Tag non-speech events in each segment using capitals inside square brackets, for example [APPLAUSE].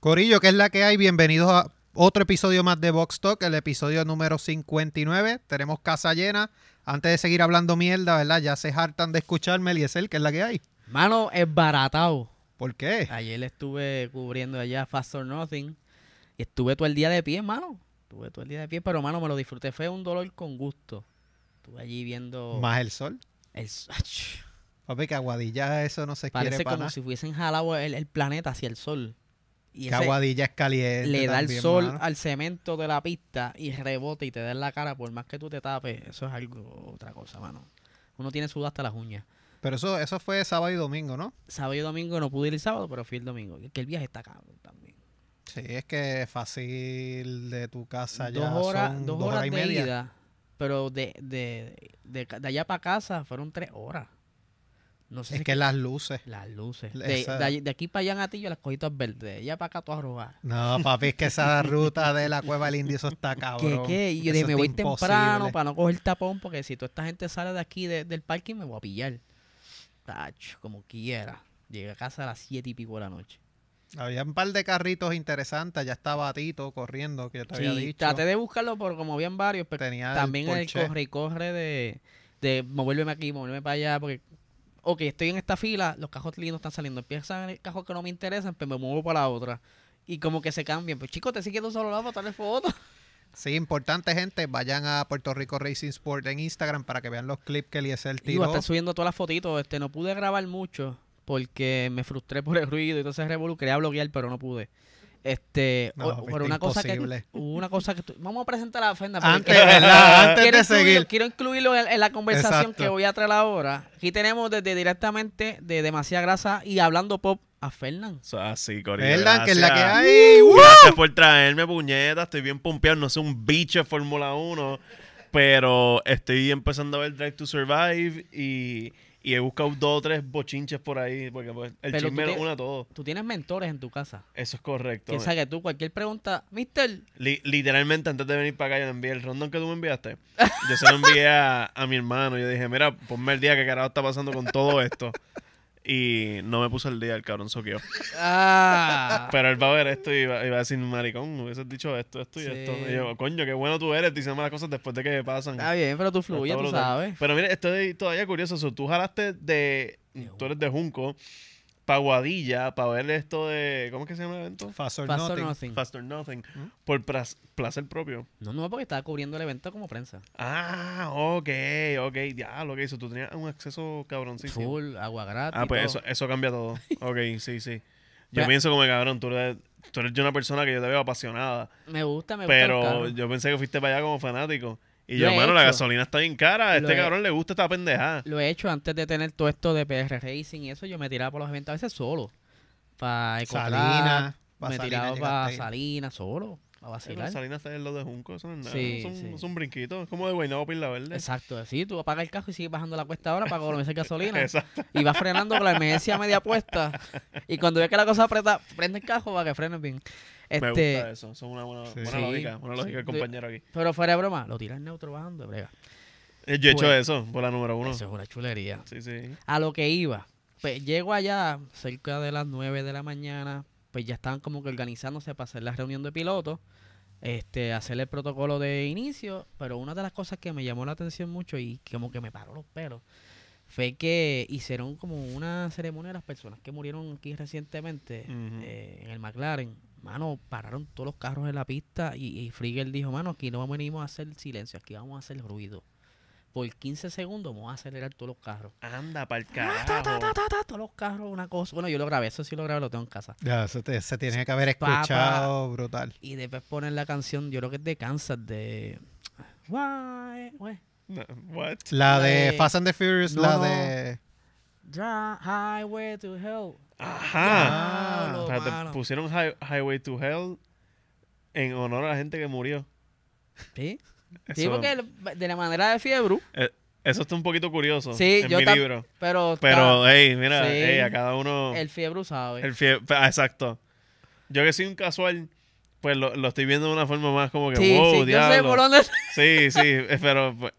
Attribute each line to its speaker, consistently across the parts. Speaker 1: Corillo, ¿qué es la que hay? Bienvenidos a otro episodio más de Box Talk, el episodio número 59. Tenemos casa llena. Antes de seguir hablando mierda, ¿verdad? Ya se hartan de escucharme, Eliezer, ¿qué es la que hay?
Speaker 2: Mano, es baratao.
Speaker 1: ¿Por qué?
Speaker 2: Ayer estuve cubriendo allá Fast or Nothing. Y estuve todo el día de pie, mano. Estuve todo el día de pie, pero mano, me lo disfruté. Fue un dolor con gusto. Estuve allí viendo
Speaker 1: Más el sol.
Speaker 2: el sol.
Speaker 1: Papi, que aguadilla eso no se
Speaker 2: Parece
Speaker 1: quiere
Speaker 2: como
Speaker 1: para nada.
Speaker 2: si fuesen jalado el, el planeta hacia el sol. Y
Speaker 1: Que
Speaker 2: ese
Speaker 1: aguadilla es caliente.
Speaker 2: le da el
Speaker 1: también,
Speaker 2: sol
Speaker 1: mano.
Speaker 2: al cemento de la pista y rebota y te da en la cara por más que tú te tapes. Eso es algo, otra cosa, mano. Uno tiene sudado hasta las uñas.
Speaker 1: Pero eso, eso fue sábado y domingo, ¿no?
Speaker 2: Sábado y domingo no pude ir el sábado, pero fui el domingo. Que el viaje está cabrón también.
Speaker 1: Sí, es que fácil de tu casa ya.
Speaker 2: dos horas,
Speaker 1: son
Speaker 2: dos horas, de ida, pero de, de, de, de allá para casa fueron tres horas. No sé
Speaker 1: Es
Speaker 2: si
Speaker 1: que las luces.
Speaker 2: las luces.
Speaker 1: la-
Speaker 2: De,
Speaker 1: esa-
Speaker 2: de allí- de aquí para allá en Atillo las cogí todas verdes. De allá para acá todas rojas.
Speaker 1: No, papi, es que
Speaker 2: [LAUGHS]
Speaker 1: esa ruta de la cueva del indio, eso está
Speaker 2: ¿Qué,
Speaker 1: cabrón.
Speaker 2: qué? Y yo
Speaker 1: Eso
Speaker 2: dije, me
Speaker 1: está
Speaker 2: voy temprano
Speaker 1: imposible.
Speaker 2: para no coger tapón, porque si toda esta gente sale de aquí de- del parking me voy a pillar. Tacho, como quiera. Llegué a casa a las siete y pico de la noche.
Speaker 1: Había un par de carritos interesantes, ya estaba Tito corriendo, que yo te había
Speaker 2: Sí,
Speaker 1: dicho.
Speaker 2: traté de buscarlo, por como habían varios, pero
Speaker 1: Tenía
Speaker 2: también
Speaker 1: el
Speaker 2: el
Speaker 1: Porsche.
Speaker 2: corre y corre de, de moverme aquí, moverme para allá, porque, ok, estoy en esta fila, los cajos lindos están saliendo, empiezan el cajón que no me interesan, pero me muevo para la otra. Y como que se cambian, pues chicos, te siguiendo solo lado para darle foto.
Speaker 1: Sí, importante, gente. Vayan a Puerto Rico Racing Sport en Instagram para que vean los clips que Eliezer
Speaker 2: Y voy a
Speaker 1: tiró.
Speaker 2: estar subiendo todas las fotitos, este, no pude grabar mucho porque me frustré por el ruido y entonces revolú, quería bloquear, pero no pude. Este,
Speaker 1: No,
Speaker 2: o-
Speaker 1: viste,
Speaker 2: pero una cosa que
Speaker 1: imposible.
Speaker 2: hubo una cosa que tu- vamos a presentar a Fenda porque-
Speaker 1: Antes,
Speaker 2: [LAUGHS]
Speaker 1: ¿verdad? Antes
Speaker 2: quiero
Speaker 1: de
Speaker 2: incluirlo-
Speaker 1: seguir.
Speaker 2: Quiero incluirlo en, en la conversación
Speaker 1: Exacto.
Speaker 2: que voy a traer ahora. Aquí tenemos desde directamente de Demasiada Grasa y Hablando Pop a Fernán.
Speaker 3: Eso es así, Corillo.
Speaker 1: ¿Verdad? Que es la que
Speaker 3: gracias.
Speaker 1: hay. ¡Uh!
Speaker 3: Gracias por traerme, puñeta. Estoy bien pompeado. No soy un bicho de Fórmula 1, pero estoy empezando a ver Drive to Survive y, y he buscado dos o tres bochinches por ahí, porque pues, el
Speaker 2: Pero tú
Speaker 3: chisme lo
Speaker 2: te-
Speaker 3: une a todo.
Speaker 2: Tú tienes mentores en tu casa.
Speaker 3: Eso es correcto.
Speaker 2: Que sea que tú cualquier pregunta, Mister,
Speaker 3: Li- literalmente, antes de venir para acá, yo le envié el rondón que tú
Speaker 2: [LAUGHS]
Speaker 3: me enviaste. Yo se lo envié a, a mi hermano. Yo dije, mira, ponme el día que carajo está pasando con todo esto. Y no me puso el día, el cabrón soqueó. [LAUGHS]
Speaker 2: ah,
Speaker 3: Pero él va a ver esto y va, y va a decir, maricón, hubieses dicho esto, esto y
Speaker 2: Sí.
Speaker 3: esto. Y yo, coño, qué bueno tú eres diciendo las cosas después de que pasan.
Speaker 2: está bien, pero tú
Speaker 3: Está
Speaker 2: fluyes, tú
Speaker 3: brutal.
Speaker 2: sabes.
Speaker 3: Pero mire, estoy todavía curioso. so, tú jalaste de... Tú eres de Junco, Paguadilla, para ver esto de... ¿Cómo es que se llama el evento?
Speaker 1: Fast or
Speaker 2: Fast or
Speaker 1: nothing.
Speaker 2: nothing.
Speaker 3: Fast or Nothing.
Speaker 1: ¿Mm?
Speaker 3: Por pras- placer propio.
Speaker 2: No, no, porque estaba cubriendo el evento como prensa.
Speaker 3: Ah, ok, ok. Ya, lo que hizo. Tú tenías un acceso cabroncísimo.
Speaker 2: Full, agua gratis.
Speaker 3: Ah, pues
Speaker 2: todo. Pues,
Speaker 3: eso, eso
Speaker 2: [LAUGHS]
Speaker 3: cambia todo. Ok, sí, sí. Yo
Speaker 2: Pero-
Speaker 3: pienso como cabrón, tú eres, tú eres una persona que yo te veo apasionada.
Speaker 2: Me gusta, me gusta. los
Speaker 3: Pero
Speaker 2: carros.
Speaker 3: yo pensé que fuiste para allá como fanático. Y
Speaker 2: Lo
Speaker 3: yo,
Speaker 2: he
Speaker 3: mano, la
Speaker 2: hecho.
Speaker 3: gasolina está bien cara.
Speaker 2: Lo
Speaker 3: A este
Speaker 2: he-
Speaker 3: cabrón le gusta esta pendejada.
Speaker 2: Lo he hecho antes de tener todo esto de PR Racing y eso. Yo me tiraba por los eventos a veces solo. Para
Speaker 1: Salina. pa'
Speaker 2: me
Speaker 1: Salina
Speaker 2: tiraba para
Speaker 1: llegaste ahí.
Speaker 2: Salinas solo, a
Speaker 3: Pero
Speaker 2: vacilar.
Speaker 3: Salinas está en lo de Junco, eso no es nada.
Speaker 2: Sí,
Speaker 3: es, un,
Speaker 2: sí.
Speaker 3: es un brinquito. Es como de Guaynabo Pila Verde. [LAUGHS]
Speaker 2: Exacto, así tú apagas el cajo y sigues bajando la cuesta ahora para economizar
Speaker 3: [LAUGHS]
Speaker 2: gasolina.
Speaker 3: Exacto.
Speaker 2: Y vas frenando con la emergencia media puesta. Y cuando ves que la cosa aprieta, prende el cajo para que frenes bien.
Speaker 3: Me
Speaker 2: Este,
Speaker 3: gusta eso. Eso es una buena,
Speaker 1: Sí.
Speaker 3: buena
Speaker 2: Sí.
Speaker 3: lógica. Una lógica del
Speaker 2: Sí.
Speaker 3: compañero aquí.
Speaker 2: pero fuera de broma, lo tiras neutro bajando, brega.
Speaker 3: Eh, Yo he hecho
Speaker 2: Pues-
Speaker 3: eso por la número uno.
Speaker 2: Eso es una chulería.
Speaker 3: Sí, sí.
Speaker 2: a lo que iba. Pues llego allá cerca de las 9 de la mañana, pues ya estaban como que organizándose para hacer la reunión de pilotos, este, hacer el protocolo de inicio, pero una de las cosas que me llamó la atención mucho y como que me paró los pelos fue que hicieron como una ceremonia de las personas que murieron aquí recientemente
Speaker 3: Ujú.
Speaker 2: eh, en el McLaren. Mano, pararon todos los carros en la pista y, y Frigel dijo, mano, aquí no venimos a hacer silencio, aquí vamos a hacer ruido. Por 15 segundos vamos a acelerar todos los carros
Speaker 3: Anda, pa'l
Speaker 2: Ah, ta, ta,
Speaker 3: carajo.
Speaker 2: ta, ta, ta, todos los carros, una cosa. Bueno, yo lo grabé, eso sí lo grabé, lo tengo en casa.
Speaker 1: Ya, eso te- se tiene que haber
Speaker 2: Papá.
Speaker 1: escuchado brutal.
Speaker 2: Y después ponen la canción, yo creo que es de Kansas, de. Why, why,
Speaker 3: No, what?
Speaker 1: La
Speaker 2: La
Speaker 1: de
Speaker 2: de-
Speaker 1: Fast and the Furious,
Speaker 2: No,
Speaker 1: la
Speaker 2: no.
Speaker 1: de...
Speaker 2: dri- Highway to Hell.
Speaker 3: Ajá.
Speaker 2: Diablo,
Speaker 3: Ah. Espérate,
Speaker 2: mano.
Speaker 3: pusieron Hi- Highway to Hell en honor a la gente que murió.
Speaker 2: Sí, sí,
Speaker 3: Eso-
Speaker 2: porque el- de la manera de Fiebru,
Speaker 3: eh, eso está un poquito curioso
Speaker 2: Sí,
Speaker 3: en
Speaker 2: yo
Speaker 3: mi
Speaker 2: tam-
Speaker 3: libro.
Speaker 2: pero. está-
Speaker 3: Pero, hey, mira,
Speaker 2: Sí.
Speaker 3: hey, a cada uno. El,
Speaker 2: el Fiebru sabe.
Speaker 3: fie- ah, exacto. Yo que soy un casual, pues lo, lo estoy viendo de una forma más como que,
Speaker 2: sí,
Speaker 3: wow,
Speaker 2: sí, yo
Speaker 3: diablo.
Speaker 2: sé por dónde.
Speaker 3: Sí, sí, eh, pero pues,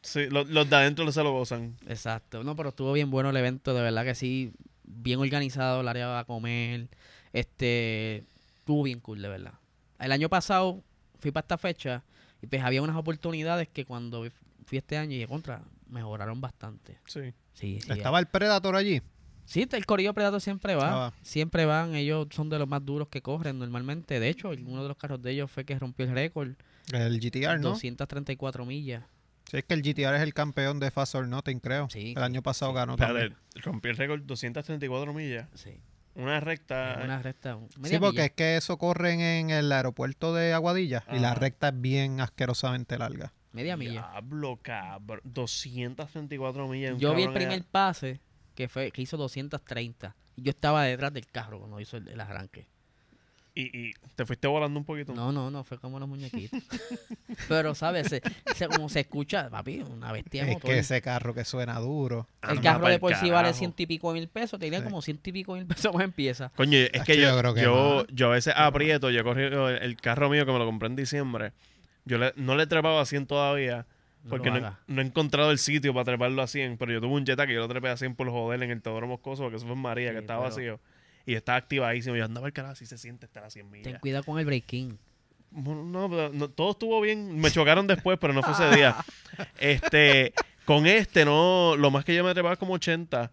Speaker 3: sí, lo- los de adentro se lo gozan.
Speaker 2: Exacto. No, pero estuvo bien bueno el evento, de verdad que sí. Bien organizado, el área va a comer. Este, estuvo bien cool, de verdad. El año pasado fui para esta fecha y pues había unas oportunidades que cuando fui este año y de contra, mejoraron bastante.
Speaker 3: Sí.
Speaker 2: Sí, sí.
Speaker 1: Estaba el Predator allí.
Speaker 2: Sí, el Corillo Predator siempre va.
Speaker 1: Ah, va.
Speaker 2: Siempre van. Ellos son de los más duros que corren normalmente. De hecho, uno de los carros de ellos fue que rompió el récord.
Speaker 1: El GTR, ¿no?
Speaker 2: 234 millas.
Speaker 1: Sí, es que el GTR es el campeón de Fast or Nothing, creo.
Speaker 2: Sí,
Speaker 1: el año pasado
Speaker 2: sí.
Speaker 1: ganó también.
Speaker 3: Espérate, rompí el récord 234 millas.
Speaker 2: Sí.
Speaker 3: Una recta.
Speaker 2: En una recta. un-
Speaker 1: Ah, Sí,
Speaker 2: media
Speaker 1: porque
Speaker 2: milla.
Speaker 1: es que eso corren en el aeropuerto de Aguadilla y la
Speaker 3: Ajá.
Speaker 1: recta es bien asquerosamente larga.
Speaker 2: Media milla.
Speaker 3: Diablo, cabrón. 234 millas. un
Speaker 2: Yo vi el
Speaker 3: cabrón
Speaker 2: primer
Speaker 3: allá.
Speaker 2: pase que fue que hizo 230. Y yo estaba detrás del carro cuando hizo el, el arranque.
Speaker 3: Y, y te fuiste volando un poquito.
Speaker 2: No, no, no, fue como los
Speaker 3: [LAUGHS]
Speaker 2: muñequitos. Pero, ¿sabes? Se, se- como se escucha, papi, una bestia de
Speaker 1: Es
Speaker 2: motor.
Speaker 1: que ese carro que suena
Speaker 3: [LAUGHS]
Speaker 1: duro. [LAUGHS]
Speaker 3: Anda
Speaker 2: el carro
Speaker 3: pa'l
Speaker 2: de por sí vale
Speaker 3: carajo.
Speaker 2: ciento y pico mil pesos. Tenía
Speaker 1: Sí.
Speaker 2: como ciento y pico mil pesos más en pieza.
Speaker 3: Coño, es que
Speaker 1: Acho,
Speaker 3: yo,
Speaker 1: Ah, yo creo que
Speaker 3: yo,
Speaker 1: no.
Speaker 3: yo a veces aprieto, yo he corrido el, el carro mío que me lo compré en diciembre. Yo le- no le he trepado a 100 todavía.
Speaker 2: No
Speaker 3: Porque
Speaker 2: lo
Speaker 3: no,
Speaker 2: haga.
Speaker 3: he, no he encontrado el sitio para treparlo a 100. Pero yo tuve un Jetta que yo lo trepé a 100 por joder en el Teodoro Moscoso, que eso fue en María,
Speaker 2: Sí,
Speaker 3: que estaba
Speaker 2: pero-
Speaker 3: vacío. Y estaba activadísimo. Yo andaba el carajo, así se siente estar a 100
Speaker 2: Ten
Speaker 3: millas.
Speaker 2: cuidado con el breaking.
Speaker 3: Bueno, No, pero no, todo estuvo bien. Me chocaron después, pero no fue ese
Speaker 2: [LAUGHS]
Speaker 3: día. Este, con este, no, lo más que yo me trepaba es como 80.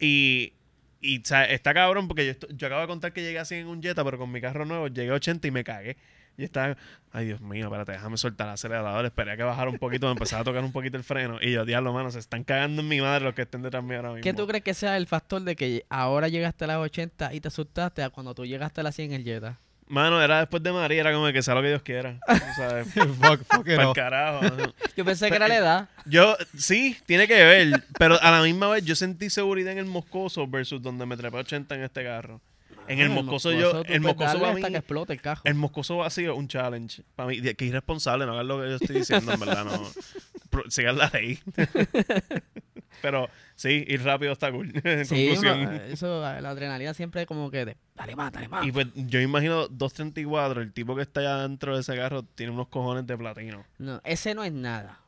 Speaker 3: Y, y o sea, está cabrón porque yo, estu- yo acabo de contar que llegué a 100 en un Jetta, pero con mi carro nuevo llegué a 80 y me cagué. Y estaba, ay Dios mío, espérate, déjame soltar el acelerador, esperé a que bajara un poquito, me empezaba a tocar un poquito el freno. Y yo, diablo, mano, se están cagando en mi madre los que estén detrás mío ahora mismo.
Speaker 2: ¿Qué tú crees que sea el factor de que ahora llegaste a las 80 y te asustaste a cuando tú llegaste a las 100 en el Jetta?
Speaker 3: Mano, era después de María, era como que sea lo que Dios quiera. tú
Speaker 2: [LAUGHS]
Speaker 3: ¿Sabes?
Speaker 1: Fuck, fuck it
Speaker 3: Pa'l
Speaker 1: up.
Speaker 3: carajo.
Speaker 2: Yo pensé que era la edad.
Speaker 3: Yo, sí, tiene que ver, pero a la misma vez yo sentí seguridad en el Moscoso versus donde me trepé 80 en este carro. En el Moscoso yo,
Speaker 2: tú puedes
Speaker 3: el Moscoso
Speaker 2: darle
Speaker 3: para mí,
Speaker 2: hasta que explote el cajo.
Speaker 3: el Moscoso vacío, un challenge. Para mí, que irresponsable, no hagan lo que yo estoy diciendo, en verdad, no. Pro- Sigan la
Speaker 2: [LAUGHS]
Speaker 3: ley. pero sí, ir rápido está cool, [LAUGHS] en
Speaker 2: Sí, eh.
Speaker 3: conclusión.
Speaker 2: ma- eso, la adrenalina siempre como que de, dale más, dale más.
Speaker 3: Y pues yo imagino 234, el tipo que está allá dentro de ese carro tiene unos cojones de platino.
Speaker 2: No, ese no es nada.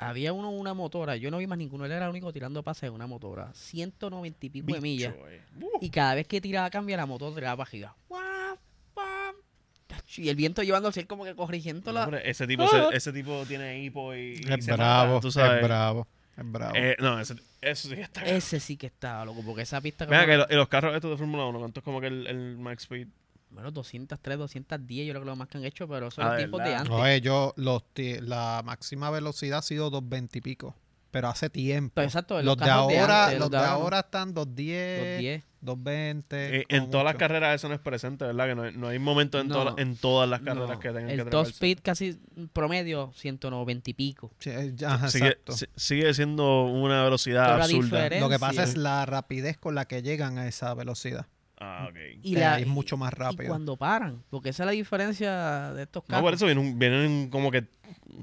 Speaker 2: Había uno una motora, yo no vi más ninguno, él era el único tirando pases de una motora. 190 y pico de millas.
Speaker 3: Bicho, eh. Uh,
Speaker 2: Y cada vez que tiraba cambia la moto tiraba para arriba. Guau, pam. Y el viento llevándose él como que corrigiendo la...
Speaker 3: hombre, ese, tipo, ese, ese tipo tiene hipo y, y
Speaker 1: Es
Speaker 3: se mata,
Speaker 1: bravo,
Speaker 3: tú
Speaker 1: es
Speaker 3: sabes.
Speaker 1: bravo, es bravo.
Speaker 3: Eh, no, ese- eso sí que está. cabrón.
Speaker 2: Ese sí que estaba loco, porque esa pista...
Speaker 3: Mira
Speaker 2: como-
Speaker 3: que lo- y los carros estos de Fórmula 1, ¿cuánto es como que el, el max speed?
Speaker 2: Bueno, 203, 210, yo creo que lo más que han hecho, pero son
Speaker 3: Ah,
Speaker 2: los tiempos de
Speaker 3: ¿verdad?
Speaker 2: antes.
Speaker 1: Oye, yo, los ti- la máxima velocidad ha sido 220 y pico, pero hace tiempo.
Speaker 2: Pero exacto,
Speaker 1: los,
Speaker 2: los
Speaker 1: de
Speaker 2: carros de
Speaker 1: ahora,
Speaker 2: antes,
Speaker 1: los de
Speaker 2: no.
Speaker 1: ahora están 210,
Speaker 2: 210.
Speaker 1: 220.
Speaker 3: Eh, en
Speaker 1: como
Speaker 3: todas las
Speaker 1: mucho.
Speaker 3: carreras eso no es presente, ¿verdad? Que no, hay- no hay momentos en,
Speaker 2: No.
Speaker 3: todas las- en todas las carreras
Speaker 2: No,
Speaker 3: que tengan que
Speaker 2: El top
Speaker 3: treparse.
Speaker 2: speed casi promedio 190 y pico.
Speaker 1: Sí, eh, ya, ajá,
Speaker 3: Sigue,
Speaker 1: exacto.
Speaker 3: si- sigue siendo una velocidad
Speaker 2: Pero la
Speaker 3: absurda.
Speaker 2: diferen-
Speaker 1: Lo que pasa
Speaker 2: diferencia.
Speaker 1: es la rapidez con la que llegan a esa velocidad.
Speaker 3: Ah, ok.
Speaker 2: Y
Speaker 1: Que
Speaker 2: la,
Speaker 1: ahí es mucho más
Speaker 2: y- Y
Speaker 1: rápido.
Speaker 2: cuando paran, porque esa es la diferencia de estos carros.
Speaker 3: No, por eso vienen, un- vienen como que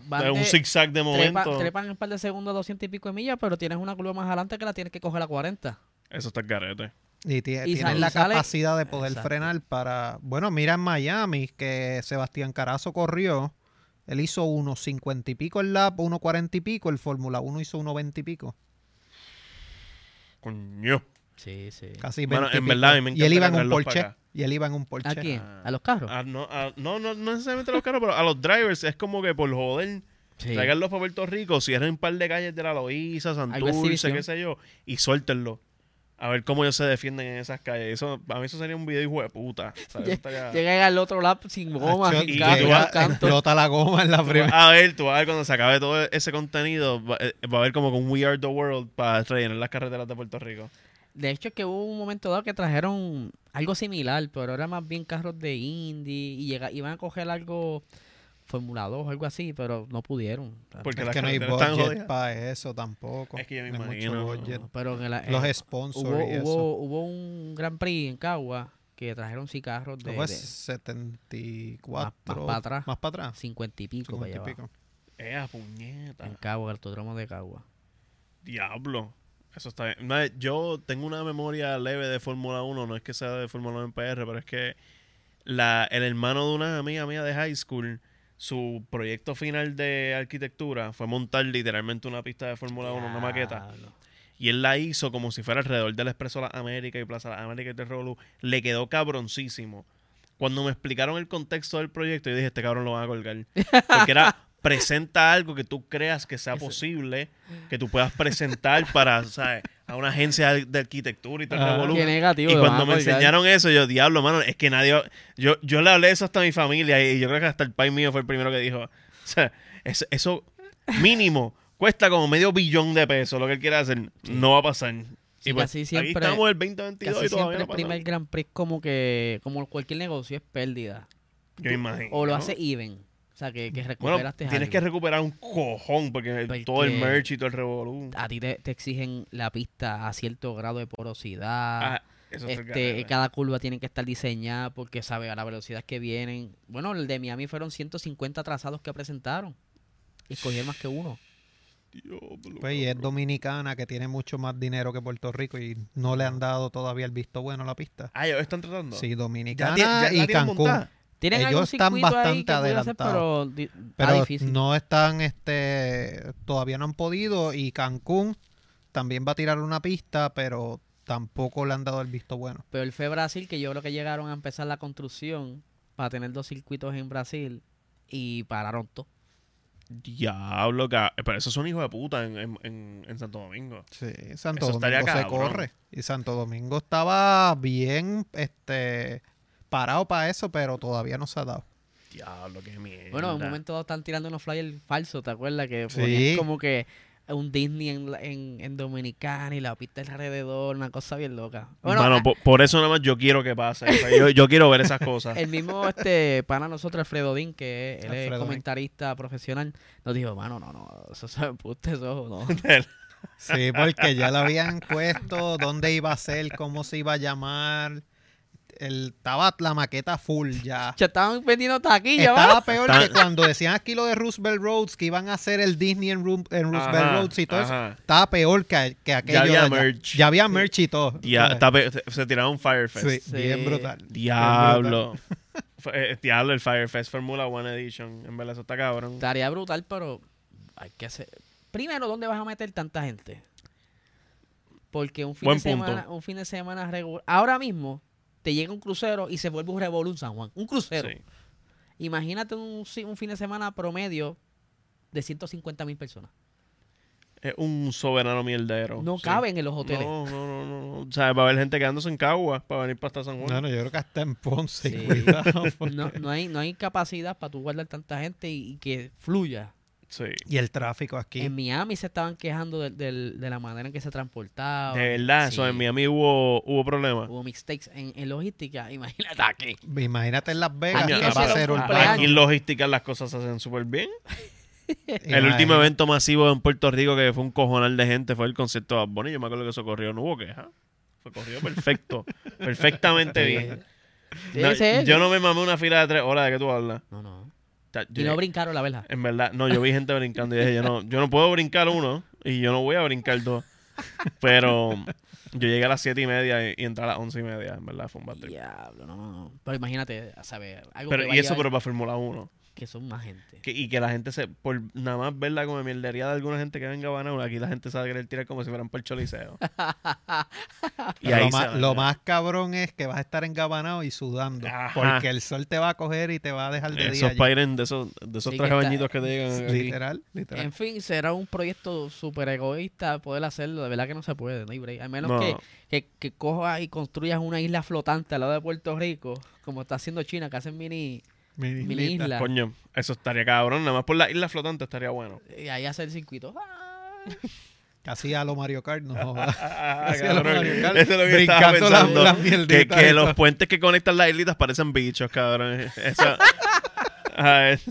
Speaker 2: Van
Speaker 3: eh,
Speaker 2: de-
Speaker 3: un zigzag de
Speaker 2: trepa-
Speaker 3: momento.
Speaker 2: trepan un par de segundos a 200 y pico de millas, pero tienes una curva más adelante que la tienes que coger a 40.
Speaker 3: Eso está el carete.
Speaker 1: Y, tie-
Speaker 2: Y
Speaker 1: tienen
Speaker 2: sal-
Speaker 1: la
Speaker 2: y sale-
Speaker 1: capacidad de poder
Speaker 2: Exacto.
Speaker 1: frenar para... Bueno, mira en Miami que Sebastián Carazo corrió. Él hizo 1.50 y pico el lap, 1.40 y pico. El Fórmula 1 hizo 1.20 y pico.
Speaker 3: Coño.
Speaker 2: Sí, sí.
Speaker 1: Casi 20
Speaker 3: Bueno,
Speaker 1: y
Speaker 3: en
Speaker 1: pico.
Speaker 3: verdad, a mí me
Speaker 1: Y él iba en
Speaker 3: encanta
Speaker 1: un
Speaker 3: traerlos para
Speaker 1: Porsche.
Speaker 3: acá.
Speaker 1: Y él iba en un Porsche.
Speaker 2: ¿A quién?
Speaker 3: Ah.
Speaker 2: ¿A los carros?
Speaker 3: Ah, no, ah, no, no, no necesariamente a los carros, pero a los drivers es como que por joder.
Speaker 2: Sí.
Speaker 3: Tráiganlos para Puerto Rico, cierren un par de calles de la Loíza, Santurce,
Speaker 2: exhibición.
Speaker 3: qué sé yo, y suéltenlo. A ver cómo ellos se defienden en esas calles. Eso, a mí eso sería un video hijo de puta.
Speaker 1: [LAUGHS]
Speaker 3: ¿sabes? Eso estaría-
Speaker 2: Llega al otro lap sin goma,
Speaker 1: Acho,
Speaker 2: sin
Speaker 3: y
Speaker 2: carro,
Speaker 3: tú
Speaker 2: sin
Speaker 3: vas-
Speaker 2: canto.
Speaker 1: explota la goma
Speaker 3: [LAUGHS]
Speaker 1: en la
Speaker 3: Tú vas
Speaker 1: primera.
Speaker 3: a ver, tú vas a ver cuando se acabe todo ese contenido, va, eh, va a haber como con We Are the World para rellenar las carreteras de Puerto Rico.
Speaker 2: De hecho, es que hubo un momento dado que trajeron algo similar, pero era más bien carros de Indy y llega, iban a coger algo Fórmula 2 o algo así, pero no pudieron.
Speaker 3: Porque
Speaker 1: Es
Speaker 3: las
Speaker 1: que no hay
Speaker 3: carreteras están
Speaker 1: budget
Speaker 3: jodidas.
Speaker 1: para eso tampoco.
Speaker 3: Es que yo me
Speaker 1: No hay mucho
Speaker 3: imagino.
Speaker 1: budget.
Speaker 2: Pero en la- en-
Speaker 1: Los sponsors
Speaker 2: Eh, hubo,
Speaker 1: y eso.
Speaker 2: hubo, hubo un Gran Prix en Cagua que trajeron sí carros de,
Speaker 1: Eso fue
Speaker 2: de
Speaker 1: 74.
Speaker 2: Más- más pa' atrás.
Speaker 1: Más para atrás.
Speaker 2: 50 y pico,
Speaker 1: 50 y
Speaker 2: para allá
Speaker 1: pico.
Speaker 3: Ea,
Speaker 2: abajo, en
Speaker 3: Eh, puñeta.
Speaker 2: Cagua, el autódromo de Cagua.
Speaker 3: Diablo. Eso está bien. No, yo tengo una memoria leve de Fórmula 1, no es que sea de Fórmula 1 en PR, pero es que la, el hermano de una amiga mía de high school, su proyecto final de arquitectura fue montar literalmente una pista de Fórmula 1, una maqueta.
Speaker 2: Diablo.
Speaker 3: Y él la hizo como si fuera alrededor del Expreso Las Américas y Plaza Las Américas y todo el revolú. Le quedó cabroncísimo. Cuando me explicaron el contexto del proyecto, yo dije, este cabrón lo van a colgar. Porque era, presenta algo que tú creas que sea
Speaker 2: Eso.
Speaker 3: posible, que tú puedas presentar para, ¿sabes? A una agencia de arquitectura y tal.
Speaker 1: Ah.
Speaker 3: revolú.
Speaker 2: Qué negativo.
Speaker 3: Y
Speaker 2: lo van
Speaker 3: cuando
Speaker 2: a
Speaker 3: me
Speaker 2: colgar.
Speaker 3: enseñaron eso, yo, diablo, mano, es que nadie. Yo, yo le hablé eso hasta a mi familia y yo creo que hasta el país mío fue el primero que dijo. O sea, eso, eso mínimo cuesta como medio billón de pesos lo que él quiere hacer. No va a pasar.
Speaker 2: Sí, casi
Speaker 3: aquí
Speaker 2: siempre-
Speaker 3: estamos el
Speaker 2: Casi
Speaker 3: 2022 y todavía
Speaker 2: siempre
Speaker 3: no
Speaker 2: el
Speaker 3: ha pasado.
Speaker 2: primer Grand Prix como que, como cualquier negocio, es pérdida.
Speaker 3: Yo imagino.
Speaker 2: O lo
Speaker 3: ¿no?
Speaker 2: hace este even. O sea, que, que
Speaker 3: Bueno,
Speaker 2: recuperaste
Speaker 3: tienes
Speaker 2: algo.
Speaker 3: que recuperar un cojón porque el-
Speaker 2: Porque-
Speaker 3: todo el merch y todo el revolú.
Speaker 2: A ti te, te exigen la pista a cierto grado de porosidad.
Speaker 3: Ah, eso está
Speaker 2: este,
Speaker 3: cagada.
Speaker 2: cada curva tiene que estar diseñada porque sabe a la velocidad que vienen. Bueno, el de Miami fueron 150 trazados que presentaron. Y escogieron más que uno.
Speaker 3: Diablo,
Speaker 1: Pues, y es
Speaker 3: cabrón.
Speaker 1: dominicana que tiene mucho más dinero que Puerto Rico y no le han dado todavía el visto bueno a la pista.
Speaker 3: Ah, ellos están tratando.
Speaker 1: Sí,
Speaker 3: Ya
Speaker 1: dominicana
Speaker 3: tie- ya la
Speaker 1: y
Speaker 3: tienen
Speaker 1: Cancún.
Speaker 3: montada.
Speaker 2: Tienen
Speaker 1: Ellos
Speaker 2: algún
Speaker 1: están
Speaker 2: circuito ahí
Speaker 1: bastante
Speaker 2: que puede hacer,
Speaker 1: adelantados.
Speaker 2: pero, di- está
Speaker 1: Pero
Speaker 2: difícil.
Speaker 1: no están, este, todavía no han podido y Cancún también va a tirar una pista, pero tampoco le han dado el visto bueno.
Speaker 2: Pero el fue Brasil, que yo creo que llegaron a empezar la construcción para tener dos circuitos en Brasil y pararon todo.
Speaker 3: Diablo, ca- pero esos son hijos de puta en- en- en- en Santo Domingo.
Speaker 1: Sí, Santo
Speaker 3: Eso estaría
Speaker 1: Domingo se
Speaker 3: cabrón.
Speaker 1: corre y Santo Domingo estaba bien, este, parado para eso, pero todavía no se ha dado.
Speaker 3: Diablo, qué mierda.
Speaker 2: Bueno, en un momento dado están tirando unos flyers falsos, ¿te acuerdas? Que
Speaker 1: Sí.
Speaker 2: ponían como que un Disney en, la- en, en Dominicana y la pista alrededor, una cosa bien loca. Bueno, ah,
Speaker 3: Mano,
Speaker 2: a-
Speaker 3: po- por, eso nada más yo quiero que pase. O sea, yo, yo quiero ver esas cosas.
Speaker 2: [LAUGHS] el mismo este pana nosotros, Alfredo Din, que es, él es
Speaker 1: Alfredo Din.
Speaker 2: comentarista profesional, nos dijo, mano, no, no, eso es embuste, eso no. [LAUGHS]
Speaker 1: Sí, porque ya le habían puesto dónde iba a ser, cómo se iba a llamar. El, estaba la maqueta full ya.
Speaker 2: Ya estaban vendiendo taquillas, mano.
Speaker 1: Estaba peor que
Speaker 3: Tan-
Speaker 1: cuando decían aquí lo de Roosevelt Roads, que iban a hacer el Disney en, Ru- en Roosevelt
Speaker 3: Ajá,
Speaker 1: Roads y todo
Speaker 3: ajá.
Speaker 1: eso. Estaba peor que, que aquello.
Speaker 3: había
Speaker 1: de allá.
Speaker 3: merch.
Speaker 1: Ya había merch y todo. Pues,
Speaker 3: Ya, está pe- se- se tiraron Firefest.
Speaker 1: Sí,
Speaker 2: Sí.
Speaker 1: bien brutal.
Speaker 3: Diablo. [LAUGHS] F- eh, Diablo, el Firefest Formula One Edition. En verdad, eso está cabrón.
Speaker 2: Estaría brutal, pero hay que hacer. Primero, ¿dónde vas a meter tanta gente? Porque un fin
Speaker 3: Buen
Speaker 2: de semana,
Speaker 3: punto.
Speaker 2: un fin de semana regular. Ahora mismo te llega un crucero y se vuelve un revolú en San Juan. Un crucero.
Speaker 3: Sí.
Speaker 2: Imagínate un, si- un fin de semana promedio de 150 mil personas.
Speaker 3: Es un soberano mierdero.
Speaker 2: No
Speaker 3: Oh, sí.
Speaker 2: caben en los hoteles.
Speaker 3: No, no, no, no. no. O sea, va a haber gente quedándose en Cagua para venir para hasta San Juan.
Speaker 1: No, no, yo creo que hasta en Ponce.
Speaker 2: Sí.
Speaker 1: cuidado, [LAUGHS] porque-
Speaker 2: No, no hay, no hay capacidad para tú guardar tanta gente y, y que fluya.
Speaker 3: Sí.
Speaker 1: Y el tráfico aquí.
Speaker 2: En Miami se estaban quejando del- del- de la manera en que se transportaba.
Speaker 3: De verdad, eso en Miami hubo, hubo problemas.
Speaker 2: Hubo mistakes en, en logística. [LAUGHS] Imagínate aquí.
Speaker 1: Imagínate en Las Vegas,
Speaker 2: Aquí
Speaker 1: que
Speaker 3: no
Speaker 1: va a
Speaker 3: se
Speaker 1: ser
Speaker 2: los
Speaker 1: un
Speaker 2: cumpleaños.
Speaker 3: Aquí en logística las cosas se hacen súper bien. El
Speaker 1: Imagínate.
Speaker 3: último evento masivo en Puerto Rico que fue un cojonal de gente fue el concierto de Bad Bunny. Yo me acuerdo que eso corrió, no hubo queja. Fue corrido
Speaker 2: [LAUGHS]
Speaker 3: perfecto, perfectamente bien.
Speaker 2: Sí,
Speaker 3: No,
Speaker 2: ese es.
Speaker 3: yo no me mamé una fila de tres horas de que tú hablas.
Speaker 2: No, no.
Speaker 3: O sea,
Speaker 2: Y
Speaker 3: yo-
Speaker 2: no brincaron la verja.
Speaker 3: en verdad, no, yo vi gente brincando y dije, yo no, yo no puedo brincar uno y yo no voy a brincar dos. Pero yo llegué a las siete y media y, y entré a las once y media, en verdad, fue un bad trip.
Speaker 2: Diablo, no, no, no. Pero imagínate, ¿sabes? Algo
Speaker 3: Pero,
Speaker 2: que
Speaker 3: y
Speaker 2: vaya-
Speaker 3: eso, pero para Fórmula 1.
Speaker 2: Que son más gente.
Speaker 3: Que- y que la gente se, por nada más verla como mierdería de alguna gente que venga a Banau, aquí la gente se va a querer tirar como si fueran por el
Speaker 1: [LAUGHS]
Speaker 3: choliseo. y
Speaker 1: Pero
Speaker 3: ahí
Speaker 1: lo,
Speaker 3: se
Speaker 1: más,
Speaker 3: van,
Speaker 1: lo
Speaker 3: ya.
Speaker 1: más cabrón es que vas a estar engabanado y sudando.
Speaker 3: Ajá.
Speaker 1: Porque el sol te va a coger y te va a dejar de día.
Speaker 3: Esos
Speaker 1: allí.
Speaker 3: Pyren de esos, de esos
Speaker 2: Sí,
Speaker 3: tres
Speaker 2: que está-
Speaker 3: bañitos que te llegan. aquí.
Speaker 1: Literal, literal.
Speaker 2: En fin, será un proyecto súper egoísta poder hacerlo. De verdad que no se puede, no hay break. Al menos
Speaker 3: No.
Speaker 2: que, que, que cojas y construyas una isla flotante al lado de Puerto Rico, como está haciendo China, que hacen mini.
Speaker 1: Mi
Speaker 2: mi
Speaker 1: islita.
Speaker 2: isla.
Speaker 3: Coño, eso estaría cabrón. Nada más por la isla flotante estaría bueno.
Speaker 2: Y ahí hacer circuitos. ¡Ah!
Speaker 1: Casi a lo Mario Kart, no jodas.
Speaker 3: Ah,
Speaker 1: [LAUGHS] Así a lo
Speaker 3: cabrón,
Speaker 1: Mario Kart,
Speaker 3: eso es lo que estaba
Speaker 1: brincando la-
Speaker 3: pensando.
Speaker 1: las mierditas
Speaker 3: que que
Speaker 1: esas.
Speaker 3: los puentes que conectan las islitas parecen bichos, cabrón.
Speaker 1: [LAUGHS]
Speaker 3: Eso- Ajá, es-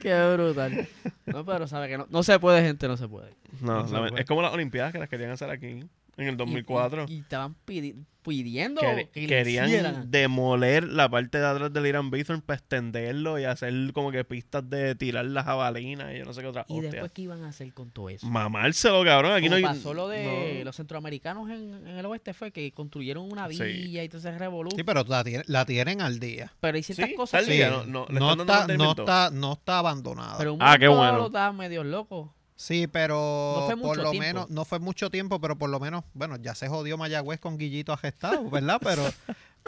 Speaker 2: Qué brutal. No, pero sabe que no, no se puede, gente, no se puede.
Speaker 3: no,
Speaker 1: No se
Speaker 3: lament-
Speaker 1: puede.
Speaker 3: es como las Olimpiadas que las querían hacer aquí en el
Speaker 2: Y-
Speaker 3: 2004.
Speaker 2: Y, y estaban pidi- pidiendo
Speaker 3: Quer-
Speaker 2: que le
Speaker 3: querían
Speaker 2: hicieran.
Speaker 3: demoler la parte de atrás del Irán Bithorn para extenderlo y hacer como que pistas de tirar las jabalinas y yo no sé qué otra
Speaker 2: Y
Speaker 3: hostia.
Speaker 2: después, ¿qué iban a hacer con todo eso?
Speaker 3: Mamárselo, cabrón. Aquí
Speaker 2: Como
Speaker 3: no hay.
Speaker 2: pasó lo de
Speaker 3: no.
Speaker 2: los centroamericanos en, en el oeste fue que construyeron una
Speaker 3: Sí.
Speaker 2: villa y todo ese revolú.
Speaker 1: Sí, pero la, tiene- la tienen al día.
Speaker 2: pero hay ciertas
Speaker 3: Sí,
Speaker 2: cosas
Speaker 3: Al
Speaker 1: Sí,
Speaker 2: que...
Speaker 3: día, no- no, le están dando
Speaker 1: está, no,
Speaker 3: mantenimiento.
Speaker 1: está, no está abandonada.
Speaker 2: Pero un
Speaker 3: Ah, qué
Speaker 2: momento dado
Speaker 3: bueno.
Speaker 2: estaban medio locos.
Speaker 1: Sí, pero
Speaker 2: No fue
Speaker 1: por
Speaker 2: mucho
Speaker 1: lo
Speaker 2: tiempo.
Speaker 1: menos, no fue mucho tiempo, pero por lo menos, bueno, ya se jodió Mayagüez con Guillito arrestado, ¿verdad?
Speaker 2: [LAUGHS]
Speaker 1: Pero,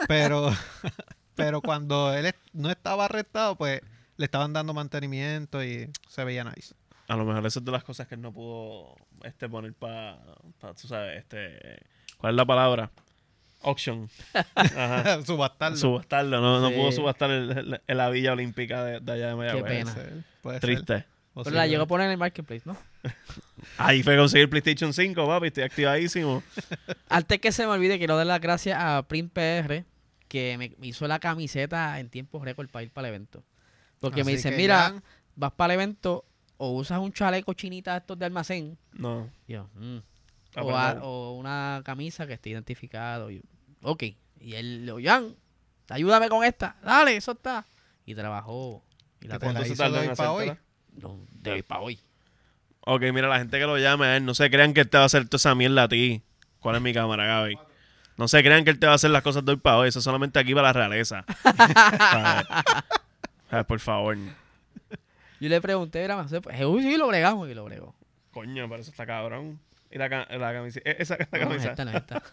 Speaker 1: pero, [LAUGHS] pero cuando él est- no estaba arrestado, pues le estaban dando mantenimiento y se veía nice.
Speaker 3: A lo mejor eso es de las cosas que él no pudo este, poner para, pa, tú sabes, este, ¿cuál es la palabra?
Speaker 2: [LAUGHS]
Speaker 3: Auction. Ajá.
Speaker 1: [LAUGHS] Subastarlo.
Speaker 3: Subastarlo, no, no
Speaker 2: Sí.
Speaker 3: pudo subastar el, el- el- la Villa Olímpica de, de allá de Mayagüez.
Speaker 2: Qué pena.
Speaker 1: ser, puede ser.
Speaker 3: Triste.
Speaker 1: O
Speaker 2: Pero
Speaker 1: sí,
Speaker 2: la
Speaker 1: puede-
Speaker 2: llegó a poner en el marketplace, ¿no?
Speaker 3: Ahí fue a conseguir PlayStation 5, papi, estoy activadísimo.
Speaker 2: Antes que se me olvide, quiero dar las gracias a Print PR, que me hizo la camiseta en tiempo récord para ir para el evento. Porque me
Speaker 1: Así
Speaker 2: dicen,
Speaker 1: que
Speaker 2: mira, eh,
Speaker 1: ya,
Speaker 2: vas para el evento o usas un chaleco chinita de estos de almacén.
Speaker 3: No.
Speaker 2: Yo, "Mm".
Speaker 3: Ah,
Speaker 2: o,
Speaker 3: pero
Speaker 2: a-
Speaker 3: no.
Speaker 2: o una camisa que esté identificado. Y yo, ok. Y él, lo Jan, ayúdame con esta. Dale, eso está. Y trabajó. Y la
Speaker 1: que te
Speaker 2: con-
Speaker 1: la
Speaker 3: se
Speaker 1: hizo
Speaker 3: tardó
Speaker 1: de
Speaker 3: en
Speaker 1: hoy pa' hoy.
Speaker 3: hacértela?
Speaker 2: no, de hoy para hoy.
Speaker 3: Ok, mira, la gente que lo llame, a él, no se crean que él te va a hacer toda esa mierda a ti. ¿Cuál es mi cámara, Gaby? No se crean que él te va a hacer las cosas de hoy para hoy. Eso es solamente aquí para
Speaker 2: [LAUGHS]
Speaker 3: la realeza. ¿Sabes? ¿Sabes? Por favor.
Speaker 2: Yo le pregunté, mira, Marcelo, pues, uy, sí, lo bregamos y lo bregó.
Speaker 3: Coño, pero eso está cabrón. Y la, ca- la camisa. eh, Esa la
Speaker 2: No, no es
Speaker 3: camisa.
Speaker 2: esta, no es
Speaker 3: [LAUGHS]
Speaker 2: esta.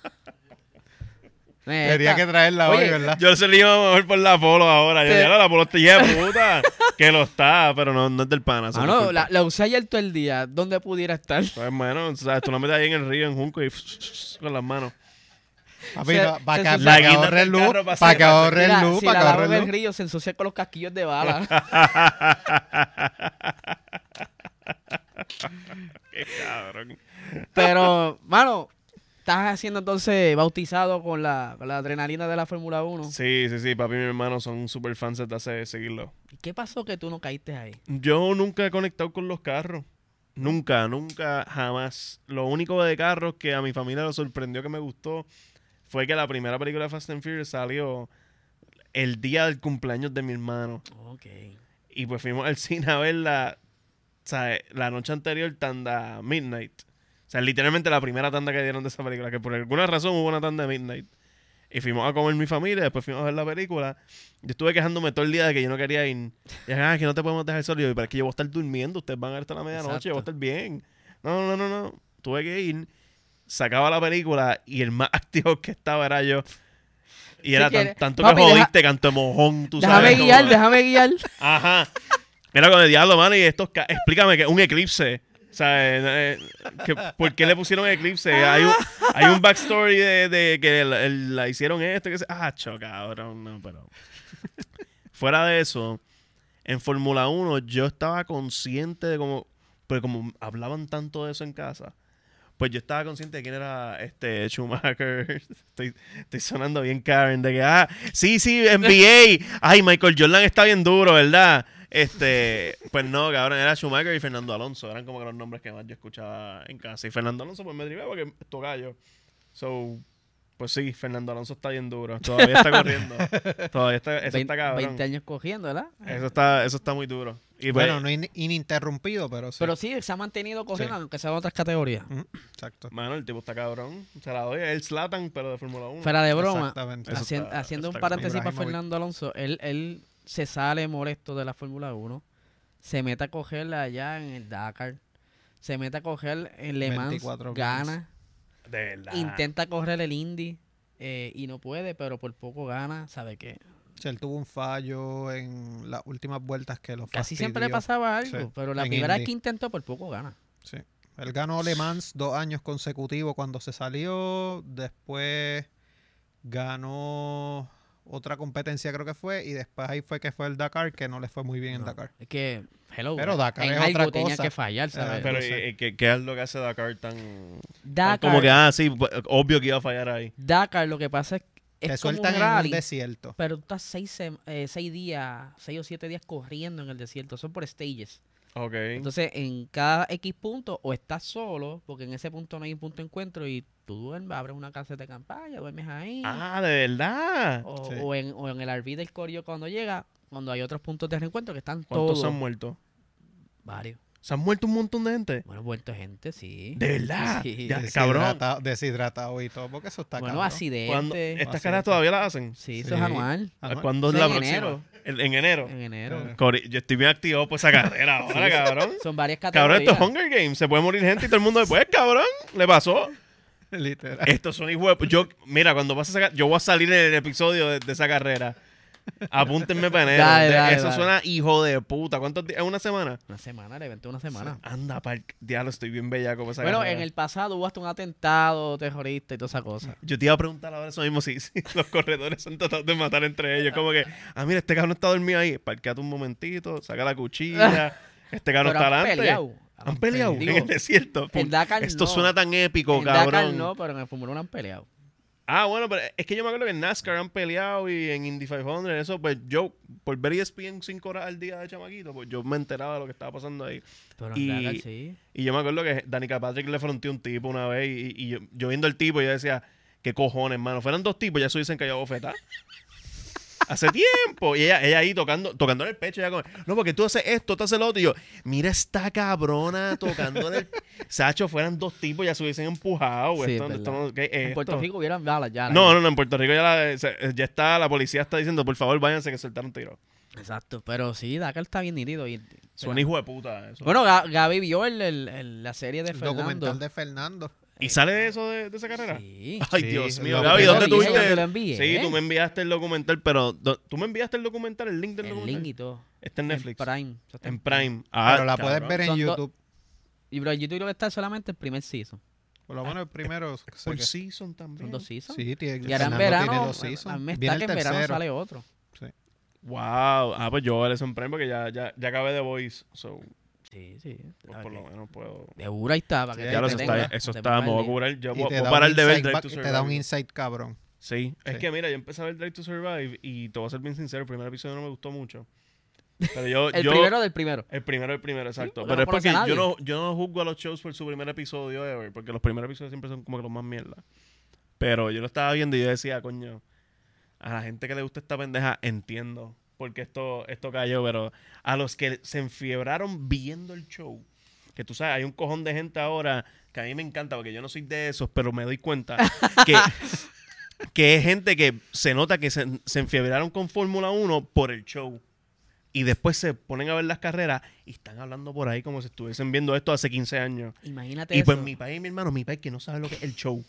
Speaker 2: No es
Speaker 1: Tendría
Speaker 2: esta.
Speaker 1: que traerla
Speaker 2: Oye,
Speaker 1: hoy, ¿verdad?
Speaker 3: Yo se le iba a mover por la polo ahora. Yo,
Speaker 2: Te-
Speaker 3: ya la polo está llena
Speaker 2: [LAUGHS]
Speaker 3: de puta. que lo está, pero no, no es del pana. eso
Speaker 2: Ah,
Speaker 3: es mi
Speaker 2: no,
Speaker 3: culpa.
Speaker 2: la, la usé ayer todo el día. ¿Dónde pudiera estar?
Speaker 3: Pues, hermano, o sea, tú la metes ahí en el río, en Junco, y [LAUGHS] con las manos.
Speaker 1: Papi,
Speaker 2: se-
Speaker 1: no,
Speaker 2: se
Speaker 1: para que,
Speaker 2: subió.
Speaker 1: pa' que
Speaker 3: La guinda
Speaker 1: ahorre
Speaker 3: del
Speaker 1: el luz,
Speaker 3: carro para
Speaker 1: para que
Speaker 3: hacer-
Speaker 1: ahorre
Speaker 2: Mira,
Speaker 1: el luz,
Speaker 2: si
Speaker 1: para
Speaker 2: la
Speaker 1: que
Speaker 2: lavo en
Speaker 1: ahorre
Speaker 2: el
Speaker 1: el luz.
Speaker 2: río, se ensucia con los casquillos de
Speaker 3: [LAUGHS]
Speaker 2: bala.
Speaker 3: Qué cabrón.
Speaker 2: Pero, mano, estás haciendo entonces bautizado con la, con la adrenalina de la Fórmula 1.
Speaker 3: Sí, sí, sí, papi y mi hermano son super fans de seguirlo.
Speaker 2: ¿Y ¿Qué pasó que tú no caíste ahí?
Speaker 3: Yo nunca he conectado con los carros. Nunca, nunca, jamás. Lo único de carros que a mi familia lo sorprendió que me gustó fue que la primera película de Fast and Furious salió el día del cumpleaños de mi hermano.
Speaker 2: Ok.
Speaker 3: Y pues fuimos al [LAUGHS] cine a verla, ¿sabes? La noche anterior, tanda Midnight. O sea, literalmente la primera tanda que dieron de esa película, que por alguna razón hubo una tanda de Midnight. Y fuimos a comer mi familia, después fuimos a ver la película. Yo estuve quejándome todo el día de que yo no quería ir. Y dije, ah, que no te podemos dejar solo. Y yo, pero es que yo voy a estar durmiendo, ustedes van a ver hasta la medianoche, yo voy a
Speaker 2: Exacto.
Speaker 3: estar bien. No, no, no, no, no. Tuve que ir. Sacaba la película y el más [LAUGHS] activo que estaba era yo. Y
Speaker 2: Si
Speaker 3: era tan-
Speaker 2: quieres-
Speaker 3: tanto
Speaker 2: papi,
Speaker 3: que
Speaker 2: deja-
Speaker 3: jodiste, canto de mojón, tú
Speaker 2: Déjame
Speaker 3: sabes. como-
Speaker 2: guiar, déjame guiar.
Speaker 3: Ajá. Era con el diablo, mano, y estos... ca- Explícame que un eclipse. O sea, eh, eh, que- ¿por qué le pusieron eclipse? Hay un, hay un backstory de, de que el- el- la hicieron esto. Que se, ah, chocaron. No, pero... Fuera de eso, en Fórmula 1 yo estaba consciente de cómo... Pero como hablaban tanto de eso en casa, pues yo estaba consciente de quién era este Schumacher. [LAUGHS] Estoy, estoy sonando bien Karen, de que, ah, sí, sí, NBA. Ay, Michael Jordan está bien duro, ¿verdad? Este, pues no, cabrón, era Schumacher y Fernando Alonso. Eran como que los nombres que más yo escuchaba en casa. Y Fernando Alonso, pues me drivé porque es tu gallo. So, pues sí, Fernando Alonso está bien duro. Todavía está corriendo. Todavía está, eso está
Speaker 2: Vein-
Speaker 3: cabrón.
Speaker 2: 20 años cogiendo, ¿verdad?
Speaker 3: Eso está, eso está muy duro. Y pues,
Speaker 1: Bueno, no in- ininterrumpido, pero sí.
Speaker 2: Pero sí, se ha mantenido cogiendo,
Speaker 1: Sí.
Speaker 2: aunque sea en otras categorías.
Speaker 1: Ujú, Exacto.
Speaker 3: mano, el tipo está cabrón. Se la doy. El Slatan, pero de Fórmula 1.
Speaker 2: Fuera de broma,
Speaker 1: Exactamente.
Speaker 3: Mm, Eso
Speaker 2: hacien-
Speaker 3: está-
Speaker 2: haciendo
Speaker 3: eso
Speaker 2: un
Speaker 3: está cabrón.
Speaker 2: paréntesis para
Speaker 1: Ibrahimovic.
Speaker 2: Fernando Alonso, él, él se sale molesto de la Fórmula 1, se mete a cogerla allá en el Dakar, se mete a coger en Le Mans,
Speaker 1: 24 horas.
Speaker 2: gana,
Speaker 3: De verdad.
Speaker 2: intenta correr el Indy eh, y no puede, pero por poco gana, ¿sabe qué?
Speaker 1: O sea, él tuvo un fallo en las últimas vueltas que lo
Speaker 2: Casi siempre le
Speaker 1: fastidió.
Speaker 2: pasaba algo,
Speaker 1: Sí,
Speaker 2: pero la
Speaker 1: en
Speaker 2: primera vez
Speaker 1: Indy.
Speaker 2: que intentó, por poco gana.
Speaker 1: Sí. Él ganó Le Mans dos años consecutivos cuando se salió. Después ganó otra competencia, creo que fue. Y después ahí fue que fue el Dakar, que no le fue muy bien en
Speaker 2: No,
Speaker 1: Dakar.
Speaker 2: Es que, hello,
Speaker 1: Pero Dakar
Speaker 2: en
Speaker 1: es
Speaker 2: algo
Speaker 1: otra
Speaker 2: tenía
Speaker 1: cosa.
Speaker 2: que fallar, ¿sabes?
Speaker 3: Pero,
Speaker 1: no sé.
Speaker 3: eh, ¿qué, qué es lo que hace Dakar tan...?
Speaker 2: Dakar,
Speaker 3: Como que, ah, sí, pues, obvio que iba a fallar ahí.
Speaker 2: Dakar, lo que pasa es que es
Speaker 1: Te
Speaker 2: como un
Speaker 1: sueltan en un
Speaker 2: rally.
Speaker 1: desierto.
Speaker 2: Pero tú estás seis, sem- eh, seis días, seis o siete días corriendo en el desierto. Son por stages.
Speaker 3: Ok.
Speaker 2: Entonces, en cada X punto, o estás solo, porque en ese punto no hay un punto de encuentro, y tú duermes, abres una caseta de campaña, duermes ahí.
Speaker 3: ah, ¿de verdad?
Speaker 2: o,
Speaker 1: sí.
Speaker 2: o en, o en el RV del Corio cuando llega, cuando hay otros puntos de reencuentro que están
Speaker 3: ¿Cuántos
Speaker 2: todos.
Speaker 3: se han muerto?
Speaker 2: Varios.
Speaker 3: Se han muerto un montón de gente.
Speaker 2: Bueno, vuelto gente, sí.
Speaker 3: ¿De verdad?
Speaker 2: Sí.
Speaker 3: Ya, cabrón.
Speaker 1: Deshidratado, deshidratado y todo, porque eso está
Speaker 2: bueno,
Speaker 1: cabrón.
Speaker 2: accidentes.
Speaker 3: ¿Cuándo- Eh, ¿Estas
Speaker 1: Así
Speaker 3: caras
Speaker 1: es.
Speaker 3: todavía las hacen?
Speaker 2: Sí, eso
Speaker 1: Sí.
Speaker 2: es anual.
Speaker 1: Ah, no,
Speaker 3: ¿Cuándo es
Speaker 2: Eso
Speaker 3: la
Speaker 2: en
Speaker 3: próxima?
Speaker 2: enero.
Speaker 3: En, en enero.
Speaker 2: En enero.
Speaker 3: Cori- yo estoy bien activado por esa carrera ahora, cabrón.
Speaker 2: Son varias
Speaker 3: Cabrón,
Speaker 2: categorías.
Speaker 3: esto es Hunger Games. Se puede morir gente y todo el mundo después, cabrón. Le pasó.
Speaker 1: [LAUGHS] Literal.
Speaker 3: Estos son hijos de- Yo, mira, cuando vas a sacar. Yo voy a salir en el episodio de, de esa carrera. Apúntenme para enero.
Speaker 2: Dale,
Speaker 3: De-
Speaker 2: dale,
Speaker 3: Eso
Speaker 2: dale.
Speaker 3: suena hijo de puta. ¿Cuántos días? ¿Es una semana?
Speaker 2: Una semana, el evento es una semana.
Speaker 3: Anda, pal. Diablo, estoy bien bellaco como esa
Speaker 2: Bueno,
Speaker 3: carrera.
Speaker 2: en el pasado hubo hasta un atentado terrorista y toda esa cosa.
Speaker 3: Yo te iba a preguntar ahora eso mismo si, [LAUGHS] si los corredores se han tratado de matar entre ellos. Como que, ah, mira, este cabrón está dormido ahí. Parqueate un momentito, saca
Speaker 2: [LAUGHS]
Speaker 3: la cuchilla. Este cabrón
Speaker 2: Pero
Speaker 3: está
Speaker 2: han
Speaker 3: adelante.
Speaker 2: peleado.
Speaker 3: Han peleado en [LAUGHS]
Speaker 2: Digo,
Speaker 3: el desierto.
Speaker 2: en Dakar
Speaker 3: Esto
Speaker 2: no.
Speaker 3: suena tan épico,
Speaker 2: en Dakar
Speaker 3: cabrón.
Speaker 2: no, pero en el Fórmula 1 han peleado.
Speaker 3: Ah, bueno, pero es que yo me acuerdo que en NASCAR han peleado y en Indy 500, eso, pues yo, por ver ESPN 5 horas al día de chamaquito, pues yo me enteraba de lo que estaba pasando ahí.
Speaker 2: Pero
Speaker 3: Y-
Speaker 2: en Dakar sí.
Speaker 3: Y yo me acuerdo que Danica Patrick le fronteó un tipo una vez y, y yo, yo viendo el tipo yo decía, qué cojones, mano. Fueran dos tipos, ya se hubiesen callado bofetar. [LAUGHS] Hace tiempo. Y ella, ella ahí tocando, tocando en el pecho, ya como, no, porque tú haces esto, tú haces lo otro. Y yo, mira esta cabrona tocando en el [LAUGHS] Sacho, fueran dos tipos, ya se hubiesen empujado.
Speaker 2: Sí,
Speaker 3: esto-
Speaker 2: es verdad.
Speaker 3: esto no- ¿qué es
Speaker 2: En Puerto
Speaker 3: esto?
Speaker 2: Rico hubieran balas ya.
Speaker 3: No, no, no, en Puerto Rico ya, la- se- ya está, la policía está diciendo, por favor, váyanse que soltaron tiro.
Speaker 2: Exacto, pero sí, Dakar está bien nítido. y-
Speaker 3: Suena hijo de puta eso.
Speaker 2: Bueno, Ga- Gaby vio el, el- el- la serie de
Speaker 1: El
Speaker 2: Fernando.
Speaker 1: documental de Fernando.
Speaker 3: ¿Y sale eso de, de esa carrera?
Speaker 2: Sí.
Speaker 3: Ay,
Speaker 1: Sí,
Speaker 3: Dios mío.
Speaker 1: lo
Speaker 3: Gaby,
Speaker 1: que
Speaker 3: ¿dónde
Speaker 1: yo dije,
Speaker 2: yo te lo
Speaker 3: tuviste?
Speaker 2: envié,
Speaker 3: Sí,
Speaker 2: ¿eh?
Speaker 3: tú me enviaste el documental, pero do- tú me enviaste el documental, el link del
Speaker 2: El
Speaker 3: documental.
Speaker 2: link y todo.
Speaker 3: Está en Netflix.
Speaker 2: En Prime. Eso está
Speaker 3: En Prime. Ah,
Speaker 1: Pero la
Speaker 3: cabrón.
Speaker 1: puedes ver en
Speaker 2: Son dos-
Speaker 1: YouTube.
Speaker 2: Y pero en YouTube creo que está solamente el primer season.
Speaker 1: Por lo menos el
Speaker 3: [LAUGHS]
Speaker 1: primero. sé
Speaker 3: Por
Speaker 1: que-
Speaker 3: season también.
Speaker 2: Son dos seasons.
Speaker 1: Sí, tiene,
Speaker 2: Y ahora en
Speaker 1: Fernando
Speaker 2: verano,
Speaker 1: tiene dos
Speaker 2: a
Speaker 1: seasons.
Speaker 2: mí me
Speaker 1: Viene
Speaker 2: está
Speaker 1: el
Speaker 2: que en verano
Speaker 1: tercero.
Speaker 2: sale otro.
Speaker 3: Wow. Ah, pues yo veré eso en Prime porque ya, ya, ya acabé de Voice. So,
Speaker 2: Sí, sí.
Speaker 3: pues, por lo menos puedo.
Speaker 2: De Ura y está, para que
Speaker 1: Sí,
Speaker 3: Ya
Speaker 1: ahí
Speaker 3: lo
Speaker 1: te
Speaker 3: eso
Speaker 1: tengo,
Speaker 3: está, eso está, me voy a curar. Yo
Speaker 1: Y
Speaker 3: voy,
Speaker 1: te
Speaker 3: voy a
Speaker 1: da
Speaker 3: parar
Speaker 1: un
Speaker 3: de ver
Speaker 1: insight
Speaker 3: Drive
Speaker 1: back-
Speaker 3: to
Speaker 1: Te da un
Speaker 3: Survive.
Speaker 1: insight cabrón.
Speaker 3: Sí, es
Speaker 1: Sí.
Speaker 3: que mira, yo empecé a ver Drive to Survive y te voy a ser bien sincero, el primer episodio no me gustó mucho. Pero yo,
Speaker 2: [LAUGHS] El
Speaker 3: yo-
Speaker 2: primero del primero.
Speaker 3: el primero, el primero, exacto.
Speaker 2: porque
Speaker 3: Pero
Speaker 2: no
Speaker 3: es porque
Speaker 2: conoce a
Speaker 3: yo no,
Speaker 2: nadie.
Speaker 3: yo no juzgo a los shows por su primer episodio ever, porque los primeros episodios siempre son como que los más mierda. Pero yo lo estaba viendo y yo decía, coño, a la gente que le gusta esta pendeja, entiendo porque esto, esto cayó, pero a los que se enfiebraron viendo el show, que tú sabes, hay un cojón de gente ahora que a mí me encanta, porque yo no soy de esos, pero me
Speaker 2: [LAUGHS]
Speaker 3: doy cuenta que, que es gente que se nota que se, se enfiebraron con Fórmula 1 por el show. Y después se ponen a ver las carreras y están hablando por ahí como si estuviesen viendo esto hace 15 años.
Speaker 2: Imagínate
Speaker 3: Y
Speaker 2: eso.
Speaker 3: pues mi país, mi hermano, mi país que no sabe lo que es
Speaker 2: [LAUGHS]
Speaker 3: el show.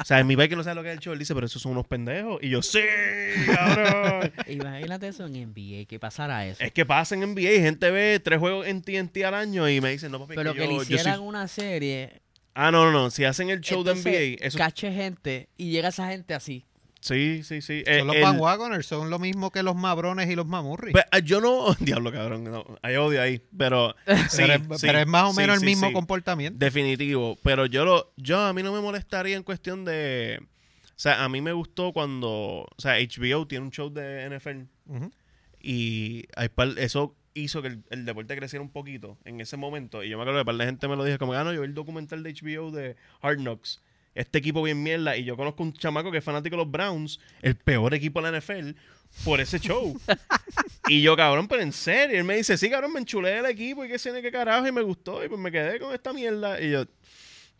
Speaker 3: o sea, mi país que no sabe lo que es el show, él dice, pero esos son unos pendejos. Y yo, sí,
Speaker 2: [LAUGHS]
Speaker 3: cabrón.
Speaker 2: Imagínate eso en NBA, que pasara eso.
Speaker 3: es que pasa en NBA y gente ve tres juegos en TNT al año y me dicen, no, papi, es
Speaker 2: Pero que,
Speaker 3: yo-
Speaker 2: le
Speaker 3: yo soy-
Speaker 2: hicieran una serie,
Speaker 3: Ah, no, no, no. Si hacen el show
Speaker 2: entonces,
Speaker 3: de NBA, eso...
Speaker 2: cache gente y llega esa gente así.
Speaker 3: Sí, sí, sí. Eh,
Speaker 1: son los
Speaker 3: el-
Speaker 1: bandwagoners, son lo mismo que los mabrones y los mamurris.
Speaker 3: Pe- ah, yo no... [LAUGHS] Diablo, cabrón. no, hay odio ahí.
Speaker 2: [LAUGHS]
Speaker 3: Pero... sí,
Speaker 1: pero, es,
Speaker 3: sí,
Speaker 1: pero es más o
Speaker 3: sí,
Speaker 1: menos
Speaker 3: sí,
Speaker 1: el mismo
Speaker 3: sí.
Speaker 1: comportamiento.
Speaker 3: Definitivo, pero yo lo yo a mí no me molestaría en cuestión de o sea, a mí me gustó cuando, o sea, HBO tiene un show de NFL
Speaker 1: Ujú.
Speaker 3: y hay par- eso hizo que el, el deporte creciera un poquito en ese momento y yo me acuerdo que par de gente me lo dijo como, "Ah, no, yo vi el documental de HBO de Hard Knocks." Este equipo bien mierda y yo conozco un chamaco que es fanático de los Browns, el peor equipo de la NFL por ese show. Y yo, cabrón, pero en serio. Y él me dice, sí, cabrón, me enchulé del equipo y qué sé ni qué carajo. Y me gustó. Y pues me quedé con esta mierda. Y yo,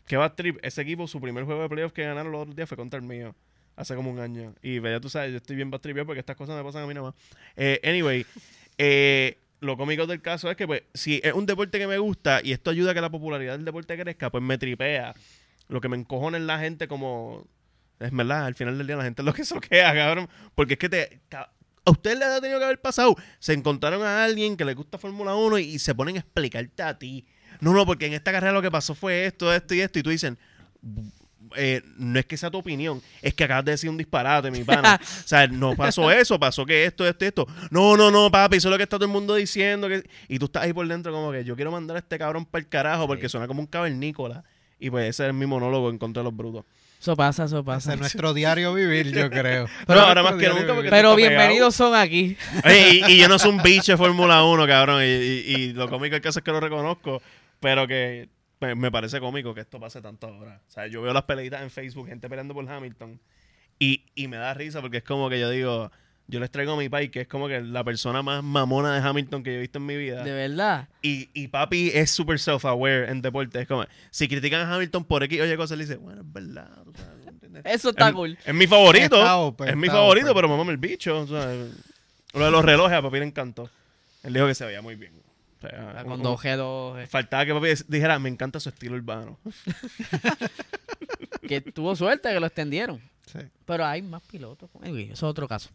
Speaker 3: qué va trip. Ese equipo, su primer juego de playoffs que ganaron los otros días fue contra el mío. Hace como un año. Y pues, ya tú sabes, yo estoy bien bastripeado porque estas cosas me pasan a mí nada más. Eh, anyway, eh, lo cómico del caso es que, pues, si es un deporte que me gusta y esto ayuda a que la popularidad del deporte crezca, pues me tripea. Lo que me encojona es la gente como... Es verdad, al final del día la gente es lo que [LAUGHS] soquea, cabrón. Porque es que te... ca- a ustedes les ha tenido que haber pasado. Se encontraron a alguien que le gusta Fórmula 1 y, y se ponen a explicarte a ti. No, no, porque en esta carrera lo que pasó fue esto, esto y esto. Y tú dicen, eh, no es que sea tu opinión, es que acabas de decir un disparate, mi pana. o sea, no pasó eso, pasó que esto, esto, esto. No, no, no, papi, eso es lo que está todo el mundo diciendo. que- Y tú estás ahí por dentro como que yo quiero mandar a este cabrón para el carajo porque
Speaker 2: Sí.
Speaker 3: suena como un cavernícola. Y pues ese es mi monólogo en contra de los brutos.
Speaker 2: Eso pasa, eso
Speaker 1: Ese
Speaker 2: [LAUGHS] pasa.
Speaker 1: es nuestro diario vivir, yo creo.
Speaker 3: Pero ahora más
Speaker 1: Nuestro
Speaker 3: que
Speaker 1: diario
Speaker 3: nunca,
Speaker 1: vivir.
Speaker 3: porque-
Speaker 2: Pero
Speaker 3: está pegado.
Speaker 2: bienvenidos son aquí.
Speaker 3: Oye, y, y yo no soy un bicho de Fórmula 1, cabrón. Y, y- y lo cómico del caso es que lo reconozco, pero que me, me parece cómico que esto pase tanto ahora. O sea, yo veo las peleitas en Facebook, gente peleando por Hamilton, y, y me da risa porque es como que yo digo, yo les traigo a mi país, que es como que la persona más mamona de Hamilton que yo he visto en mi vida.
Speaker 2: De verdad.
Speaker 3: Y, y papi es súper self-aware en deporte. Es como, si critican a Hamilton por X, oye, cosas, le dice, bueno, es verdad. tú sabes, ¿entiendes?"
Speaker 2: Eso está
Speaker 3: Es-
Speaker 2: cool.
Speaker 3: Es mi favorito.
Speaker 1: Está pues. open,
Speaker 3: es mi
Speaker 1: está
Speaker 3: favorito,
Speaker 1: open.
Speaker 3: pero mamá el bicho. o sea, Uno de los relojes a papi le encantó. Él dijo que se veía muy bien. O sea,
Speaker 2: Ah,
Speaker 3: un-
Speaker 2: Con
Speaker 3: un-
Speaker 2: dos G2.
Speaker 3: Faltaba que papi dijera, me encanta su estilo urbano.
Speaker 2: Que tuvo suerte que lo extendieron.
Speaker 1: Sí.
Speaker 2: Pero hay más pilotos. Anyway, eso es otro caso.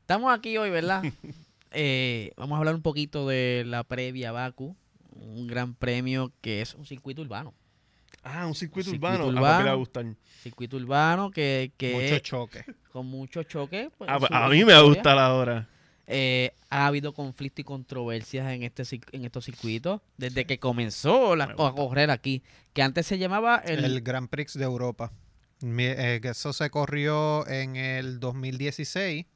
Speaker 2: Estamos aquí hoy,
Speaker 3: [LAUGHS]
Speaker 2: ¿verdad? Eh, vamos a hablar un poquito de la previa Baku. Un gran premio que es un circuito urbano.
Speaker 3: Ah, un circuito,
Speaker 2: Un circuito
Speaker 3: urbano. A
Speaker 2: urbano. Pues,
Speaker 3: papi le va a gustar.
Speaker 2: Circuito urbano que, que
Speaker 1: Mucho
Speaker 2: es
Speaker 1: choque.
Speaker 2: con mucho choque. pues,
Speaker 3: Ah, pues,
Speaker 2: su-
Speaker 3: a
Speaker 2: su
Speaker 3: mí me va a
Speaker 2: historia.
Speaker 3: gustar ahora.
Speaker 2: Eh, ha habido conflicto y controversias en este cir- en estos circuitos desde que comenzó la,
Speaker 3: Me
Speaker 2: a correr aquí, que antes se llamaba el,
Speaker 1: El, Grand Prix de Europa. Mi- eh, que eso se corrió en el 2016,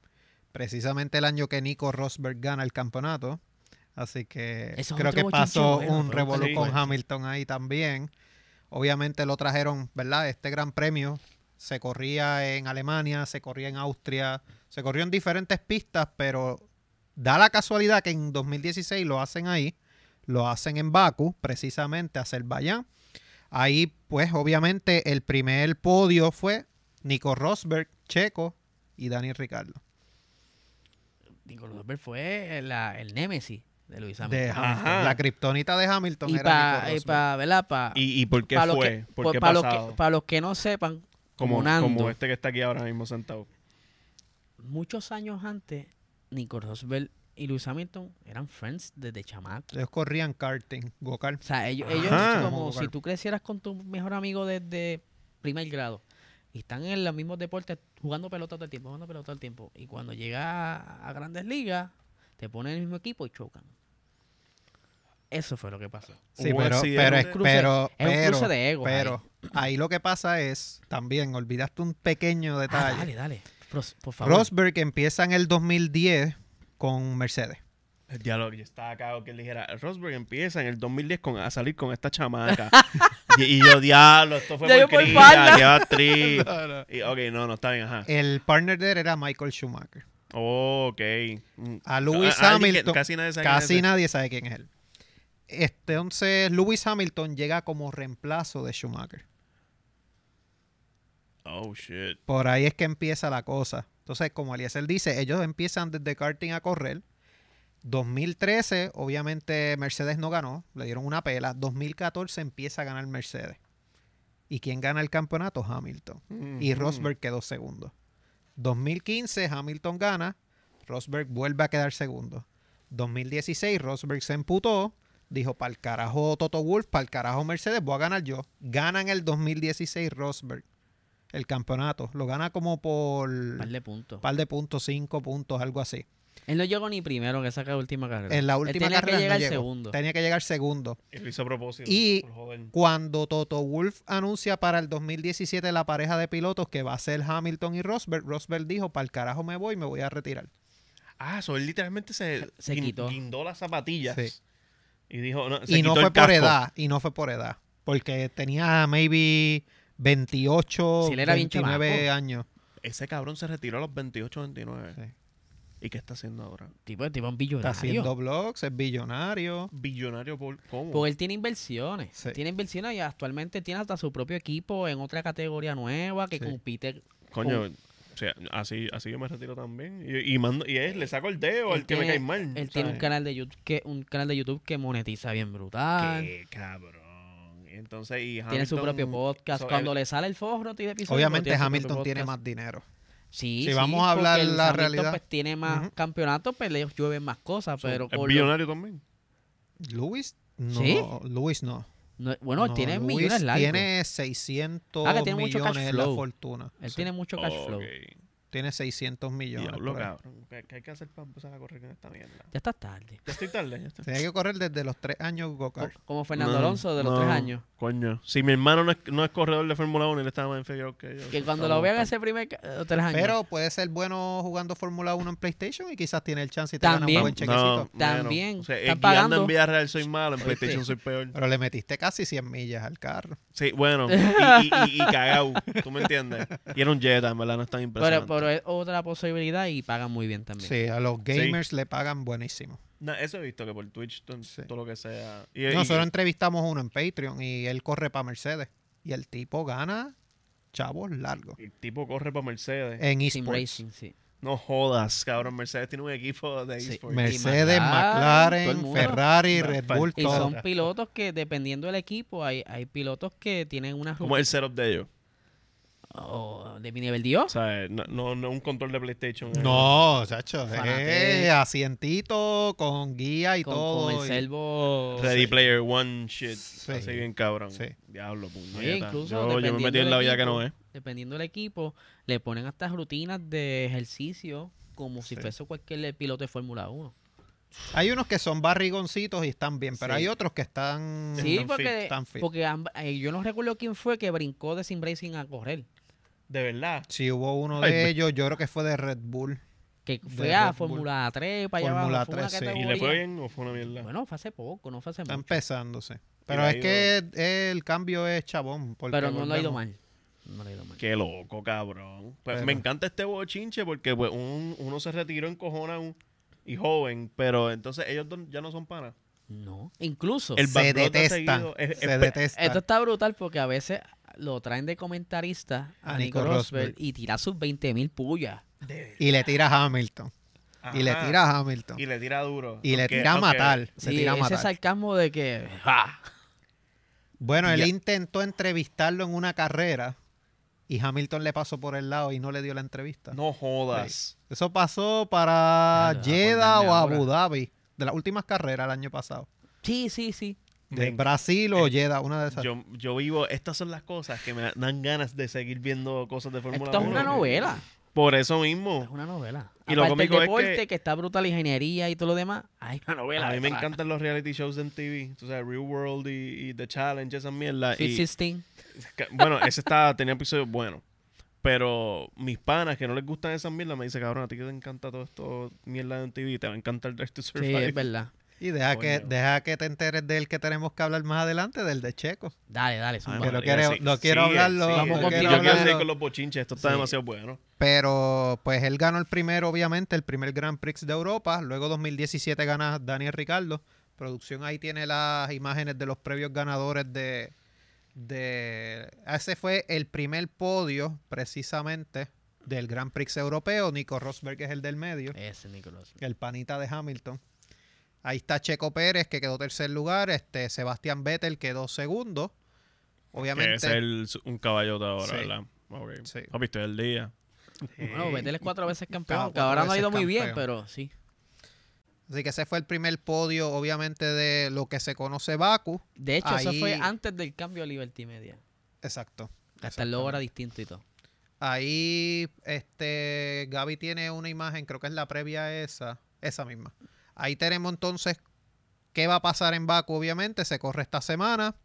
Speaker 1: precisamente el año que Nico Rosberg gana el campeonato. Así que
Speaker 2: Eso es
Speaker 1: creo
Speaker 2: otro
Speaker 1: que pasó
Speaker 2: bochinche bueno,
Speaker 1: un
Speaker 2: pero
Speaker 1: revolú
Speaker 3: sí.
Speaker 1: con Hamilton ahí también. Obviamente lo trajeron, ¿verdad? Este gran premio se corría en Alemania, se corría en Austria, se corrió en diferentes pistas, pero da la casualidad que en 2016 lo hacen ahí, lo hacen en Bakú, precisamente Azerbaiyán. Ahí, pues, obviamente, el primer podio fue Nico Rosberg, Checo y Dani Ricardo.
Speaker 2: Nico Rosberg fue la- el némesis de Luis
Speaker 1: De
Speaker 2: Hamilton.
Speaker 1: Hamilton.
Speaker 3: Ajá.
Speaker 1: La kriptonita de Hamilton
Speaker 2: Y
Speaker 1: era
Speaker 2: para,
Speaker 1: Nico Rosberg.
Speaker 2: ¿verdad? Pa-
Speaker 3: ¿Y, y por qué
Speaker 2: pa' los
Speaker 3: fue?
Speaker 2: que- pues,
Speaker 3: ¿Por qué
Speaker 2: pa' los
Speaker 3: pasado?
Speaker 2: que, pa' los que no sepan,
Speaker 3: como,
Speaker 2: como Nando,
Speaker 3: como este que está aquí ahora mismo sentado.
Speaker 2: muchos años antes, Nico Rosberg y Luis Hamilton eran friends desde chamaco.
Speaker 1: Ellos corrían karting, go-kart.
Speaker 2: O sea, ellos, ellos
Speaker 3: Ajá.
Speaker 2: como
Speaker 1: Como
Speaker 2: si
Speaker 1: Bogart.
Speaker 2: tú crecieras con tu mejor amigo desde primer grado y están en los mismos deportes jugando pelota todo el tiempo, jugando pelota todo el tiempo. Y cuando llegas a, a grandes ligas, te ponen en el mismo equipo y chocan. Eso fue lo que pasó.
Speaker 1: Sí,
Speaker 3: Hubo un
Speaker 1: pero,
Speaker 3: accidente.
Speaker 1: pero,
Speaker 2: Es un cruce-
Speaker 1: pero,
Speaker 2: es un
Speaker 1: pero-
Speaker 2: cruce de egos
Speaker 1: pero ahí lo que pasa es, también olvidaste un pequeño
Speaker 2: Ah,
Speaker 1: detalle.
Speaker 2: dale, dale. Pros- por favor.
Speaker 1: Rosberg empieza en el 2010 con Mercedes.
Speaker 3: El diálogo, yo estaba acá que él dijera, Rosberg empieza en el 2010 con, a salir con esta
Speaker 2: [LAUGHS]
Speaker 3: chamaca. y, y yo, diablo, esto fue
Speaker 2: Ya yo por
Speaker 3: porquería,
Speaker 2: falda.
Speaker 3: qué actriz. Y, ok, no, no, está bien, ajá.
Speaker 1: [LAUGHS] El partner de él era Michael Schumacher.
Speaker 3: Oh, ok. Mm.
Speaker 1: A Lewis
Speaker 3: Ah, alguien que
Speaker 1: Hamilton.
Speaker 3: Casi nadie sabe quién
Speaker 1: Casi
Speaker 3: es ese.
Speaker 1: nadie sabe quién es él. Este, Entonces, Lewis Hamilton llega como reemplazo de Schumacher.
Speaker 3: Oh, shit.
Speaker 1: Por ahí es que empieza la cosa. Entonces, como Eliezer dice, ellos empiezan desde karting a correr. 2013, obviamente, Mercedes no ganó. Le dieron una pela. 2014 empieza a ganar Mercedes. ¿Y quién gana el campeonato? Hamilton. y
Speaker 3: Mm.
Speaker 1: Rosberg quedó segundo. 2015 Hamilton gana, Rosberg vuelve a quedar segundo. 2016 Rosberg se emputó, dijo, para el carajo Toto Wolf, para el carajo Mercedes, voy a ganar yo. Gana en el 2016 Rosberg el campeonato, lo gana como por
Speaker 2: Un par
Speaker 1: un
Speaker 2: de puntos.
Speaker 1: par de puntos, cinco puntos, algo así.
Speaker 2: Él no llegó ni primero en esa ca- última carrera.
Speaker 1: En la
Speaker 2: Él
Speaker 1: última
Speaker 2: tenía
Speaker 1: carrera
Speaker 2: que
Speaker 1: no
Speaker 2: llegar
Speaker 1: llegó.
Speaker 2: segundo.
Speaker 1: tenía que llegar segundo.
Speaker 3: Y Lo hizo a propósito.
Speaker 1: Y-
Speaker 3: por joder.
Speaker 1: Cuando Toto Wolf anuncia para el 2017 la pareja de pilotos que va a ser Hamilton y Rosberg, Rosberg dijo, para el carajo me voy, me voy a retirar.
Speaker 3: Ah, so, él literalmente se,
Speaker 2: Se
Speaker 3: guin-
Speaker 2: quitó.
Speaker 3: guindó las zapatillas.
Speaker 1: Sí.
Speaker 3: Y dijo, no, se
Speaker 1: y
Speaker 3: quitó
Speaker 1: no fue por
Speaker 3: el casco.
Speaker 1: edad, y no fue por edad, porque tenía maybe 28,
Speaker 2: Si él era bien
Speaker 1: 29
Speaker 2: chamaco. Pues
Speaker 1: años.
Speaker 3: Ese cabrón se retiró a los 28, 29.
Speaker 1: Sí.
Speaker 3: ¿Y qué está haciendo ahora?
Speaker 2: Tipo, tipo un
Speaker 1: Está
Speaker 2: billonario.
Speaker 1: haciendo blogs, es billonario.
Speaker 3: Billonario por cómo.
Speaker 2: Porque él tiene inversiones.
Speaker 1: Sí.
Speaker 2: Tiene inversiones y actualmente tiene hasta su propio equipo en otra categoría nueva que
Speaker 1: Sí.
Speaker 2: compite.
Speaker 3: Coño, o sea, así, así yo me retiro también. Y, y mando, y es, le saco el dedo al que me cae mal.
Speaker 2: él
Speaker 3: ¿sabes?
Speaker 2: tiene un canal de YouTube que un canal de YouTube que monetiza bien brutal.
Speaker 3: Qué cabrón. Entonces, y Hamilton,
Speaker 2: Tiene su propio podcast.
Speaker 3: so,
Speaker 2: Cuando
Speaker 3: él-
Speaker 2: le sale el forro, tiene episodio.
Speaker 1: Obviamente
Speaker 2: tiene su propio
Speaker 1: Hamilton tiene
Speaker 2: podcast.
Speaker 1: más dinero.
Speaker 2: Sí,
Speaker 1: Si
Speaker 2: sí,
Speaker 1: vamos a hablar
Speaker 2: porque el
Speaker 1: la
Speaker 2: Hamilton,
Speaker 1: realidad.
Speaker 2: pues, tiene más
Speaker 1: Ujú.
Speaker 2: campeonatos, pues le llueven más cosas.
Speaker 3: so,
Speaker 2: pero
Speaker 3: es
Speaker 2: con lo-
Speaker 3: billonario también.
Speaker 1: Luis no,
Speaker 2: ¿Sí?
Speaker 1: Luis no.
Speaker 2: no- bueno,
Speaker 1: No,
Speaker 2: él tiene
Speaker 1: Luis
Speaker 2: millones largos.
Speaker 1: Tiene 600
Speaker 2: Ah, que tiene mucho cash
Speaker 1: millones en la
Speaker 2: flow.
Speaker 1: fortuna.
Speaker 2: Él
Speaker 1: Sí,
Speaker 2: tiene mucho cash flow.
Speaker 3: Ok.
Speaker 1: tiene 600 millones.
Speaker 3: Diablo,
Speaker 1: por ahí.
Speaker 3: cabrón. ¿Qué, qué hay que hacer para empezar a correr con esta mierda?
Speaker 2: Ya está tarde.
Speaker 3: Ya estoy tarde, ya estoy.
Speaker 1: Tenía que correr desde los 3 años go
Speaker 2: Co- Como Fernando
Speaker 3: No,
Speaker 2: Alonso de los
Speaker 3: no,
Speaker 2: tres años.
Speaker 3: Coño. Si mi hermano no es, no es corredor de Fórmula 1, él estaba más inferior que yo.
Speaker 2: Que cuando
Speaker 3: Estamos
Speaker 2: lo vean
Speaker 3: tan-
Speaker 2: ese primer ca- eh, tres años.
Speaker 1: Pero puede ser bueno jugando Fórmula 1 en PlayStation y quizás tiene el chance y te gana
Speaker 2: También.
Speaker 1: un buen
Speaker 3: No,
Speaker 1: chequecito.
Speaker 3: bueno,
Speaker 2: También,
Speaker 3: o sea, eh,
Speaker 2: están
Speaker 3: guiando
Speaker 2: pagando.
Speaker 3: en Vía Real soy malo, en
Speaker 2: Oíste.
Speaker 3: PlayStation soy
Speaker 2: [LAUGHS]
Speaker 3: peor.
Speaker 1: Pero le metiste casi 100 millas al carro.
Speaker 3: Sí, bueno, y, y, y- y cagao, tú me entiendes. Y era un Jetta, en verdad, no es tan
Speaker 2: Pero,
Speaker 3: impresionante.
Speaker 2: pero eh, es otra posibilidad y pagan muy bien también.
Speaker 1: Sí, a los gamers le pagan buenísimo.
Speaker 3: No, eso he visto que por Twitch, to-
Speaker 1: Sí.
Speaker 3: todo lo que sea. Y, y-
Speaker 1: Nosotros entrevistamos uno en Patreon y él corre para Mercedes. Y el tipo gana chavos largos.
Speaker 3: el tipo corre para Mercedes.
Speaker 1: En
Speaker 2: Sim
Speaker 1: eSports.
Speaker 2: Racing, sí.
Speaker 3: No jodas, cabrón. Mercedes tiene un equipo de
Speaker 2: Sí.
Speaker 3: eSports.
Speaker 2: Mer-
Speaker 1: Mercedes,
Speaker 2: Y McLaren, todo
Speaker 1: McLaren,
Speaker 2: el mundo.
Speaker 1: Ferrari,
Speaker 3: Mar-
Speaker 1: Red Bull,
Speaker 2: Y
Speaker 1: todo.
Speaker 2: son pilotos que, dependiendo del equipo, hay, hay pilotos que tienen una...
Speaker 3: ¿Cómo es el setup de ellos?
Speaker 2: Oh, de mi nivel
Speaker 3: O
Speaker 2: Dios.
Speaker 3: sea, no, no, no un control de PlayStation. eh.
Speaker 1: No, chacho,
Speaker 2: Fanatec.
Speaker 1: eh, asientito con guía y
Speaker 2: con,
Speaker 1: todo.
Speaker 2: con el
Speaker 1: y-
Speaker 2: servo...
Speaker 3: Ready Player One shit.
Speaker 1: Sí.
Speaker 3: Así bien cabrón.
Speaker 1: Sí.
Speaker 3: Diablo, pues,
Speaker 2: Oye,
Speaker 3: puñeta.
Speaker 2: incluso
Speaker 3: Yo, yo me
Speaker 2: dependiendo
Speaker 3: metí en
Speaker 2: del
Speaker 3: la vida que
Speaker 2: equipo,
Speaker 3: no es.
Speaker 2: Dependiendo del equipo, le ponen hasta rutinas de ejercicio como si
Speaker 1: Sí.
Speaker 2: fuese cualquier piloto de Fórmula 1.
Speaker 1: Hay unos que son barrigoncitos y están bien, pero
Speaker 2: Sí.
Speaker 1: hay otros que están.
Speaker 2: Sí,
Speaker 3: Están fit,
Speaker 2: porque,
Speaker 1: están fit.
Speaker 2: porque amb- eh, yo no recuerdo quién fue que brincó de sim racing a correr.
Speaker 3: De verdad.
Speaker 1: Si hubo uno
Speaker 3: Ay,
Speaker 1: de
Speaker 3: me-
Speaker 1: ellos, yo creo que fue de Red Bull.
Speaker 2: Que fue
Speaker 1: Red
Speaker 2: a
Speaker 1: Bull.
Speaker 2: Fórmula 3, para allá
Speaker 1: Fórmula
Speaker 2: abajo, fue una
Speaker 1: 3, sí.
Speaker 3: ¿Y
Speaker 2: categoría.
Speaker 3: le fue bien o fue una mierda?
Speaker 2: Bueno, fue hace poco, no fue hace
Speaker 1: Está
Speaker 2: mucho.
Speaker 1: empezándose. Pero
Speaker 3: ha
Speaker 1: es que el cambio es chabón. porque
Speaker 2: Pero no le ha ido
Speaker 1: volvemos.
Speaker 2: mal. No le ha ido mal.
Speaker 3: Qué loco, cabrón. Pues
Speaker 1: Pero-
Speaker 3: me encanta este bochinche porque pues, un- uno se retiró en cojona un- y joven, pero entonces ellos dos ya no son panas.
Speaker 2: No. Incluso.
Speaker 3: El
Speaker 1: Se
Speaker 3: backdrop te ha
Speaker 1: detestan.
Speaker 3: seguido, es-
Speaker 1: Se
Speaker 3: es-
Speaker 2: Esto
Speaker 1: detestan.
Speaker 2: está brutal porque a veces lo traen de comentarista a,
Speaker 1: A
Speaker 2: Nico
Speaker 1: Nico
Speaker 2: Rosberg
Speaker 1: Rosberg.
Speaker 2: y tira sus 20 mil pullas.
Speaker 1: Y le tira a Hamilton. Y le
Speaker 3: Ajá.
Speaker 1: tira a Hamilton.
Speaker 3: Y le tira duro.
Speaker 1: Y le
Speaker 3: Aunque-
Speaker 1: tira a
Speaker 3: aunque-
Speaker 1: matar. Se
Speaker 2: Sí,
Speaker 1: tira a
Speaker 2: ese
Speaker 1: matar.
Speaker 2: sarcasmo de que. ¡Ja!
Speaker 1: Bueno, él
Speaker 3: Ya.
Speaker 1: intentó entrevistarlo en una carrera y Hamilton le pasó por el lado y no le dio la entrevista.
Speaker 3: No jodas.
Speaker 1: Eso pasó
Speaker 2: Ah,
Speaker 1: para
Speaker 2: no,
Speaker 1: Jeddah
Speaker 2: acordarme
Speaker 1: o
Speaker 2: ahora.
Speaker 1: Abu Dhabi, de las últimas carreras el año pasado.
Speaker 2: Sí, sí, sí.
Speaker 1: De
Speaker 3: Me-
Speaker 1: Brasil o
Speaker 3: eh,
Speaker 1: Jeddah, una de esas.
Speaker 3: Yo, yo vivo, estas son las cosas que me dan ganas de seguir viendo cosas de Fórmula 1.
Speaker 2: Esto es una novela.
Speaker 3: Por eso
Speaker 2: Es
Speaker 3: mismo.
Speaker 2: una novela.
Speaker 3: Y lo
Speaker 2: Aparte del
Speaker 3: cómico es
Speaker 2: deporte, que...
Speaker 3: que-
Speaker 2: está brutal, la ingeniería y todo lo demás, hay una novela.
Speaker 3: A mí me
Speaker 2: detrás.
Speaker 3: encantan los reality shows en TV. Tú sabes, Real World y, y The Challenge, esas mierdas.
Speaker 2: Sweet
Speaker 3: Ah, y-
Speaker 2: 16.
Speaker 3: Ca- Bueno, ese está, tenía episodios buenos. Pero mis panas que no les gustan esas mierdas me dicen, cabrón, a ti que te encanta todo esto mierda en TV, te va a encantar Drive to
Speaker 2: Sí,
Speaker 3: Survive.
Speaker 2: es
Speaker 3: [LAUGHS]
Speaker 2: verdad.
Speaker 1: Y deja que,
Speaker 3: Coño.
Speaker 1: deja que te enteres del que tenemos que hablar más adelante, del de Checo.
Speaker 2: Dale, dale,
Speaker 3: Ah,
Speaker 2: zumba.
Speaker 1: Pero
Speaker 3: María,
Speaker 1: quiero-
Speaker 3: sí,
Speaker 1: no quiero
Speaker 3: sigue,
Speaker 1: hablarlo,
Speaker 3: sigue.
Speaker 2: Vamos no con quiero
Speaker 3: Yo quiero
Speaker 1: hablarlo.
Speaker 3: seguir con los bochinches, esto está
Speaker 2: Sí.
Speaker 3: demasiado bueno.
Speaker 1: Pero pues él ganó el primero, obviamente, el primer Grand Prix de Europa. Luego 2017 gana Daniel Ricardo. Producción ahí tiene las imágenes de los previos ganadores de... de ah, ese fue el primer podio precisamente del Grand Prix europeo. Nico Rosberg es el del medio,
Speaker 2: Ese Nicolás.
Speaker 1: el panita de Hamilton. Ahí está Checo Pérez que quedó tercer lugar. Este Sebastián Vettel quedó segundo.
Speaker 3: Que
Speaker 1: Obviamente.
Speaker 3: es el, un caballote ahora,
Speaker 1: Sí.
Speaker 3: ¿verdad? Okay.
Speaker 1: Sí.
Speaker 3: Papi, estoy al día.
Speaker 2: Bueno, Vettel es cuatro veces campeón,
Speaker 1: Claro,
Speaker 2: que ahora
Speaker 1: Eh, cuatro
Speaker 2: no ha ido
Speaker 1: veces
Speaker 2: muy bien,
Speaker 1: campeón.
Speaker 2: pero sí.
Speaker 1: Así que ese fue el primer podio, obviamente, de lo que se conoce Baku.
Speaker 2: De hecho, eso fue
Speaker 1: Ahí-
Speaker 2: antes del cambio a Liberty Media.
Speaker 1: Exacto.
Speaker 2: Hasta el logo era distinto y todo.
Speaker 1: Ahí, este, Gaby tiene una imagen, creo que es la previa a esa, esa misma. Ahí tenemos entonces qué va a pasar en Baku, obviamente, se corre esta semana.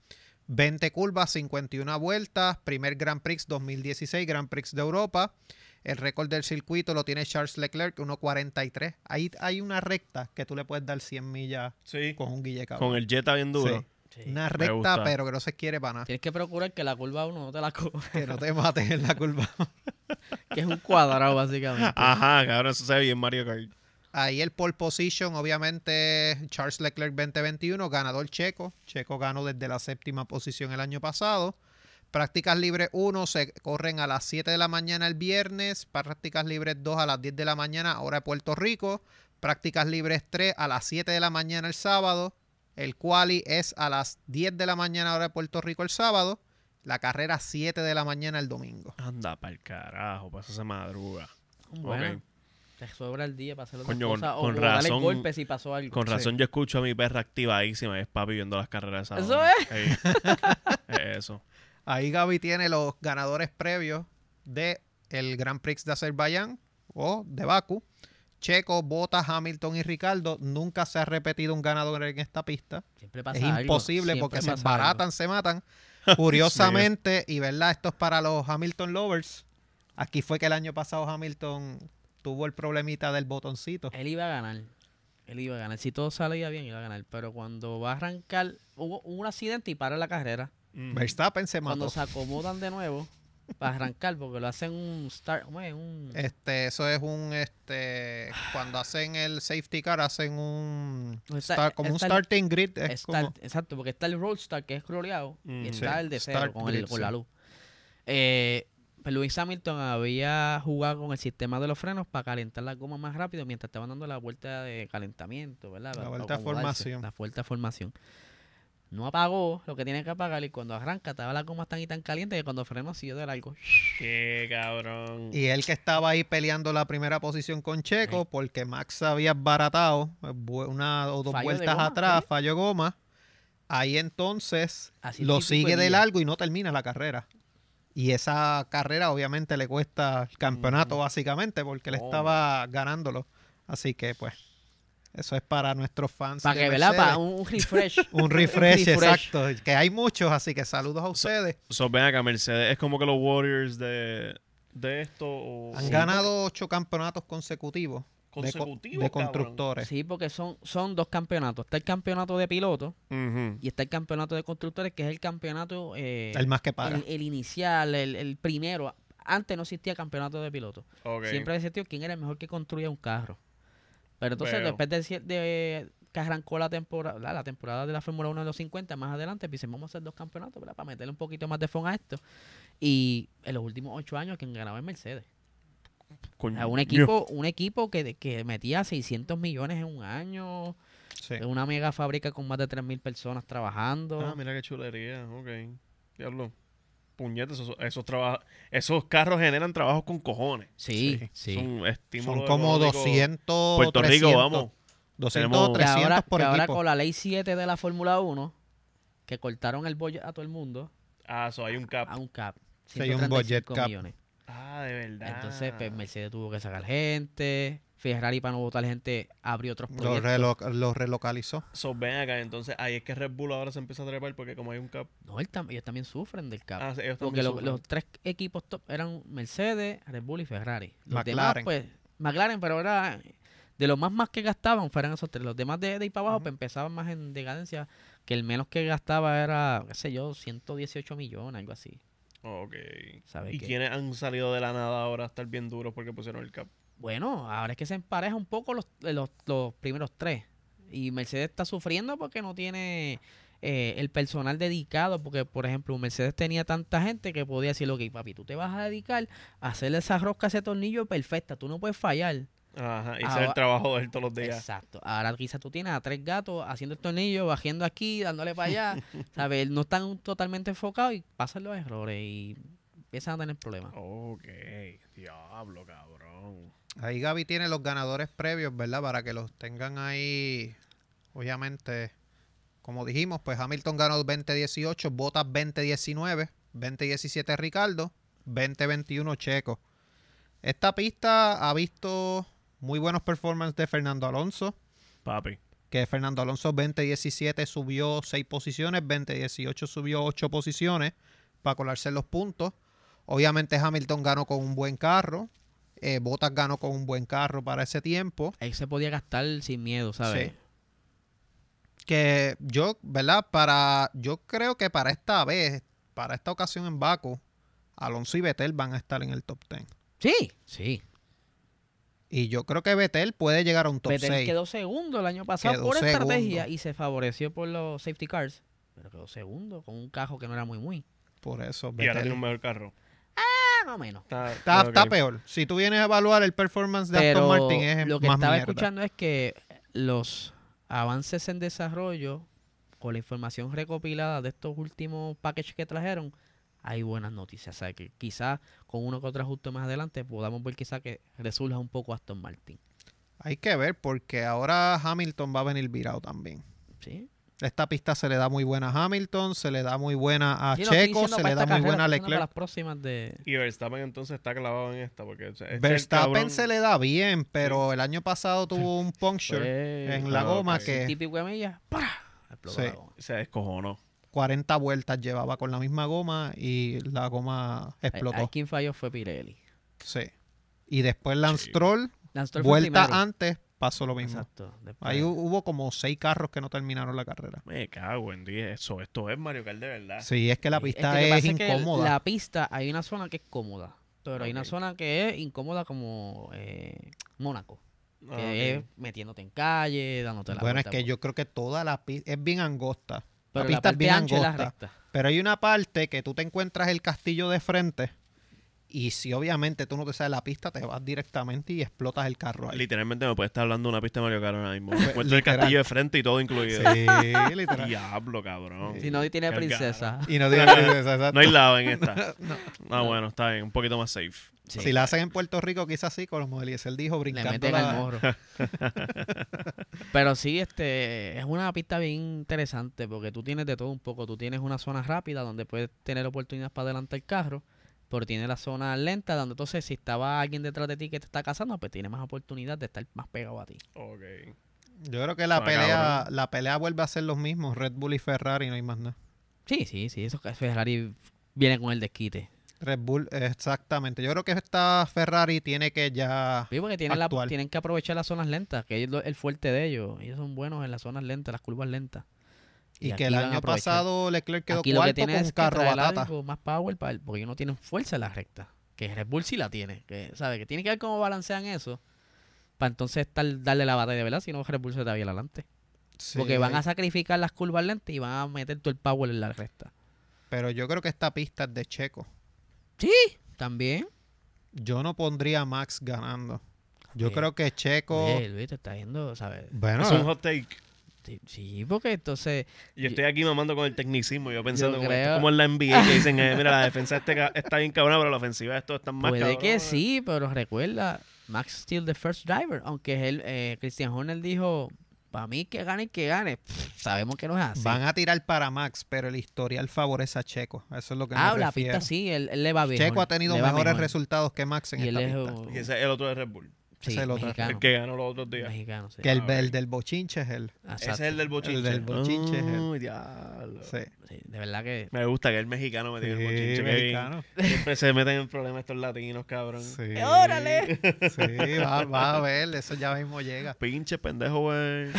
Speaker 1: 20 curvas, 51 vueltas, primer Grand Prix 2016, Grand Prix de Europa. El récord del circuito lo tiene Charles Leclerc, 1.43. Ahí hay una recta que tú le puedes dar 100 millas
Speaker 3: Sí, con,
Speaker 1: con un guille cabrón.
Speaker 3: con el Jetta bien duro.
Speaker 1: Sí. Una recta,
Speaker 3: gusta.
Speaker 1: pero que no se quiere para nada.
Speaker 2: Tienes que procurar que la curva 1 no te la coja,
Speaker 1: Que no te mates en la curva.
Speaker 2: [LAUGHS] que es un cuadrado básicamente.
Speaker 3: Ajá, cabrón, eso se ve bien Mario Kart.
Speaker 1: Ahí el pole position, obviamente, Charles Leclerc 2021, ganador checo. Checo ganó desde la séptima posición el año pasado. Prácticas libres 1 se corren a las 7 de la mañana el viernes. Prácticas libres 2 a las 10 de la mañana, hora de Puerto Rico. Prácticas libres 3 a las 7 de la mañana el sábado. El quali es a las 10 de la mañana, hora de Puerto Rico el sábado. La carrera 7 de la mañana el domingo.
Speaker 3: Anda pa'l carajo, para eso se madruga.
Speaker 2: Bueno,
Speaker 3: Ok.
Speaker 2: te sobra el día para hacer otras
Speaker 3: Coño, con-
Speaker 2: cosas o,
Speaker 3: con
Speaker 2: o darle
Speaker 3: razón-
Speaker 2: golpes si pasó algo.
Speaker 3: Con
Speaker 1: Sí.
Speaker 3: razón yo escucho a mi perra activadísima y es papi viendo las carreras. a esa
Speaker 2: Eso
Speaker 3: hora. Ey,
Speaker 2: [LAUGHS]
Speaker 3: es eso.
Speaker 1: Ahí Gaby tiene los ganadores previos de el Grand Prix de Azerbaiyán o de Bakú. Checo, Bota, Hamilton y Ricardo. Nunca se ha repetido un ganador en esta pista.
Speaker 2: Siempre pasa
Speaker 1: es
Speaker 2: algo,
Speaker 1: imposible
Speaker 2: siempre
Speaker 1: porque se
Speaker 2: pasa algo.
Speaker 1: embaratan, se
Speaker 2: [LAUGHS]
Speaker 1: matan. Curiosamente, y verdad, esto es para los Hamilton lovers. Aquí fue que el año pasado Hamilton tuvo el problemita del botoncito.
Speaker 2: Él iba a ganar. Él iba a ganar. Si todo salía bien, iba a ganar. Pero cuando va a arrancar, hubo hubo un accidente y para la carrera.
Speaker 3: Mm,
Speaker 1: Verstappen se
Speaker 2: Mm. Cuando
Speaker 1: mató.
Speaker 2: se acomodan de nuevo para arrancar, porque lo hacen un start. ¿cómo es? Un,
Speaker 1: Este, eso es un este cuando hacen el safety car hacen un
Speaker 2: Un sta-
Speaker 1: start- como un
Speaker 2: start-
Speaker 1: starting grid es
Speaker 2: start-
Speaker 1: como-
Speaker 2: Exacto, porque está el roadstar que es coloreado
Speaker 3: Mm,
Speaker 2: y
Speaker 3: sí.
Speaker 2: está el de cero
Speaker 1: Start
Speaker 2: con, el-
Speaker 1: grid,
Speaker 2: con
Speaker 1: sí.
Speaker 2: la luz. Eh, Lewis Hamilton había jugado con el sistema de los frenos para calentar la goma más rápido mientras estaban dando la vuelta de calentamiento, ¿verdad?
Speaker 1: La
Speaker 2: Para
Speaker 1: vuelta de
Speaker 2: acomodarse,
Speaker 1: formación.
Speaker 2: La vuelta de formación. No apagó lo que tiene que apagar y cuando arranca estaba la goma tan y tan caliente que cuando frenó siguió de largo.
Speaker 3: Qué cabrón.
Speaker 1: Y él que estaba ahí peleando la primera posición con Checo, porque Max se había baratado eh, una o dos
Speaker 2: Fallo de
Speaker 1: vueltas
Speaker 2: goma,
Speaker 1: atrás,
Speaker 2: sí.
Speaker 1: falló goma. Ahí entonces
Speaker 2: Así es
Speaker 1: lo
Speaker 2: típico
Speaker 1: sigue de
Speaker 2: día.
Speaker 1: largo y no termina la carrera. Y esa carrera obviamente le cuesta el campeonato básicamente porque él
Speaker 2: Oh.
Speaker 1: estaba ganándolo. Así que pues eso es para nuestros fans.
Speaker 2: Para
Speaker 1: de
Speaker 2: que, ¿verdad? Para
Speaker 1: Mercedes.
Speaker 2: un refresh.
Speaker 1: [LAUGHS] un
Speaker 2: [LAUGHS]
Speaker 1: refresh,
Speaker 2: refresh.
Speaker 1: exacto. Que hay muchos, así que saludos a ustedes.
Speaker 3: So, ven acá, Mercedes. Es como que los Warriors de, de esto. O...
Speaker 1: Han ganado ocho campeonatos consecutivos de co-
Speaker 3: Consecutivos,
Speaker 1: de,
Speaker 3: cabrón.
Speaker 1: constructores.
Speaker 2: sí, porque son, son dos campeonatos. Está el campeonato de pilotos
Speaker 3: Ujú.
Speaker 2: y está el campeonato de constructores, que es el campeonato... eh,
Speaker 1: El más que paga.
Speaker 2: el, el inicial, el, el primero. Antes no existía campeonato de pilotos.
Speaker 3: Ok.
Speaker 2: Siempre existió quién era el mejor que construía un carro. Pero entonces,
Speaker 3: Veo.
Speaker 2: después de, cier- de que arrancó la temporada, la, la temporada de la Fórmula 1 de los 50, más adelante pues dicen, vamos a hacer dos campeonatos ¿verdad? para meterle un poquito más de fondo a esto. Y en los últimos ocho años, quien ganaba es Mercedes. O sea,
Speaker 3: Coño.
Speaker 2: un equipo, un equipo que, que metía 600 millones en un año,
Speaker 1: Sí.
Speaker 2: en una mega fábrica con más de 3.000 personas trabajando.
Speaker 3: Ah, mira qué chulería. Ok. Diablo. Puñetes, esos, esos, traba- esos carros generan trabajos con cojones.
Speaker 2: sí,
Speaker 1: sí,
Speaker 2: sí.
Speaker 3: Son estímulos.
Speaker 1: Son como
Speaker 3: económicos.
Speaker 1: 200.
Speaker 3: Puerto
Speaker 1: 300,
Speaker 3: Rico, vamos.
Speaker 1: 200
Speaker 3: Tenemos-
Speaker 1: o
Speaker 2: que
Speaker 1: 300
Speaker 2: ahora,
Speaker 1: por
Speaker 2: que ahora
Speaker 1: equipo.
Speaker 2: con la ley 7 de la Fórmula 1, que cortaron el bollo a todo el mundo,
Speaker 3: Ah, eso hay un cap.
Speaker 2: a un cap.
Speaker 1: Sí, hay un budget
Speaker 2: 135
Speaker 1: cap.
Speaker 2: millones.
Speaker 3: Ah, de verdad.
Speaker 2: Entonces,
Speaker 3: Ah.
Speaker 2: pues, Mercedes tuvo que sacar gente. Ferrari, para no votar gente, abrió otros
Speaker 1: Lo,
Speaker 2: proyectos.
Speaker 1: relo- lo relocalizó.
Speaker 3: So, ven acá, entonces ahí es que Red Bull ahora se empieza a trepar porque como hay un cap.
Speaker 2: No, él tam- ellos también sufren del cap.
Speaker 3: Ah, sí, ellos
Speaker 2: porque
Speaker 3: también
Speaker 2: lo-
Speaker 3: sufren.
Speaker 2: los tres equipos top eran Mercedes, Red Bull y Ferrari. Los
Speaker 1: McLaren.
Speaker 2: demás, pues, McLaren, pero era eh, de los más más que gastaban fueran esos tres. Los demás de, de ahí para abajo
Speaker 1: Ujú.
Speaker 2: pues, empezaban más en decadencia, que el menos que gastaba era, qué sé yo, 118 millones, algo así.
Speaker 3: oh, Ok.
Speaker 2: ¿Sabes
Speaker 3: ¿Y
Speaker 2: qué?
Speaker 3: quiénes han salido de la nada ahora a estar bien duros porque pusieron el cap?
Speaker 2: Bueno, ahora es que se empareja un poco los, eh, los, los primeros tres. Y Mercedes está sufriendo porque no tiene eh, el personal dedicado. Porque, por ejemplo, Mercedes tenía tanta gente que podía decir, ok, papi, tú te vas a dedicar a hacerle esa rosca, a ese tornillo perfecta. Tú no puedes fallar.
Speaker 3: Ajá, y ese
Speaker 2: Ah,
Speaker 3: es
Speaker 2: va-
Speaker 3: el trabajo de él todos los días.
Speaker 2: Exacto. Ahora quizás tú tienes a tres gatos haciendo el tornillo, bajando aquí, dándole para allá. ¿Sabes? No están totalmente enfocados y pasan los errores y empiezan a tener
Speaker 3: Oh.
Speaker 2: problemas.
Speaker 3: Ok. Diablo, cabrón.
Speaker 1: Ahí Gaby tiene los ganadores previos, ¿verdad? Para que los tengan ahí. Obviamente, como dijimos, pues Hamilton ganó 2018, Botas 2019, 2017 Ricardo, 2021 Checo. Esta pista ha visto muy buenos performances de Fernando Alonso.
Speaker 3: Papi.
Speaker 1: que Fernando Alonso 2017 subió 6 posiciones, 2018 subió 8 posiciones para colarse en los puntos. Obviamente Hamilton ganó con un buen carro, eh, Bottas ganó con un buen carro para ese tiempo.
Speaker 2: Ahí se podía gastar sin miedo, ¿sabes?
Speaker 1: Sí. Que yo, ¿verdad? Para, yo creo que para esta vez, para esta ocasión en Baku, Alonso y Vettel van a estar en el top 10.
Speaker 2: Sí, sí.
Speaker 1: Y yo creo que Vettel puede llegar a un top
Speaker 2: Vettel
Speaker 1: 6.
Speaker 2: quedó segundo el año pasado
Speaker 1: Quedó
Speaker 2: por estrategia
Speaker 1: segundo.
Speaker 2: y se favoreció por los safety cars. Pero quedó segundo con un cajo que no era muy muy.
Speaker 1: Por eso,
Speaker 3: Y ahora
Speaker 1: Vettel.
Speaker 3: tiene un mejor carro.
Speaker 2: Ah, más o menos.
Speaker 3: Está,
Speaker 1: Está,
Speaker 3: ok.
Speaker 1: está peor. Si tú vienes a evaluar el performance de
Speaker 2: Pero
Speaker 1: Aston Martin, es
Speaker 2: lo que
Speaker 1: más
Speaker 2: estaba
Speaker 1: mierda.
Speaker 2: escuchando es que los avances en desarrollo con la información recopilada de estos últimos packages que trajeron, hay buenas noticias. O sea, que quizás con uno que otro ajuste más adelante podamos ver quizás que resurja un poco Aston Martin.
Speaker 1: Hay que ver porque ahora Hamilton va a venir virado también.
Speaker 2: ¿Sí?
Speaker 1: Esta pista se le da muy buena a Hamilton, se le da muy buena a
Speaker 2: Sí, no estoy
Speaker 1: Checo,
Speaker 2: diciendo
Speaker 1: se
Speaker 2: para
Speaker 1: le da
Speaker 2: esta
Speaker 1: muy
Speaker 2: carrera,
Speaker 1: buena a
Speaker 2: estoy diciendo para
Speaker 1: Leclerc.
Speaker 2: las próximas de...
Speaker 3: Y Verstappen entonces está clavado en esta porque... o sea, este es el
Speaker 1: Verstappen
Speaker 3: cabrón-
Speaker 1: se le da bien, pero el año pasado tuvo un puncture
Speaker 2: Fue-
Speaker 1: en la
Speaker 3: Ah,
Speaker 1: goma
Speaker 3: ok.
Speaker 1: que
Speaker 2: típico de milla, ¡pra! Explotó
Speaker 1: Sí.
Speaker 2: la goma.
Speaker 3: Se descojonó.
Speaker 1: 40 vueltas llevaba con la misma goma y la goma explotó.
Speaker 2: Ahí quien falló fue Pirelli.
Speaker 1: Sí. Y después Lance
Speaker 3: Sí.
Speaker 1: Stroll,
Speaker 2: Lance Stroll fue el
Speaker 1: vuelta
Speaker 2: primero.
Speaker 1: antes, pasó lo mismo.
Speaker 2: Exacto. después.
Speaker 1: Ahí hu- hubo como seis carros que no terminaron la carrera.
Speaker 3: Me cago en 10. Eso, esto es Mario Kart de verdad.
Speaker 1: Sí, es que la
Speaker 2: Ah. Sí, es
Speaker 1: pista
Speaker 2: que lo que
Speaker 1: es,
Speaker 2: pasa que
Speaker 1: incómoda.
Speaker 2: la pista, hay una zona que es cómoda, pero hay una
Speaker 3: Ok.
Speaker 2: zona que es incómoda como eh, Mónaco. Que
Speaker 3: Ah,
Speaker 2: es metiéndote en calle, dándote la
Speaker 1: Bueno, es
Speaker 2: vuelta
Speaker 1: que
Speaker 2: por-
Speaker 1: yo creo que toda la pista es bien angosta.
Speaker 2: Pero
Speaker 1: la pista es
Speaker 2: parte
Speaker 1: bien
Speaker 2: ancha es la
Speaker 1: angosta.
Speaker 2: recta.
Speaker 1: Pero hay una parte que tú te encuentras el castillo de frente Y si obviamente tú no te sabes la pista, te vas directamente y explotas el carro ahí.
Speaker 3: Literalmente me puede estar hablando de una pista de Mario Kart
Speaker 1: [LAUGHS]
Speaker 3: ahora mismo. Encuentro el
Speaker 1: literal.
Speaker 3: castillo de frente y todo incluido.
Speaker 1: Sí,
Speaker 3: [LAUGHS]
Speaker 1: literal.
Speaker 3: Diablo, cabrón.
Speaker 2: Si no, y tiene
Speaker 3: Qué algarra.
Speaker 2: princesa.
Speaker 1: Y no digas que es esa-
Speaker 3: No hay lado en
Speaker 2: [LAUGHS]
Speaker 3: esta. Ah, bueno, está bien. Un poquito más safe.
Speaker 2: Sí.
Speaker 1: Si la hacen en Puerto Rico, quizás sí, con los Eliezer dijo
Speaker 2: Le
Speaker 1: brincando
Speaker 2: meten al
Speaker 1: la...
Speaker 2: morro. [LAUGHS] Pero sí, este, es una pista bien interesante porque tú tienes de todo un poco. Tú tienes una zona rápida donde puedes tener oportunidades para adelantar el carro, pero tienes la zona lenta donde entonces si estaba alguien detrás de ti que te está cazando, pues tienes más oportunidad de estar más pegado a ti.
Speaker 3: Ok.
Speaker 1: Yo creo que la
Speaker 3: Ah,
Speaker 1: pelea,
Speaker 3: cabrón.
Speaker 1: la pelea vuelve a ser los mismos, Red Bull y Ferrari, no hay más nada.
Speaker 2: Sí, sí, sí, eso que Ferrari viene con el desquite.
Speaker 1: Red Bull, exactamente. Yo creo que esta Ferrari tiene que ya...
Speaker 2: Sí, porque tienen, la-
Speaker 1: Actual.
Speaker 2: tienen que aprovechar las zonas lentas, que es lo- el fuerte de ellos. Ellos son buenos en las zonas lentas, las curvas lentas.
Speaker 1: Y,
Speaker 2: aquí
Speaker 1: que el
Speaker 2: van a
Speaker 1: año
Speaker 2: aprovechar.
Speaker 1: pasado Leclerc quedó
Speaker 2: Aquí lo que
Speaker 1: cuarto
Speaker 2: tiene
Speaker 1: con un
Speaker 2: es que
Speaker 1: carro
Speaker 2: traer
Speaker 1: batata.
Speaker 2: algo más power para él, porque ellos no tienen fuerza en la recta. Que Red Bull sí la tiene. Que, ¿sabe? que tiene que ver cómo balancean eso. Para entonces estar- darle la batalla, ¿verdad? Si no, Red Bull se te va a ir adelante.
Speaker 1: Sí,
Speaker 2: porque van
Speaker 1: ahí.
Speaker 2: a sacrificar las curvas lentas y van a meter todo el power en la recta.
Speaker 1: Pero yo creo que esta pista es de Checo.
Speaker 2: También.
Speaker 1: Yo no pondría a Max ganando. Yo
Speaker 2: Oye,
Speaker 1: creo que Checo...
Speaker 2: Oye, Luis, te está yendo, ¿sabes?
Speaker 1: Bueno,
Speaker 3: es un hot take.
Speaker 2: Sí, sí, porque entonces.
Speaker 3: Yo estoy aquí mamando con el tecnicismo. Yo pensando
Speaker 2: Yo
Speaker 3: como,
Speaker 2: creo-
Speaker 3: esto, como en la NBA que dicen, eh, mira, la defensa este ca- está bien cabrona, pero la ofensiva de estos está más
Speaker 2: Puede
Speaker 3: cabrona.
Speaker 2: que sí, pero recuerda, Max still the first driver, aunque él, eh, Christian Horner dijo, para mí que gane, que gane. Pff, sabemos que no es así.
Speaker 1: van a tirar para Max, pero el historial favorece a Checo. Eso es lo que
Speaker 2: ah,
Speaker 1: me
Speaker 2: la
Speaker 1: refiero.
Speaker 2: pista sí, él, él le va bien.
Speaker 1: Checo ha tenido
Speaker 2: le va
Speaker 1: mejores
Speaker 2: mejor.
Speaker 1: resultados que Max en
Speaker 2: Y él
Speaker 1: esta
Speaker 2: es
Speaker 1: pista.
Speaker 2: un-
Speaker 3: Y ese es el otro de Red Bull.
Speaker 2: Sí,
Speaker 1: es el otro.
Speaker 2: mexicano.
Speaker 3: El que ganó los otros días.
Speaker 2: Mexicano, sí. Ah,
Speaker 1: Que el,
Speaker 3: Ah, ok.
Speaker 1: el del bochinche es él.
Speaker 2: Exacto.
Speaker 3: Ese es el del bochinche.
Speaker 1: El del bochinche es él.
Speaker 3: Uy, diablo.
Speaker 1: Sí.
Speaker 2: Sí, de verdad que...
Speaker 3: Me gusta que el mexicano me tiene Ah, el bochinche. qué bien.
Speaker 1: mexicano.
Speaker 3: Siempre se meten en problemas estos latinos, cabrón.
Speaker 1: Sí.
Speaker 2: ¡Órale!
Speaker 1: Sí, va, va a
Speaker 3: [LAUGHS]
Speaker 1: ver, eso ya mismo llega.
Speaker 3: Pinche pendejo, güey.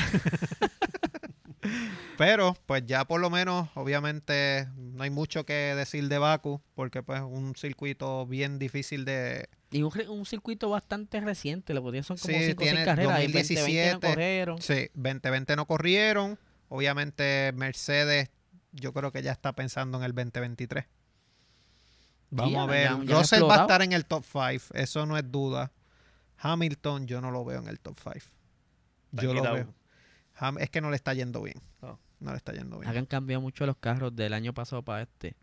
Speaker 1: Pero, pues ya por lo menos, obviamente, no hay mucho que decir de Baku, porque pues un circuito bien difícil de...
Speaker 2: Y un, re- un circuito bastante reciente, lo que tiene son como
Speaker 1: Sí,
Speaker 2: 5 o 6
Speaker 1: tiene
Speaker 2: carreras. y 20, 20 no
Speaker 1: 2017.
Speaker 2: corrieron.
Speaker 1: Sí, 2020 no corrieron. Obviamente Mercedes, yo creo que ya está pensando en el 2023. Vamos
Speaker 2: Sí,
Speaker 1: a
Speaker 2: ya-
Speaker 1: ver.
Speaker 2: ya- ya han
Speaker 1: Russell va a
Speaker 2: explotado.
Speaker 1: estar en el top 5, eso no es duda. Hamilton yo no lo veo en el top 5.
Speaker 3: Está
Speaker 1: Yo lo
Speaker 3: quitado.
Speaker 1: veo. Ham- es que no le está yendo bien.
Speaker 3: Oh.
Speaker 1: No le está yendo bien.
Speaker 2: Hagan cambiado mucho los carros del año pasado para este.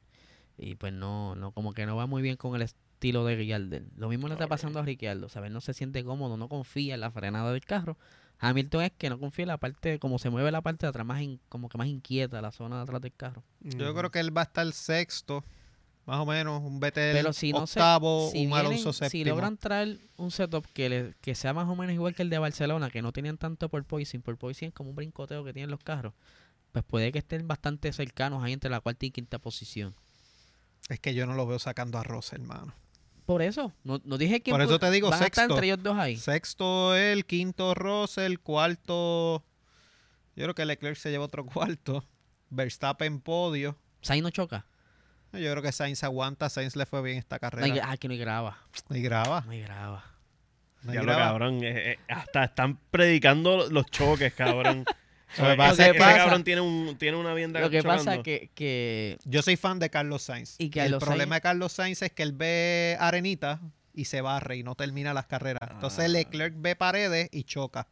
Speaker 2: Y pues no, no, como que no va muy bien con el estilo de Ricciardo. Lo mismo le está
Speaker 3: Ok.
Speaker 2: pasando a Ricciardo, ¿sabes? No se siente cómodo, no confía en la frenada del carro. Hamilton es que no confía en la parte, como se mueve la parte de atrás, más in- como que más inquieta la zona de atrás del carro.
Speaker 1: Yo creo que él va a estar sexto, más o menos, un Vettel
Speaker 2: Pero si no se-
Speaker 1: octavo,
Speaker 2: si,
Speaker 1: un
Speaker 2: vienen-
Speaker 1: Alonso
Speaker 2: si
Speaker 1: séptimo.
Speaker 2: logran traer un setup que, le- que sea más o menos igual que el de Barcelona, que no tenían tanto porpoising, porpoising es como un brincoteo que tienen los carros, pues puede que estén bastante cercanos ahí entre la cuarta y quinta posición.
Speaker 1: Es que yo no lo veo sacando a Russell, hermano.
Speaker 2: Por eso, no, no dije que
Speaker 1: Por eso te digo
Speaker 2: van a estar
Speaker 1: sexto.
Speaker 2: entre ellos dos ahí.
Speaker 1: Sexto el quinto Russell, cuarto. Yo creo que Leclerc se lleva otro [LAUGHS] cuarto. Verstappen podio.
Speaker 2: Sainz no choca.
Speaker 1: Yo creo que Sainz aguanta. Sainz le fue bien esta
Speaker 2: No hay-
Speaker 1: carrera.
Speaker 2: ah, que no hay grava.
Speaker 1: Y graba.
Speaker 2: No hay grava.
Speaker 1: No hay
Speaker 3: Diablo,
Speaker 1: grava.
Speaker 3: cabrón. eh, eh, hasta están predicando los
Speaker 1: [LAUGHS]
Speaker 3: choques, cabrón.
Speaker 1: Lo que pasa
Speaker 3: ese,
Speaker 1: es
Speaker 3: ese
Speaker 1: que-
Speaker 3: cabrón tiene, un, tiene una vienda
Speaker 2: Lo que pasa es
Speaker 3: chocando.
Speaker 2: que, que
Speaker 1: Yo soy fan de Carlos Sainz.
Speaker 2: Y
Speaker 1: el
Speaker 2: Carlos
Speaker 1: problema
Speaker 2: Sainz-
Speaker 1: de Carlos Sainz es que él ve arenita y se barre y no termina las carreras.
Speaker 3: Ah.
Speaker 1: Entonces Leclerc ve paredes y choca.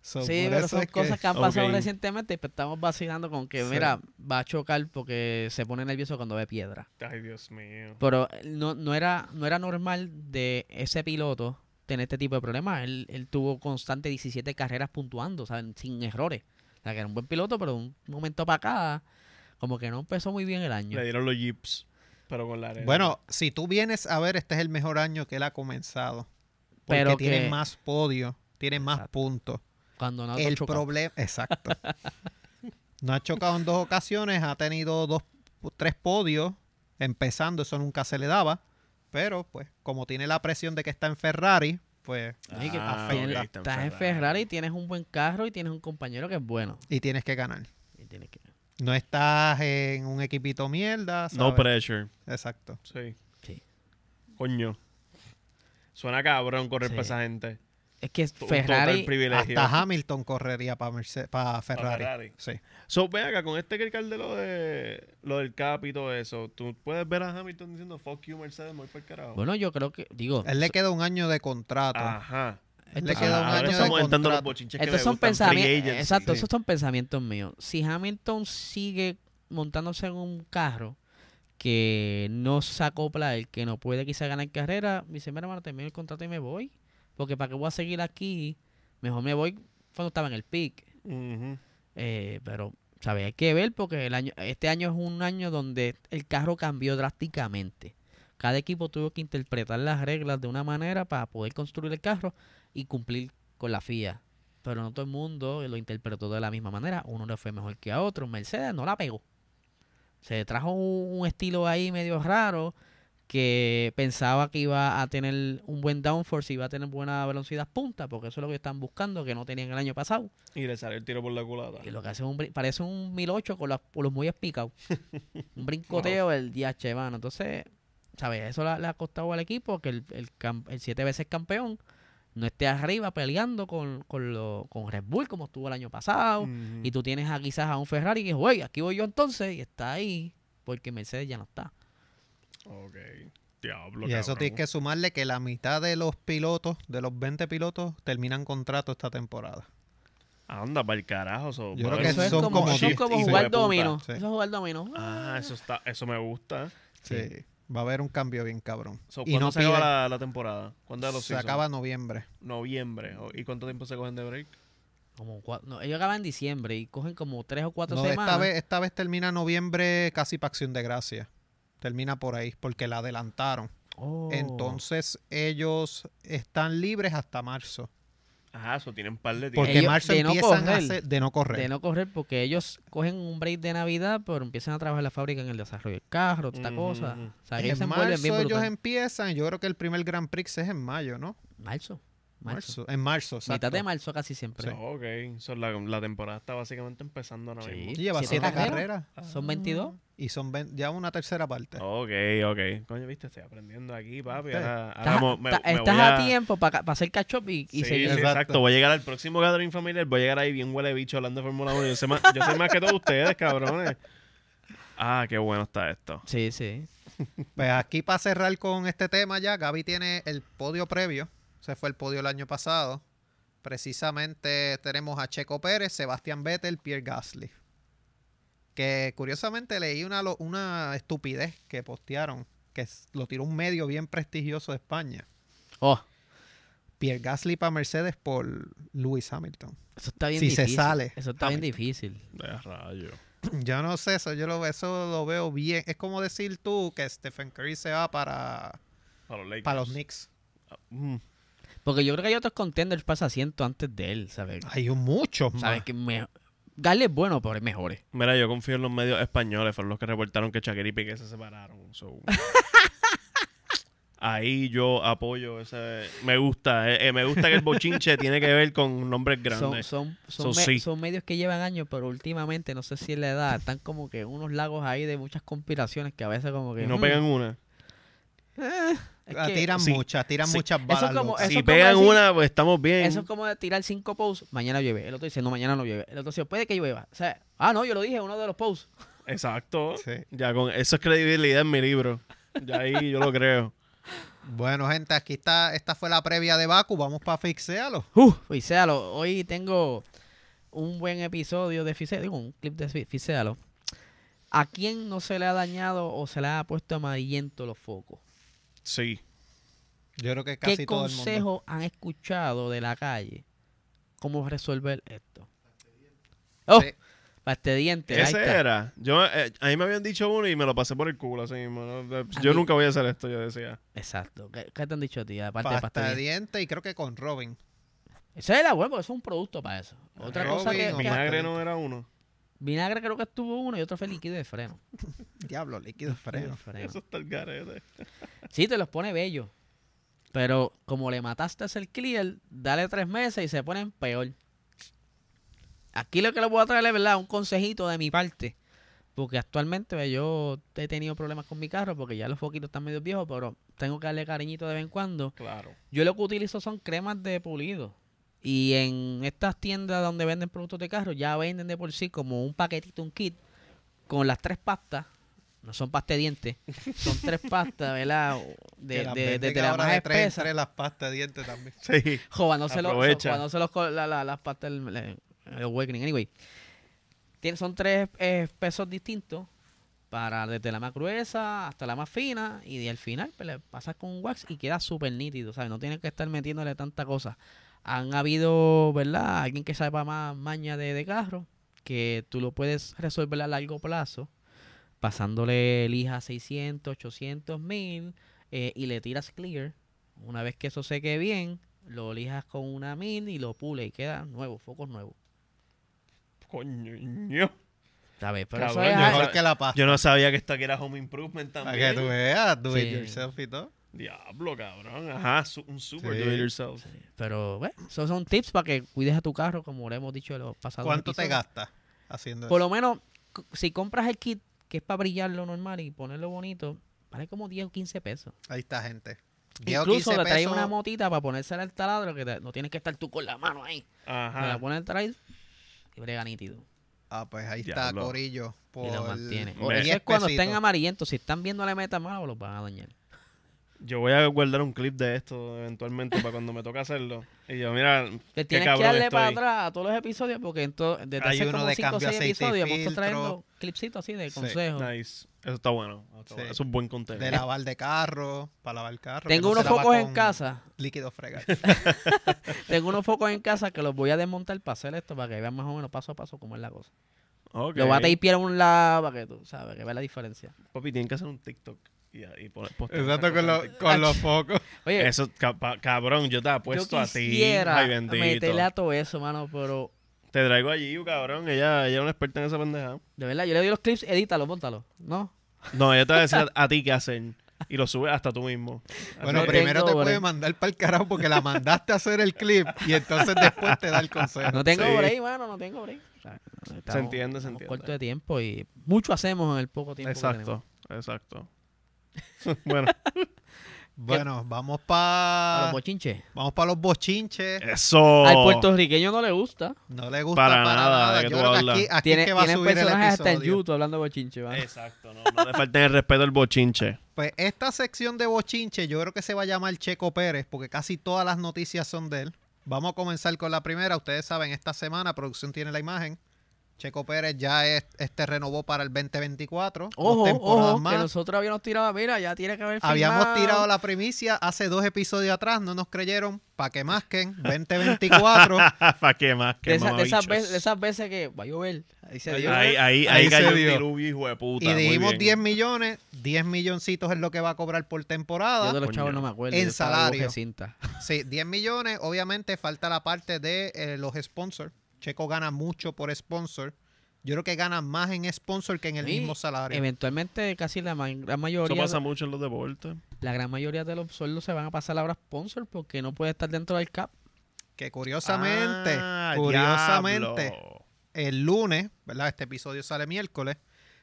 Speaker 1: So,
Speaker 2: sí,
Speaker 1: por
Speaker 2: pero
Speaker 1: eso
Speaker 2: son
Speaker 1: es que-
Speaker 2: cosas que han pasado
Speaker 3: Ok.
Speaker 2: recientemente y pues estamos vacilando con que,
Speaker 1: Sí.
Speaker 2: mira, va a chocar porque se pone nervioso cuando ve piedra.
Speaker 3: Ay, Dios mío.
Speaker 2: Pero eh, no, no, era, no era normal de ese piloto tener este tipo de problemas. Él, él tuvo constante 17 carreras puntuando, ¿saben? sin errores. O sea, que era un buen piloto, pero de un momento para acá, como que no empezó muy bien el año.
Speaker 3: Le dieron los jeeps, pero con la arena.
Speaker 1: Bueno, si tú vienes a ver, este es el mejor año que él ha comenzado. Porque
Speaker 2: Pero que-
Speaker 1: tiene más podio, tiene más
Speaker 2: Exacto.
Speaker 1: puntos.
Speaker 2: Cuando no
Speaker 1: el
Speaker 2: chocó.
Speaker 1: problema,
Speaker 2: [LAUGHS]
Speaker 1: exacto. no ha chocado en dos ocasiones, ha tenido dos, tres podios, empezando, eso nunca se le daba. Pero, pues, como tiene la presión de que está en Ferrari, pues,
Speaker 2: Ay, que
Speaker 3: Ah,
Speaker 2: tienes-
Speaker 3: ok, está en
Speaker 2: estás en
Speaker 3: Ferrari.
Speaker 2: Ferrari y tienes un buen carro y tienes un compañero que es bueno.
Speaker 1: y tienes que ganar.
Speaker 2: Y tienes que-
Speaker 1: No estás en un equipito mierda. ¿sabes?
Speaker 3: No pressure.
Speaker 1: Exacto.
Speaker 3: Sí.
Speaker 2: Sí.
Speaker 3: Coño. Suena cabrón correr
Speaker 2: Sí.
Speaker 3: para esa gente.
Speaker 2: es que
Speaker 3: Un total
Speaker 2: Ferrari.
Speaker 3: privilegio.
Speaker 1: Hasta Hamilton correría para Ferrari.
Speaker 3: Ferrari.
Speaker 1: Sí.
Speaker 3: So, ven acá, con este que alcalde lo, de, lo del cap y todo eso, ¿tú puedes ver a Hamilton diciendo fuck you, Mercedes, me voy para el carajo?
Speaker 2: Bueno, yo creo que, digo,
Speaker 1: Él le queda un año de contrato.
Speaker 3: Ajá.
Speaker 1: Él le
Speaker 2: esto-
Speaker 1: queda
Speaker 3: Ah,
Speaker 1: un
Speaker 3: ahora
Speaker 1: año de
Speaker 3: estamos entrando en los
Speaker 1: contrato.
Speaker 3: bochinches que
Speaker 2: estos
Speaker 3: me
Speaker 2: son
Speaker 3: gustan, free
Speaker 2: pensamientos.
Speaker 3: agency.
Speaker 2: Exacto,
Speaker 3: Sí.
Speaker 2: esos son pensamientos míos. Si Hamilton sigue montándose en un carro que no se acopla a él, que no puede quizá ganar carrera, me dice, mira, hermano, termino el contrato y me voy. Porque para qué voy a seguir aquí, mejor me voy cuando estaba en el pick.
Speaker 3: Ujú.
Speaker 2: Eh, pero, ¿sabes? Hay que ver porque el año, este año es un año donde el carro cambió drásticamente. Cada equipo tuvo que interpretar las reglas de una manera para poder construir el carro y cumplir con la FIA. Pero no todo el mundo lo interpretó de la misma manera. Uno le fue mejor que a otro. Mercedes no la pegó. Se trajo un, un estilo ahí medio raro que pensaba que iba a tener un buen downforce y iba a tener buena velocidad punta, porque eso es lo que están buscando, que no tenían el año pasado.
Speaker 3: Y le sale el tiro por la culata.
Speaker 2: Y lo que hace es un brin- parece un 1008 con, las- con los muelles picados. un brincoteo del DH, mano. Entonces, ¿sabes? Eso le, le ha costado al equipo que el, el, cam- el siete veces campeón no esté arriba peleando con, con, lo- con Red Bull como estuvo el año pasado.
Speaker 3: Ujú.
Speaker 2: Y tú tienes a, quizás a un Ferrari que dice, oye, aquí voy yo entonces y está ahí porque Mercedes ya no está.
Speaker 3: Ok. Diablo,
Speaker 1: Y a eso
Speaker 3: cabrón.
Speaker 1: tienes que sumarle que la mitad de los pilotos, de los 20 pilotos, terminan contrato esta temporada.
Speaker 3: Anda, para el carajo. so,
Speaker 1: Yo
Speaker 3: va a
Speaker 1: creo
Speaker 3: haber
Speaker 1: que
Speaker 2: eso
Speaker 3: un
Speaker 2: es
Speaker 1: son
Speaker 2: como,
Speaker 1: como
Speaker 2: eso es
Speaker 1: shift,
Speaker 2: como
Speaker 1: hijo de
Speaker 2: jugar
Speaker 3: puta.
Speaker 2: domino.
Speaker 1: Sí.
Speaker 2: Eso es jugar domino.
Speaker 3: Ah, eso está, eso me gusta.
Speaker 1: Sí. Va a haber un cambio bien cabrón.
Speaker 3: So,
Speaker 1: y
Speaker 3: ¿Cuándo
Speaker 1: no
Speaker 3: se acaba
Speaker 1: piden-
Speaker 3: la, la temporada? ¿Cuándo es los
Speaker 1: se
Speaker 3: season?
Speaker 1: acaba noviembre.
Speaker 3: Noviembre. O- ¿Y cuánto tiempo se cogen de break?
Speaker 2: Como cua- no, ellos acaban en diciembre y cogen como tres o cuatro
Speaker 1: No,
Speaker 2: semanas.
Speaker 1: esta vez, esta vez termina noviembre casi para acción de gracia. Termina por ahí, porque la adelantaron.
Speaker 2: Oh.
Speaker 1: Entonces ellos están libres hasta marzo.
Speaker 3: Ajá, Ah, eso tienen un par de tiempo.
Speaker 1: Porque
Speaker 2: Ellos-
Speaker 1: marzo
Speaker 2: de no
Speaker 1: empiezan a
Speaker 2: correr.
Speaker 1: hacer de no correr.
Speaker 2: De no correr porque ellos cogen un break de Navidad, pero empiezan a trabajar en la fábrica en el desarrollo del carro, esta
Speaker 3: Ujú,
Speaker 2: cosa.
Speaker 3: ujú.
Speaker 2: O sea, que ellos se
Speaker 1: en
Speaker 2: envuelven bien
Speaker 1: marzo ellos em-
Speaker 2: brutal.
Speaker 1: empiezan. Yo creo que el primer Grand Prix es en mayo, ¿no?
Speaker 2: Marzo. Marzo.
Speaker 1: En marzo, exacto.
Speaker 2: Mitad de marzo casi siempre.
Speaker 3: Ok. So, la, la temporada está básicamente empezando ahora
Speaker 2: Sí.
Speaker 1: Y
Speaker 3: mismo. Ah.
Speaker 1: lleva
Speaker 2: Siete
Speaker 1: siete
Speaker 2: carreras.
Speaker 1: carreras.
Speaker 2: Son 22.
Speaker 1: Y son ven- ya una tercera parte.
Speaker 3: Ok, ok. Coño, viste, estoy aprendiendo aquí, papi.
Speaker 1: Sí.
Speaker 3: Ahora,
Speaker 2: Estás,
Speaker 3: ahora mo- me-
Speaker 2: ta-
Speaker 3: me
Speaker 2: estás
Speaker 3: voy
Speaker 2: a... tiempo para hacer catch up y, y
Speaker 3: Sí, sí,
Speaker 2: seguir.
Speaker 1: Exacto.
Speaker 3: exacto. Voy a llegar al próximo gathering familiar, voy a llegar ahí bien huele bicho hablando de Fórmula 1. Yo sé, más, yo sé más que todos ustedes, cabrones. Ah, qué bueno está esto.
Speaker 2: Sí, sí.
Speaker 1: Pues aquí para cerrar con este tema ya, Gaby tiene el podio previo. Se fue el podio el año pasado. Precisamente tenemos a Checo Pérez, Sebastián Vettel, Pierre Gasly. Que curiosamente leí una, lo- una estupidez que postearon, que s- lo tiró un medio bien prestigioso de España.
Speaker 2: Oh,
Speaker 1: Pierre Gasly para Mercedes por Lewis Hamilton. [CLEARS THROAT]
Speaker 2: eso está bien
Speaker 1: Si se
Speaker 2: difícil.
Speaker 1: sale.
Speaker 2: Eso está bien difícil.
Speaker 3: De rayo.
Speaker 1: Yo no sé eso, yo lo, eso lo veo bien. Es como decir tú que Stephen Curry se va para,
Speaker 3: Para los Lakers.
Speaker 1: para los Knicks.
Speaker 3: Mm.
Speaker 2: Porque yo creo que hay otros contenders para asiento antes de él, ¿sabes?
Speaker 1: Hay un- muchos más.
Speaker 2: ¿Sabes? Que me... Gale es bueno, pero es mejor.
Speaker 3: Mira, yo confío en los medios españoles, fueron los que reportaron que Shakira y Piqué se separaron.
Speaker 2: [LAUGHS]
Speaker 3: so. Ahí yo apoyo ese. Me gusta, eh, eh, me gusta que el bochinche tiene que ver con nombres
Speaker 2: son,
Speaker 3: grandes.
Speaker 2: son, son,
Speaker 3: So,
Speaker 2: me-
Speaker 3: sí.
Speaker 2: son medios que llevan años, pero últimamente, no sé si es la edad, están como que unos lagos ahí de muchas conspiraciones que a veces como que...
Speaker 3: Y no
Speaker 2: mm,
Speaker 3: pegan una.
Speaker 2: es
Speaker 1: Ah,
Speaker 2: que
Speaker 1: tiran
Speaker 3: Sí.
Speaker 1: muchas, tiran
Speaker 3: Sí.
Speaker 1: muchas
Speaker 2: Eso
Speaker 1: balas.
Speaker 2: como-
Speaker 1: locas.
Speaker 2: eso
Speaker 3: Si
Speaker 2: como
Speaker 3: pegan
Speaker 2: decir-
Speaker 3: una, pues estamos bien.
Speaker 2: Eso es como de tirar cinco posts, mañana llueve. El otro dice, no, mañana no llueve. El otro dice, puede que llueva. O sea, ah, no, yo lo dije, en uno de los posts. [LAUGHS]
Speaker 3: Exacto.
Speaker 1: Sí.
Speaker 3: Ya con eso es credibilidad en mi libro. Ya ahí yo lo creo.
Speaker 1: Bueno, gente, aquí está, esta fue la previa de Baku, vamos para fixearlo.
Speaker 2: Uh, Fisealo, hoy tengo un buen episodio de Fisealo, digo, un clip de Fi- Fisealo. ¿A quién no se le ha dañado o se le ha puesto amarillento los focos?
Speaker 3: Sí.
Speaker 1: Yo creo que casi
Speaker 2: ¿Qué
Speaker 1: todo el mundo.
Speaker 2: consejos han escuchado de la calle? ¿Cómo resolver esto? ¡Oh!
Speaker 1: Sí.
Speaker 2: Pastediente, ahí
Speaker 3: Ese
Speaker 2: está.
Speaker 3: era. Yo, eh, a mí me habían dicho uno y me lo pasé por el culo así mismo. ¿no? Eh, Yo
Speaker 2: mí-
Speaker 3: nunca voy a hacer esto, yo decía.
Speaker 2: Exacto. ¿Qué, qué te han dicho a ti? Aparte de
Speaker 1: Pasta de
Speaker 2: pastediente.
Speaker 1: dientes y creo que con Robin.
Speaker 2: Ese era bueno, porque eso es un producto para eso. Otra cosa que,
Speaker 1: Robin,
Speaker 2: que-
Speaker 1: Omar.
Speaker 3: Vinagre no era uno.
Speaker 2: Vinagre creo que estuvo uno y otro fue líquido de freno.
Speaker 1: Diablo, líquido
Speaker 2: Líquido de
Speaker 1: freno.
Speaker 2: freno.
Speaker 3: Eso está el garete.
Speaker 2: Sí, te los pone bello. Pero como le mataste el clear, dale tres meses y se ponen peor. Aquí lo que les voy a traer es verdad un consejito de mi parte. pues, Porque actualmente ve, yo he tenido problemas con mi carro porque ya los foquitos están medio viejos, pero tengo que darle cariñito de vez en cuando.
Speaker 3: Claro.
Speaker 2: Yo lo que utilizo son cremas de pulido. Y en estas tiendas donde venden productos de carro, ya venden de por sí como un paquetito, un kit, con las tres pastas. No son pasta de dientes, son tres pastas, ¿verdad? De,
Speaker 1: Que las
Speaker 2: de, de,
Speaker 1: venden
Speaker 2: de la
Speaker 1: ahora
Speaker 2: más
Speaker 1: de tres en
Speaker 2: espesa.
Speaker 1: tres las pastas de dientes también.
Speaker 3: Sí.
Speaker 2: Jodándose los,
Speaker 3: Aprovecha.
Speaker 2: jodándose los co- la- la- las pastas del la- el Awakening. Anyway, Tien- son tres eh, pesos distintos para desde la más gruesa hasta la más fina y de- al final pues, le pasas con un wax y queda súper nítido, ¿sabes? No tienes que estar metiéndole tanta cosa. Han habido, ¿verdad? Alguien que sepa más maña de, de carro que tú lo puedes resolver a largo plazo pasándole lija 600, 800, 1000 eh, y le tiras clear. Una vez que eso seque bien, lo lijas con una mil y lo pule y queda nuevo, focos nuevos.
Speaker 3: Coño, ño.
Speaker 2: ¿Sabes? Pero eso
Speaker 3: Cabrón,
Speaker 2: es
Speaker 3: yo
Speaker 2: algo-
Speaker 1: Mejor que la pasta.
Speaker 3: Yo no sabía que esto aquí era Home Improvement
Speaker 1: Para Ah, que tú
Speaker 3: también.
Speaker 1: veas, do it
Speaker 2: Sí.
Speaker 1: yourself y todo.
Speaker 3: Diablo, cabrón. Ajá, su- un super
Speaker 1: Sí.
Speaker 3: do it yourself.
Speaker 2: Pero bueno, esos son tips para que cuides a tu carro, como le hemos dicho en los pasados.
Speaker 1: ¿Cuánto te
Speaker 2: episodios.
Speaker 1: gastas haciendo
Speaker 2: Por
Speaker 1: eso?
Speaker 2: lo menos, c- si compras el kit, que es para brillarlo normal y ponerlo bonito, vale como 10 o 15 pesos.
Speaker 1: Ahí está, gente. 10 o
Speaker 2: Incluso
Speaker 1: 15
Speaker 2: le traes
Speaker 1: pesos,
Speaker 2: una motita para ponérsela al taladro, que te- no tienes que estar tú con la mano ahí. Me la
Speaker 3: Ajá.
Speaker 2: pones al taladro y brega nítido.
Speaker 1: Ah, pues ahí está,
Speaker 3: Diablo.
Speaker 1: Corillo. Por
Speaker 2: Y lo mantiene.
Speaker 3: Ve.
Speaker 2: Eso es cuando
Speaker 1: pesitos.
Speaker 2: estén amarillentos. Si están viendo la meta mala, los van a dañar.
Speaker 3: Yo voy a guardar un clip de esto eventualmente para cuando me toque hacerlo. Y yo, mira,
Speaker 2: Le
Speaker 3: qué
Speaker 2: tienes que
Speaker 3: cabrón
Speaker 2: darle para
Speaker 3: estoy.
Speaker 2: atrás a todos los episodios porque entonces, desde
Speaker 1: Hay
Speaker 2: hace
Speaker 1: uno
Speaker 2: como
Speaker 1: de
Speaker 2: 5 o
Speaker 1: cambio
Speaker 2: 6
Speaker 1: aceite y
Speaker 2: episodios hemos estado trayendo
Speaker 1: filtro.
Speaker 2: clipsitos así de
Speaker 1: Sí.
Speaker 2: consejos.
Speaker 3: Nice. Eso está bueno. Eso está
Speaker 1: Sí.
Speaker 3: bueno. Eso es buen contenido.
Speaker 1: De lavar de carro, para lavar carro. que
Speaker 2: Tengo
Speaker 1: no
Speaker 2: unos
Speaker 1: se lava
Speaker 2: focos en
Speaker 1: con
Speaker 2: casa. [LAUGHS]
Speaker 1: Líquido fregar.
Speaker 2: Tengo unos focos en casa que los voy a desmontar para hacer esto, para que vean más o menos paso a paso cómo es la cosa.
Speaker 3: Ok.
Speaker 2: Lo voy a tapear a un lado para que tú sabes, que veas la diferencia.
Speaker 3: Papi, tienen que hacer un TikTok. Y, y poner- postear esas
Speaker 1: Exacto, con,
Speaker 3: cosas en
Speaker 1: lo- con los focos.
Speaker 2: Oye,
Speaker 3: Eso, ca- pa- cabrón, Eh, yo te apuesto
Speaker 2: yo
Speaker 3: a ti.
Speaker 2: quisiera
Speaker 3: Ay, bendito.
Speaker 2: meterle a todo eso, mano, pero
Speaker 3: Te traigo allí, cabrón. Ella, ella es una experta en esa pendeja.
Speaker 2: de verdad, yo le doy los clips, edítalo, póntalo, ¿no?
Speaker 3: No, ella te va a decir a, a ti qué hacer. Y lo subes hasta tú mismo. Así
Speaker 1: Bueno, pues,
Speaker 3: que-
Speaker 2: tengo,
Speaker 1: primero te
Speaker 2: bro.
Speaker 1: puede mandar para el carajo porque la mandaste a hacer el clip y entonces después te da el consejo.
Speaker 2: No tengo
Speaker 3: Ah, Sí.
Speaker 2: break, mano, no tengo break. O sea, estamos-
Speaker 3: Se entiende, se
Speaker 2: estamos
Speaker 3: entiende.
Speaker 2: corto de tiempo y mucho hacemos en el poco tiempo que tenemos.
Speaker 3: Exacto, exacto. [LAUGHS] bueno,
Speaker 1: Bueno, vamos
Speaker 2: A los
Speaker 3: Ah.
Speaker 1: para
Speaker 2: bochinches.
Speaker 1: vamos para los bochinches.
Speaker 3: eso.
Speaker 2: Al puertorriqueño no le gusta.
Speaker 1: No le gusta
Speaker 3: Eh, Para
Speaker 1: para,
Speaker 3: nada,
Speaker 1: nada.
Speaker 3: ¿de qué
Speaker 1: Yo
Speaker 3: tú
Speaker 1: creo que
Speaker 3: hablas?
Speaker 1: aquí, aquí
Speaker 2: Tiene,
Speaker 1: es que va a
Speaker 2: tienen
Speaker 1: subir el
Speaker 2: personajes hasta en
Speaker 1: episodio.
Speaker 2: YouTube hablando bochinche, ¿va?
Speaker 3: Exacto, no, no le falten el respeto al bochinche.
Speaker 1: Pues esta sección de bochinche yo creo que se va a llamar Checo Pérez porque casi todas las noticias son de él. Vamos a comenzar con la primera. Ustedes saben, esta semana producción tiene la imagen. Checo Pérez ya es- este renovó para el 2024. dos
Speaker 2: Ojo,
Speaker 1: temporadas
Speaker 2: ojo, que
Speaker 1: más.
Speaker 2: nosotros habíamos tirado, mira, ya tiene que haber
Speaker 1: Habíamos
Speaker 2: firmado.
Speaker 1: tirado la primicia hace dos episodios atrás, no nos creyeron, pa' que masquen, 2024.
Speaker 3: [LAUGHS] ¿Para qué más?
Speaker 2: de,
Speaker 3: ¿Qué
Speaker 2: esa- de esas
Speaker 3: mamabichos.
Speaker 2: veces, de esas veces que va a llover. Ahí se dio.
Speaker 3: Ahí, ahí, ahí,
Speaker 1: Ahí se
Speaker 3: cayó un
Speaker 1: dio.
Speaker 3: diluvio, hijo de [LAUGHS] puta.
Speaker 1: y
Speaker 3: muy
Speaker 1: dijimos
Speaker 3: bien.
Speaker 1: 10 millones, 10 milloncitos es lo que va a cobrar por
Speaker 2: Yo
Speaker 1: temporada.
Speaker 2: de los
Speaker 3: Coño.
Speaker 2: chavos no me acuerdo.
Speaker 1: En
Speaker 2: yo estaba de
Speaker 1: salario.
Speaker 2: boca de cinta.
Speaker 1: Sí, 10 millones, obviamente falta la parte de eh, los sponsors. Checo gana mucho por sponsor. Yo creo que gana más en sponsor que en el
Speaker 2: Sí, Em,
Speaker 1: mismo salario.
Speaker 2: Eventualmente, casi la ma- gran
Speaker 3: Eso
Speaker 2: mayoría,
Speaker 3: pasa mucho en los deportes.
Speaker 2: la gran mayoría de los sueldos se van a pasar ahora a sponsor porque no puede estar dentro del cap.
Speaker 1: Que curiosamente,
Speaker 3: Ah,
Speaker 1: curiosamente,
Speaker 3: diablo.
Speaker 1: el lunes, ¿verdad? Este episodio sale miércoles.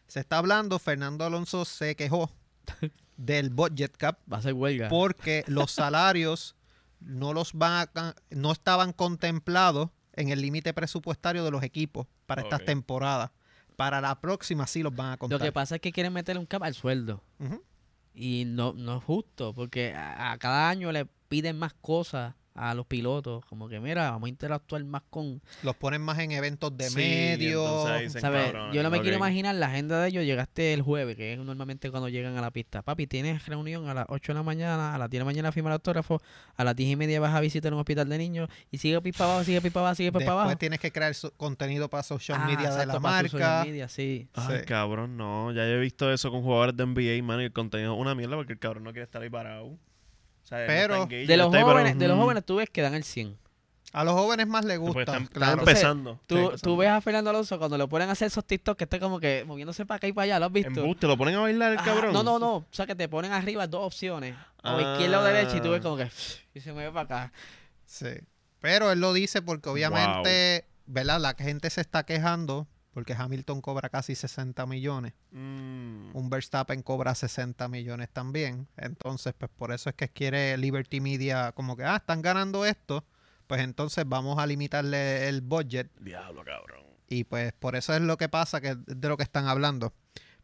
Speaker 1: Se está hablando, Fernando Alonso se quejó [LAUGHS] del budget cap
Speaker 2: Va a ser huelga.
Speaker 1: porque los salarios no los van a ca- no estaban contemplados en el límite presupuestario de los equipos para
Speaker 3: Ok.
Speaker 1: estas temporadas. Para la próxima sí los van a
Speaker 2: Lo
Speaker 1: contar.
Speaker 2: que pasa es que quieren meterle un cap al sueldo.
Speaker 1: Ujú.
Speaker 2: Y no, no es justo, porque a, a cada año le piden más cosas a los pilotos. Como que, mira, vamos a interactuar más con...
Speaker 1: Los ponen más en eventos de
Speaker 3: Sí,
Speaker 1: medio.
Speaker 3: entonces ahí se
Speaker 2: ¿sabes?
Speaker 3: encabronan,
Speaker 2: Yo no me
Speaker 3: ok.
Speaker 2: quiero imaginar la agenda de ellos. Llegaste el jueves, que es normalmente cuando llegan a la pista. Papi, tienes reunión a las 8 de la mañana, a las 10 de la mañana firma el autógrafo, a las 10 y media vas a visitar un hospital de niños y sigue pipa abajo, sigue pipa abajo, sigue pipa
Speaker 1: Después
Speaker 2: abajo.
Speaker 1: tienes que crear so- contenido para social
Speaker 2: Pues, Ah,
Speaker 1: media de
Speaker 2: exacto,
Speaker 1: la
Speaker 2: para sus social
Speaker 1: marca.
Speaker 2: media, sí.
Speaker 3: Ay,
Speaker 1: Sí.
Speaker 3: cabrón, no. Ya yo he visto eso con jugadores de NBA, mano, y el contenido es una mierda porque el cabrón no quiere estar ahí parado. O sea, él no
Speaker 1: Pero-
Speaker 3: está engaged,
Speaker 2: De
Speaker 3: no
Speaker 2: los,
Speaker 3: está ahí mm. parado.
Speaker 2: jóvenes, de los
Speaker 3: Ujú.
Speaker 2: jóvenes tú ves que dan el 100.
Speaker 1: A los jóvenes más les
Speaker 3: Porque
Speaker 1: gusta.
Speaker 3: están, están
Speaker 1: claro.
Speaker 2: Entonces,
Speaker 3: empezando.
Speaker 2: Tú,
Speaker 3: Sí,
Speaker 2: tú
Speaker 3: empezando.
Speaker 2: ves a Fernando Alonso cuando lo ponen a hacer esos TikTok que está como que moviéndose para acá y para allá, ¿lo has visto?
Speaker 3: Embuste, lo ponen a bailar el
Speaker 2: Ajá,
Speaker 3: cabrón.
Speaker 2: No, no, no. O sea, que te ponen arriba dos opciones. O
Speaker 3: Ah.
Speaker 2: izquierda o derecha y tú ves como que... Y se mueve para acá.
Speaker 1: Sí. Pero él lo dice porque obviamente, ¿verdad? La gente se está quejando porque Hamilton cobra casi 60 millones.
Speaker 3: Mm.
Speaker 1: Un Verstappen cobra 60 millones también. Entonces, pues por eso es que quiere Liberty Media como que, ah, están ganando esto, pues entonces vamos a limitarle el budget.
Speaker 3: Diablo, cabrón.
Speaker 1: Y pues por eso es lo que pasa, que es de lo que están hablando.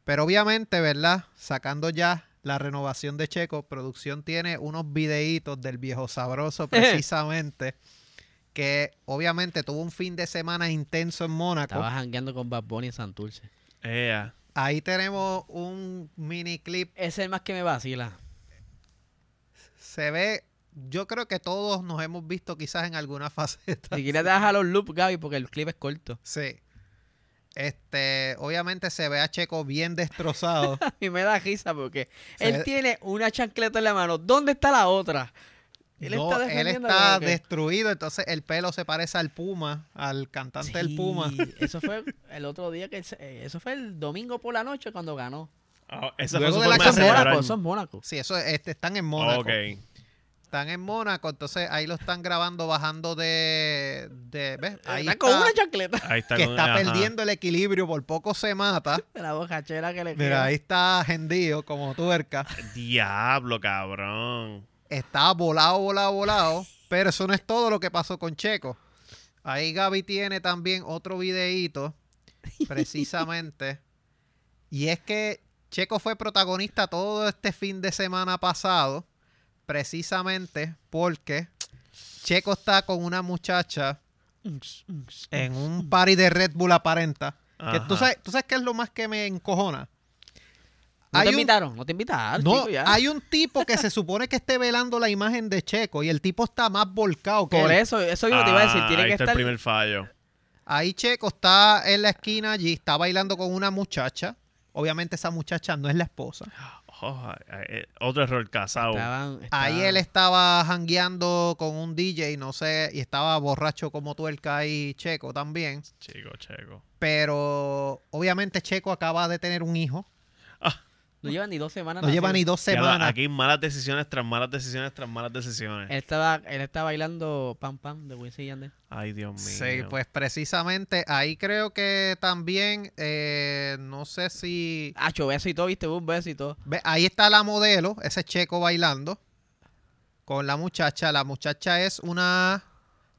Speaker 1: Pero obviamente, ¿verdad? Sacando ya la renovación de Checo, producción tiene unos videitos del viejo sabroso precisamente, que obviamente tuvo un fin de semana intenso en Mónaco.
Speaker 2: Estaba jangueando con Bad Bunny en Santurce.
Speaker 3: Ea.
Speaker 1: Ahí tenemos un mini clip.
Speaker 2: Ese es el más que me vacila.
Speaker 1: Se ve, yo creo que todos nos hemos visto quizás en alguna [LAUGHS] faceta.
Speaker 2: Si quieres te dejar los loops, Gaby, porque el clip es corto. [LAUGHS]
Speaker 1: Sí. Este, obviamente se ve a Checo bien destrozado.
Speaker 2: A mí me da risa porque
Speaker 1: Se-
Speaker 2: él tiene una chancleta en la mano. ¿Dónde está la otra? [LAUGHS] Él
Speaker 1: No,
Speaker 2: está
Speaker 1: él
Speaker 2: defendiendo
Speaker 1: está
Speaker 2: como que-
Speaker 1: destruido, entonces el pelo se parece al Puma, al cantante del Puma. [LAUGHS]
Speaker 2: Sí, Eso fue el otro día que... él se- eh, Eso fue el domingo por la noche cuando ganó.
Speaker 3: Ah, esa
Speaker 1: Luego
Speaker 3: fue
Speaker 1: de la
Speaker 3: su
Speaker 2: Eso es
Speaker 3: forma
Speaker 1: hace
Speaker 3: celebrar.
Speaker 2: Mónaco, eso es Mónaco.
Speaker 1: Sí, eso este, están en Mónaco.
Speaker 3: Ok.
Speaker 1: Están en Mónaco, entonces ahí lo están grabando bajando de, de ¿ves? Ahí
Speaker 2: Eh, está,
Speaker 1: está,
Speaker 2: con una chancleta. [LAUGHS]
Speaker 3: Ahí está
Speaker 1: que
Speaker 3: con-
Speaker 1: está
Speaker 3: ajá.
Speaker 1: perdiendo el equilibrio, por poco se mata.
Speaker 2: De la bocachera que le
Speaker 1: Mira,
Speaker 2: queda.
Speaker 1: ahí está agendío como tuerca.
Speaker 3: Diablo, cabrón.
Speaker 1: Está volado, volado, volado. Pero eso no es todo lo que pasó con Checo. Ahí Gaby tiene también otro
Speaker 2: [LAUGHS]
Speaker 1: videíto, precisamente. y es que Checo fue protagonista todo este fin de semana pasado, precisamente porque Checo está con una muchacha
Speaker 2: Unx, unx,
Speaker 1: en
Speaker 2: [LAUGHS]
Speaker 1: un party de Red Bull aparenta. Que tú
Speaker 3: Ajá.
Speaker 1: sabes, tú sabes qué es lo más que me encojona.
Speaker 2: No te
Speaker 1: un-
Speaker 2: invitaron, no te invitaron.
Speaker 1: no,
Speaker 2: chico, ya.
Speaker 1: hay un tipo que se supone que esté velando la imagen de Checo y el tipo está más volcado que
Speaker 2: Por
Speaker 1: él.
Speaker 2: eso, eso mismo te iba a decir,
Speaker 3: Ah,
Speaker 2: tiene
Speaker 3: ahí
Speaker 2: que
Speaker 3: está
Speaker 2: estar...
Speaker 3: el primer fallo.
Speaker 1: Ahí Checo está en la esquina allí, está bailando con una muchacha. Obviamente esa muchacha no es la esposa.
Speaker 2: Ah,
Speaker 3: Oh, eh, eh, otro error casado.
Speaker 2: Estaban-
Speaker 1: Ahí
Speaker 2: estaban-
Speaker 1: él estaba jangueando con un DJ, no sé, y estaba borracho como tuerca ahí Checo también.
Speaker 3: Chico, chico.
Speaker 1: Pero obviamente Checo acaba de tener un hijo.
Speaker 2: No llevan ni dos semanas.
Speaker 1: No lleva
Speaker 2: nacido.
Speaker 1: ni dos
Speaker 3: Ya lo-
Speaker 1: semanas.
Speaker 3: Aquí malas decisiones tras malas decisiones tras malas decisiones.
Speaker 2: Él estaba, él estaba bailando Pam Pam de Wisin y Yandel.
Speaker 3: Ay, Dios mío.
Speaker 1: Sí, pues precisamente ahí creo que también, eh, no sé si...
Speaker 2: Hacho, beso y todo, viste, un beso y todo.
Speaker 1: Ve, Ahí está la modelo, ese checo bailando con la muchacha. La muchacha es una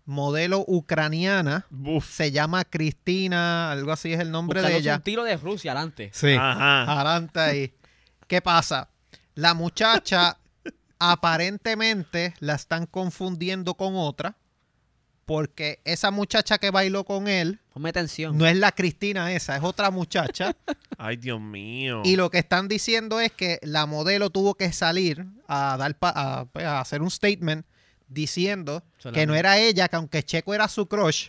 Speaker 1: modelo ucraniana.
Speaker 3: Buf.
Speaker 1: Se llama Cristina, algo así es el nombre de
Speaker 2: Buscándose
Speaker 1: ella.
Speaker 2: un tiro de Rusia adelante.
Speaker 1: Sí.
Speaker 3: Ah.
Speaker 2: Ah.
Speaker 3: Ajá.
Speaker 1: Adelante ahí. ¿Qué pasa? La muchacha aparentemente la están confundiendo con otra porque esa muchacha que bailó con él
Speaker 2: Ponme tensión.
Speaker 1: no es la Cristina esa, es otra muchacha.
Speaker 3: Ay, Dios mío.
Speaker 2: Oh.
Speaker 1: Y lo que están diciendo es que la modelo tuvo que salir a dar pa- a, pues, a hacer un statement diciendo
Speaker 2: Solamente.
Speaker 1: que no era ella, que aunque Checo era su crush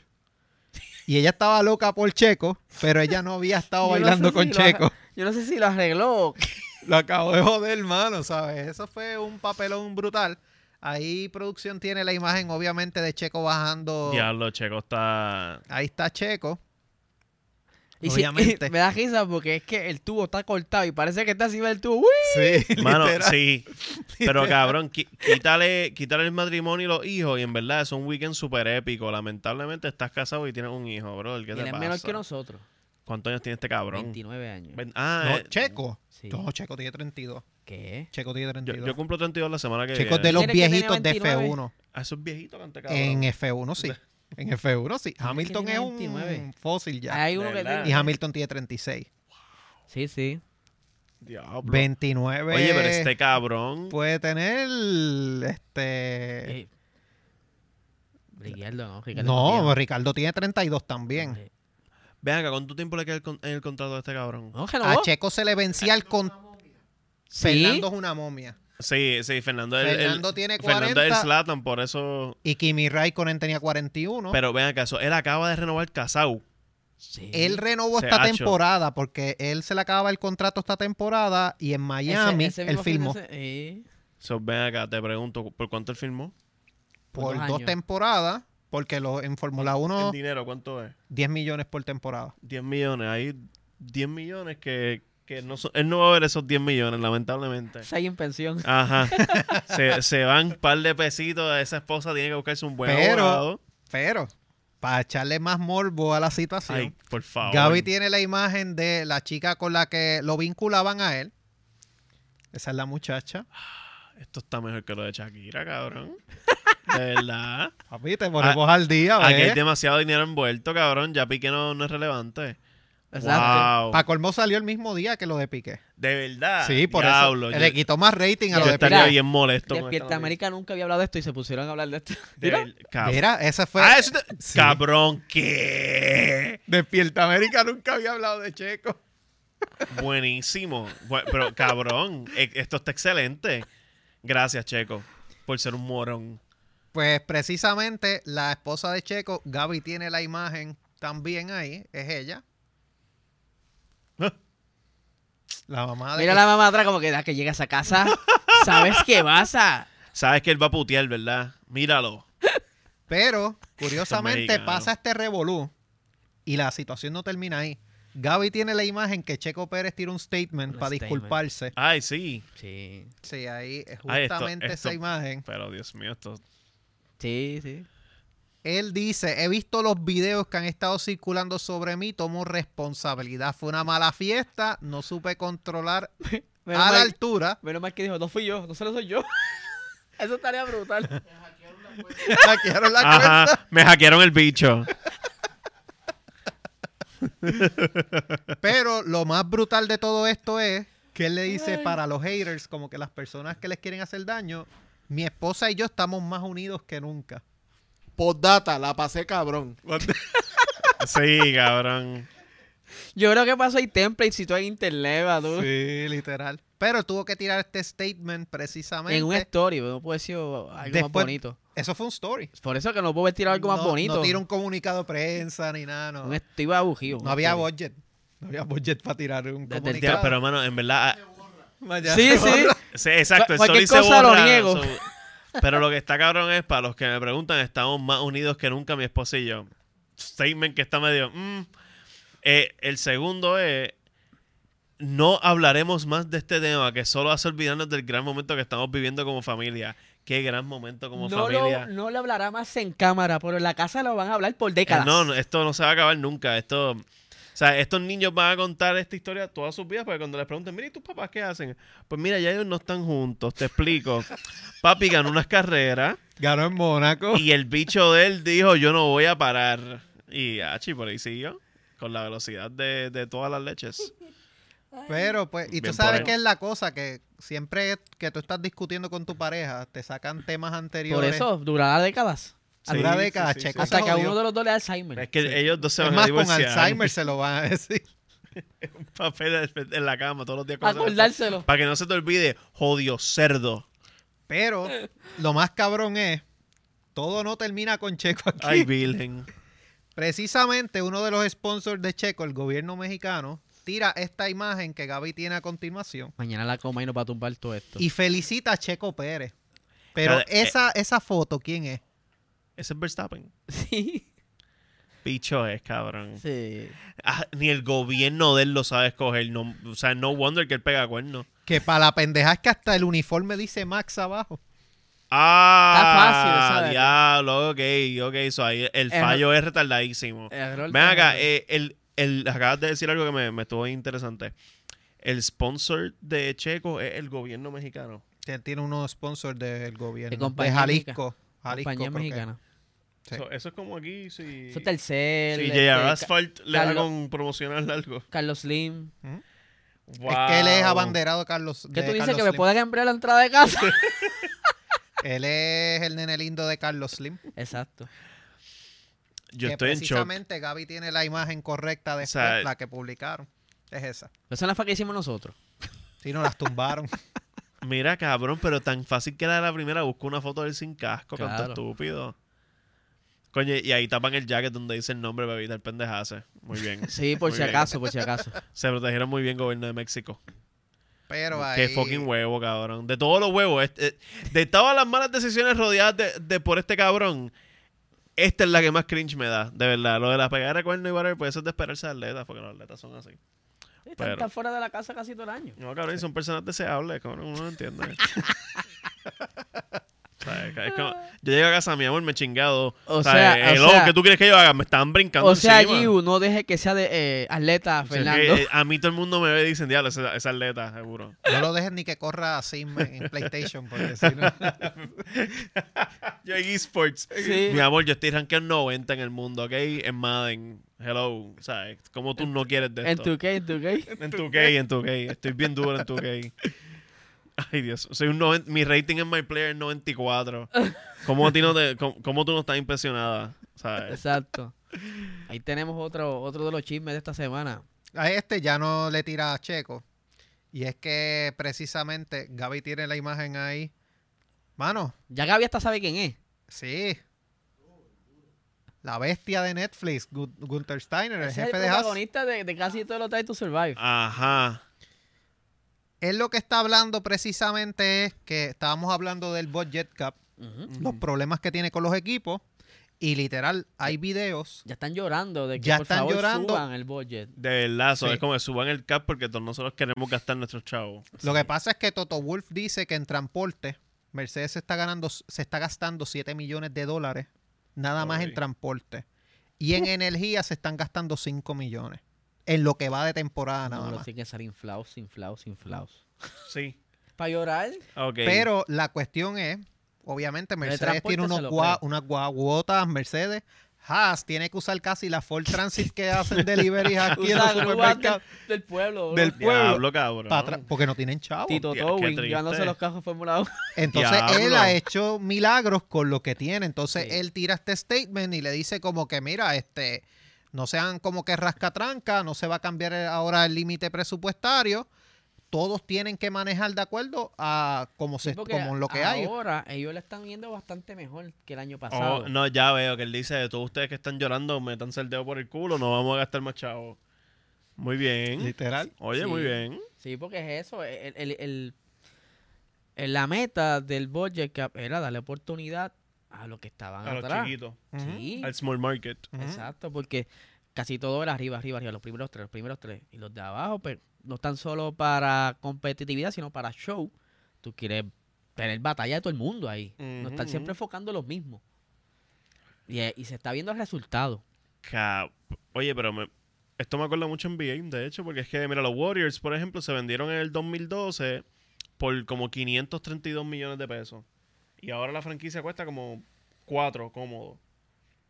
Speaker 1: y ella estaba loca por Checo, pero ella no había estado
Speaker 2: [LAUGHS] Yo no sé
Speaker 1: bailando
Speaker 2: si
Speaker 1: con
Speaker 2: lo
Speaker 1: Checo.
Speaker 2: ar- [LAUGHS] Yo no sé si lo arregló.
Speaker 1: [LAUGHS] Lo acabo de joder, hermano, ¿sabes? Eso fue un papelón brutal. Ahí producción tiene la imagen, obviamente, de Checo bajando.
Speaker 3: Diablo, Checo está.
Speaker 1: Ahí está Checo.
Speaker 2: Y si-
Speaker 1: Obviamente.
Speaker 2: me da risa porque es que el tubo está cortado y parece que está encima del tubo. ¡Uy!
Speaker 1: Sí,
Speaker 3: Mano,
Speaker 1: [LAUGHS] literal.
Speaker 3: sí. Pero cabrón, qui- quítale, quítale el matrimonio y los hijos. Y en verdad es un weekend súper épico. Lamentablemente estás casado y tienes un hijo, bro. ¿Qué
Speaker 2: Y
Speaker 3: te
Speaker 2: él es
Speaker 3: pasa?
Speaker 2: menor que nosotros.
Speaker 3: ¿Cuántos años tiene este cabrón?
Speaker 2: 29 años.
Speaker 3: Ve- Ah,
Speaker 1: No,
Speaker 3: eh,
Speaker 1: Checo.
Speaker 2: Sí.
Speaker 1: No, Checo tiene 32.
Speaker 2: ¿Qué?
Speaker 1: Checo tiene
Speaker 3: yo,
Speaker 1: 32.
Speaker 3: yo cumplo 32 la semana que
Speaker 1: Chicos de
Speaker 3: viene. Ah,
Speaker 1: los
Speaker 2: Tiene que tener
Speaker 1: viejitos de
Speaker 2: 29.
Speaker 1: F1.
Speaker 3: A esos viejitos que han te este
Speaker 1: En
Speaker 3: cabrón.
Speaker 1: F1
Speaker 3: [LAUGHS]
Speaker 1: sí. En F1 sí.
Speaker 2: que
Speaker 1: Hamilton
Speaker 2: tiene
Speaker 1: es
Speaker 2: 29.
Speaker 1: un fósil ya.
Speaker 2: Hay uno
Speaker 3: de
Speaker 2: que
Speaker 3: verdad.
Speaker 1: Y
Speaker 2: tiene...
Speaker 1: Hamilton tiene 36.
Speaker 2: Sí, sí.
Speaker 3: Diablo.
Speaker 1: 29.
Speaker 3: Oye, pero este cabrón.
Speaker 1: Puede tener. Este.
Speaker 2: Eh, Ricardo, ¿no? Ricardo
Speaker 1: No,
Speaker 2: tiene.
Speaker 1: Ricardo tiene 32 también.
Speaker 2: Eh,
Speaker 3: Vean acá, ¿cuánto tiempo le queda el, con- el contrato de este cabrón?
Speaker 2: No, que no.
Speaker 1: A Checo se le vencía el con.
Speaker 2: Sí.
Speaker 1: Fernando es una momia.
Speaker 3: Sí, sí, Fernando es el-
Speaker 1: Fernando
Speaker 3: el,
Speaker 1: tiene
Speaker 3: Fernando es el
Speaker 1: 40.
Speaker 3: Zlatan, por eso.
Speaker 1: Y Kimi Raikkonen tenía 41.
Speaker 3: Pero vean acá, eso, él acaba de renovar Casau.
Speaker 2: Sí.
Speaker 1: él renovó
Speaker 3: Se
Speaker 1: esta
Speaker 3: ha hecho.
Speaker 1: temporada porque él se le acaba el contrato esta temporada y en
Speaker 2: Ese-
Speaker 1: Miami
Speaker 2: ese
Speaker 1: él
Speaker 2: mismo fin de
Speaker 1: filmó
Speaker 2: se- eh.
Speaker 3: So, ven acá, te pregunto, ¿por cuánto él firmó?
Speaker 1: por
Speaker 2: dos
Speaker 1: dos
Speaker 2: años.
Speaker 1: temporadas porque lo, en Fórmula 1
Speaker 3: En dinero, ¿cuánto es?
Speaker 1: 10 millones por temporada.
Speaker 3: 10 millones. Hay 10 millones que, que no son- él no va a ver esos 10 millones, lamentablemente.
Speaker 2: Seis en pensión.
Speaker 1: [LAUGHS]
Speaker 3: Ajá. se, se van un par de pesitos. Esa esposa tiene que buscarse un buen
Speaker 1: Pero-
Speaker 3: abogado.
Speaker 1: Pero para echarle más morbo a la situación,
Speaker 3: Ay, por favor.
Speaker 1: Gaby tiene la imagen de la chica con la que lo vinculaban a él. Esa es la muchacha.
Speaker 3: Esto está mejor que lo de
Speaker 1: [LAUGHS]
Speaker 3: Shakira, cabrón. De verdad.
Speaker 1: Papi, te ponemos al día,
Speaker 3: Ah, Aquí hay
Speaker 1: ¿ves?
Speaker 3: demasiado dinero envuelto, cabrón. Ya Piqué no, no es relevante.
Speaker 2: Exacto.
Speaker 3: Wow.
Speaker 1: Pa' colmo salió el mismo día que lo de Piqué.
Speaker 3: De verdad.
Speaker 1: sí, por
Speaker 3: Ah, Diablo,
Speaker 1: eso.
Speaker 3: yo-
Speaker 1: Le quitó más rating a
Speaker 3: yo
Speaker 1: lo de
Speaker 3: estaría
Speaker 1: Piqué.
Speaker 2: Mira,
Speaker 3: bien molesto. con
Speaker 2: Despierta
Speaker 3: esta
Speaker 2: América nunca había hablado de esto y se pusieron a hablar
Speaker 1: [LAUGHS]
Speaker 2: de esto.
Speaker 3: noticia. De ver- cab-
Speaker 1: Mira, ese fue...
Speaker 3: Ah, eso te-
Speaker 1: Sí.
Speaker 3: Cabrón, ¿qué?
Speaker 1: Despierta América nunca había hablado de Checo.
Speaker 3: Buenísimo. Bu- Pero, cabrón, e- esto está excelente. Gracias, Checo, por ser un morón.
Speaker 1: Pues precisamente la esposa de Checo, Gaby tiene la imagen también ahí, es ella. [LAUGHS] La mamá Ah, de
Speaker 2: Mira la mamá atrás como que da que llegas
Speaker 1: [LAUGHS]
Speaker 2: a casa, sabes qué vas a...
Speaker 3: Sabes que él va a putear, ¿verdad? Míralo.
Speaker 1: Pero, curiosamente,
Speaker 3: Americano.
Speaker 1: pasa este revolú y la situación no termina ahí. Gaby tiene la imagen que Checo Pérez tira un statement
Speaker 2: Un
Speaker 1: para
Speaker 2: statement.
Speaker 1: disculparse.
Speaker 3: Ay, sí.
Speaker 2: Sí,
Speaker 1: Sí, ahí es
Speaker 3: Ay, esto-
Speaker 1: justamente
Speaker 3: esto-
Speaker 1: esa imagen.
Speaker 3: Pero, Dios mío, esto...
Speaker 2: sí, sí.
Speaker 1: Él dice, he visto los videos que han estado circulando sobre mí, tomo responsabilidad. Fue una mala fiesta, no supe controlar
Speaker 2: Menos,
Speaker 1: a la
Speaker 2: mal,
Speaker 1: altura.
Speaker 2: menos mal que dijo, no fui yo, no solo soy yo. [LAUGHS] Eso estaría
Speaker 1: [LAUGHS]
Speaker 2: brutal.
Speaker 1: Hackearon [LAUGHS] la cuenta.
Speaker 3: Ajá, me hackearon el bicho.
Speaker 1: Pero lo más brutal de todo esto es que él le dice para los haters, como que las personas que les quieren hacer daño, mi esposa y yo estamos más unidos que nunca.
Speaker 4: Postdata, la pasé cabrón.
Speaker 3: Sí, cabrón.
Speaker 2: Yo creo que pasó ahí template si tú en internet, va, tú.
Speaker 1: Sí, [LAUGHS] literal. Pero tuvo que tirar este statement precisamente.
Speaker 2: En un story, no puede ser algo más
Speaker 1: Después-
Speaker 2: bonito.
Speaker 1: Eso fue un story.
Speaker 2: Por eso que no puedo haber tirado algo más
Speaker 1: No-
Speaker 2: bonito.
Speaker 1: No tiró un comunicado de prensa ni nada. No,
Speaker 2: Un est- iba a bujío,
Speaker 1: No
Speaker 2: un
Speaker 1: había
Speaker 2: story.
Speaker 1: budget. No había budget para tirar un
Speaker 2: Desde el
Speaker 1: comunicado.
Speaker 3: Ya, pero, mano, en verdad...
Speaker 1: Mañana
Speaker 2: Sí,
Speaker 1: se
Speaker 2: [LAUGHS] sí.
Speaker 1: borra.
Speaker 3: Sí, exacto, el
Speaker 2: Cualquier
Speaker 3: Soli se
Speaker 2: cosa lo
Speaker 3: borra,
Speaker 2: niego.
Speaker 3: so- pero lo que está cabrón es, para los que me preguntan, estamos más unidos que nunca mi esposa y yo. Statement que está medio... mm. Eh, el segundo es, no hablaremos más de este tema, que solo hace olvidarnos del gran momento que estamos viviendo como familia. Qué gran momento [LAUGHS] como
Speaker 2: no,
Speaker 3: familia.
Speaker 2: lo, no lo hablará más en cámara, pero en la casa lo van a hablar por
Speaker 3: Eh,
Speaker 2: décadas.
Speaker 3: no, no, esto no se va a acabar nunca. Esto, o sea, estos niños van a contar esta historia todas sus vidas para que cuando les pregunten, mira, ¿y tus papás qué hacen? Pues mira, ya ellos no están juntos,
Speaker 1: [LAUGHS]
Speaker 3: te explico. Papi ganó unas carreras
Speaker 1: [LAUGHS] Ganó en Mónaco.
Speaker 3: y el bicho de él dijo, yo no voy a parar. Y achi, por ahí siguió, con la velocidad de, de todas las leches.
Speaker 1: Pero pues, y
Speaker 3: Bien
Speaker 1: tú
Speaker 3: por
Speaker 1: sabes
Speaker 3: él.
Speaker 1: que es la cosa que siempre que tú estás discutiendo con tu pareja, te sacan temas
Speaker 2: por
Speaker 1: anteriores.
Speaker 2: eso durará décadas.
Speaker 1: Sí, Dura
Speaker 3: sí,
Speaker 1: décadas,
Speaker 3: sí,
Speaker 1: Checo.
Speaker 3: sí, sí.
Speaker 2: Hasta que a
Speaker 1: jodió.
Speaker 2: uno de los dos le da Alzheimer. [LAUGHS]
Speaker 3: Es que ellos dos se
Speaker 1: Es
Speaker 3: van a
Speaker 1: más, con
Speaker 3: divorciar. [LAUGHS]
Speaker 1: Alzheimer se lo van a decir.
Speaker 3: Papel en la cama todos los días. cuando se-
Speaker 2: Acordárselo.
Speaker 3: Para que no se te olvide, jodio cerdo.
Speaker 1: Pero lo más cabrón es, todo no termina con Checo aquí.
Speaker 3: Ay, virgen.
Speaker 1: Precisamente uno de los sponsors de Checo, el gobierno mexicano, tira esta imagen que Gaby tiene a continuación
Speaker 2: Mañana la coma y nos va a tumbar todo esto.
Speaker 1: y felicita a Checo Pérez. Pero
Speaker 3: Cada- eh.
Speaker 1: esa, esa foto, ¿quién es?
Speaker 3: Ese es Verstappen.
Speaker 2: Sí.
Speaker 3: Bicho es, cabrón.
Speaker 2: [LAUGHS] sí.
Speaker 3: Ah, ni el gobierno de él lo sabe escoger. No, o sea, no wonder que él pega cuernos.
Speaker 1: Que para la pendeja es que hasta el uniforme dice Max abajo.
Speaker 3: Ah,
Speaker 2: Está fácil,
Speaker 3: diablo, ok, ok. so ahí el
Speaker 2: Es-
Speaker 3: fallo es retardadísimo.
Speaker 2: Error
Speaker 3: Ven acá,
Speaker 2: de-
Speaker 3: eh, el, el, acabas de decir algo que me, me estuvo interesante. El sponsor de Checo es el gobierno mexicano.
Speaker 1: Que tiene unos sponsors del gobierno.
Speaker 2: De
Speaker 1: De,
Speaker 2: compañía
Speaker 1: Jalisco. Jalisco
Speaker 2: compañía
Speaker 1: creo que.
Speaker 2: mexicana.
Speaker 1: Sí.
Speaker 3: So, eso es como aquí si,
Speaker 2: Eso
Speaker 3: si
Speaker 2: es Telcel. este,
Speaker 3: J.R.
Speaker 2: Ca-
Speaker 3: Asphalt le da
Speaker 2: Carlos-
Speaker 3: con promocionar algo.
Speaker 2: Carlos Slim.
Speaker 1: Es que él es
Speaker 3: Wow.
Speaker 1: abanderado Carlos.
Speaker 2: ¿Qué
Speaker 1: de
Speaker 2: tú dices?
Speaker 1: Carlos
Speaker 2: que me
Speaker 1: Slim.
Speaker 2: puedan emplear la entrada de casa.
Speaker 1: Él es el nene lindo de Carlos Slim.
Speaker 2: [LAUGHS] Exacto.
Speaker 3: Yo
Speaker 1: que
Speaker 3: estoy en shock.
Speaker 1: precisamente Gaby tiene la imagen correcta de
Speaker 3: sea,
Speaker 1: la que publicaron. Es esa.
Speaker 2: Esa es la fa que hicimos nosotros.
Speaker 1: Si no, las tumbaron. [LAUGHS]
Speaker 3: Mira, cabrón, pero tan fácil que era la primera, busco una foto del sin casco,
Speaker 2: Claro.
Speaker 3: canto estúpido. Coño, y ahí tapan el jacket donde dice el nombre para evitar pendejadas. Muy bien.
Speaker 2: Sí, por
Speaker 3: Muy
Speaker 2: si
Speaker 3: bien.
Speaker 2: acaso, por si acaso.
Speaker 3: Se protegieron muy bien gobierno de México.
Speaker 1: Pero ahí...
Speaker 3: Qué fucking huevo, cabrón. De todos los huevos, este- de todas las malas decisiones rodeadas de, de por este cabrón, esta es la que más cringe me da, de verdad. Lo de la pegada de cuerno y whatever, pues eso es de esperarse a atletas, porque los atletas son así.
Speaker 2: Están
Speaker 3: Pero-
Speaker 2: fuera de la casa casi todo el año. [LAUGHS]
Speaker 3: No, cabrón, y son personas deseables, cabrón, uno no entiende. O sea, es como- yo llego a casa, mi amor, me he chingado.
Speaker 2: O
Speaker 3: O,
Speaker 2: sea,
Speaker 3: sea, eh,
Speaker 2: o
Speaker 3: hello,
Speaker 2: sea-
Speaker 3: ¿qué tú quieres que yo haga? Me están brincando
Speaker 2: O sea,
Speaker 3: encima.
Speaker 2: Giu, no deje que sea de eh, atleta,
Speaker 3: O sea, que,
Speaker 2: Fernando.
Speaker 3: eh, a mí todo el mundo me ve y dicen, diablo, esa, esa atleta, seguro.
Speaker 1: No lo dejes ni que corra Sim en PlayStation, porque si no. [LAUGHS]
Speaker 3: Yo en esports.
Speaker 2: [LAUGHS] Sí.
Speaker 3: eh, Mi amor, yo estoy rankeando 90 en el mundo, ¿ok? En Madden. Hello. ¿Sabes? Como tú no quieres de
Speaker 2: En
Speaker 3: esto.
Speaker 2: tu qué, en tu
Speaker 3: [LAUGHS]
Speaker 2: qué.
Speaker 3: En tu gay, en tu gay. Estoy bien duro en tu gay. Ay, Dios. Soy un 90 mi rating en My Player es 94. ¿Cómo, a ti no te, cómo, cómo tú no estás impresionada? ¿Sabes?
Speaker 2: Exacto. Ahí tenemos otro, otro de los chismes de esta semana.
Speaker 1: A este ya no le tira a Checo. Y es que precisamente Gaby tiene la imagen ahí. Mano,
Speaker 2: Ya Gaby hasta sabe quién es.
Speaker 1: sí. La bestia de Netflix, Gu- Gunther Steiner, el
Speaker 2: Ese es el
Speaker 1: jefe de Haas.
Speaker 2: protagonista de, de casi todos los Try to Survive.
Speaker 3: Ah. Ajá.
Speaker 1: Él lo que está hablando precisamente es que estábamos hablando del budget cap,
Speaker 2: Ujú.
Speaker 1: los problemas que tiene con los equipos. Y literal, hay videos.
Speaker 2: Ya están llorando de que
Speaker 1: Ya
Speaker 2: por
Speaker 1: están
Speaker 2: favor
Speaker 1: llorando.
Speaker 2: suban el budget.
Speaker 3: De lazo.
Speaker 1: Sí.
Speaker 3: Es como que suban el cap porque todos nosotros queremos gastar nuestros chavos.
Speaker 1: Lo que pasa es que Toto Wolf dice que en transporte, Mercedes se está, ganando, se está gastando 7 millones de dólares nada más en
Speaker 3: Ok.
Speaker 1: transporte. Y
Speaker 2: [LAUGHS]
Speaker 1: en energía se están gastando 5 millones. En lo que va de temporada nada
Speaker 2: no,
Speaker 1: más.
Speaker 2: tienen que salir inflados, inflados, inflados.
Speaker 3: Sí.
Speaker 2: Para llorar.
Speaker 3: Ok.
Speaker 1: Pero la cuestión es, obviamente Mercedes
Speaker 2: transporte
Speaker 1: tiene
Speaker 2: se
Speaker 1: unos
Speaker 2: lo
Speaker 1: gua-
Speaker 2: creo.
Speaker 1: unas guaguotas, Mercedes. Haas tiene que usar casi la Ford Transit que hacen delivery
Speaker 2: [LAUGHS]
Speaker 1: aquí en los
Speaker 2: Usa grúas del,
Speaker 1: supermercados
Speaker 2: del pueblo.
Speaker 1: del
Speaker 2: bro.
Speaker 1: pueblo.
Speaker 3: Diablo, cabrón. Oh,
Speaker 1: pa' atrás, porque no tienen chavo.
Speaker 2: Tito
Speaker 3: Hostia, qué
Speaker 2: Towing
Speaker 3: triste.
Speaker 2: llevándose los cajos de Fórmula 1.
Speaker 1: Entonces él
Speaker 3: Diablo.
Speaker 1: ha hecho milagros con lo que tiene. Entonces
Speaker 2: Sí.
Speaker 1: él tira este statement y le dice como que mira, este, no sean como que rascatranca, no se va a cambiar el- ahora el límite presupuestario. Todos tienen que manejar de acuerdo a como se
Speaker 2: Porque
Speaker 1: como lo que hay.
Speaker 2: Ahora ellos la están viendo bastante mejor que el año pasado.
Speaker 3: Oh, no, ya veo que él dice, todos ustedes que están llorando, métanse el dedo por el culo, no vamos a gastar más chavos. Muy bien.
Speaker 1: Literal.
Speaker 3: Oye,
Speaker 2: Sí.
Speaker 3: muy bien.
Speaker 2: Sí, porque es eso. El, el- el- el- la meta del budget cap era darle oportunidad a los que estaban
Speaker 3: A los
Speaker 2: atrás.
Speaker 3: chiquitos.
Speaker 2: Sí,
Speaker 3: Al small market.
Speaker 1: Ujú.
Speaker 2: exacto, porque casi todo era arriba, arriba, arriba. Los primeros tres, los primeros tres. Y los de abajo, pero no tan solo para competitividad, sino para show. Tú quieres tener batalla de todo el mundo ahí. No
Speaker 3: Ujú,
Speaker 2: están siempre
Speaker 3: ujú.
Speaker 2: enfocando los mismos. Y, eh, y se está viendo el resultado.
Speaker 3: Ca- Oye, pero me- esto me acuerda mucho en NBA, de hecho, porque es que, mira, los Warriors, por ejemplo, se vendieron en el 2012 por como 532 millones de pesos. Y ahora la franquicia cuesta como 4 cómodo.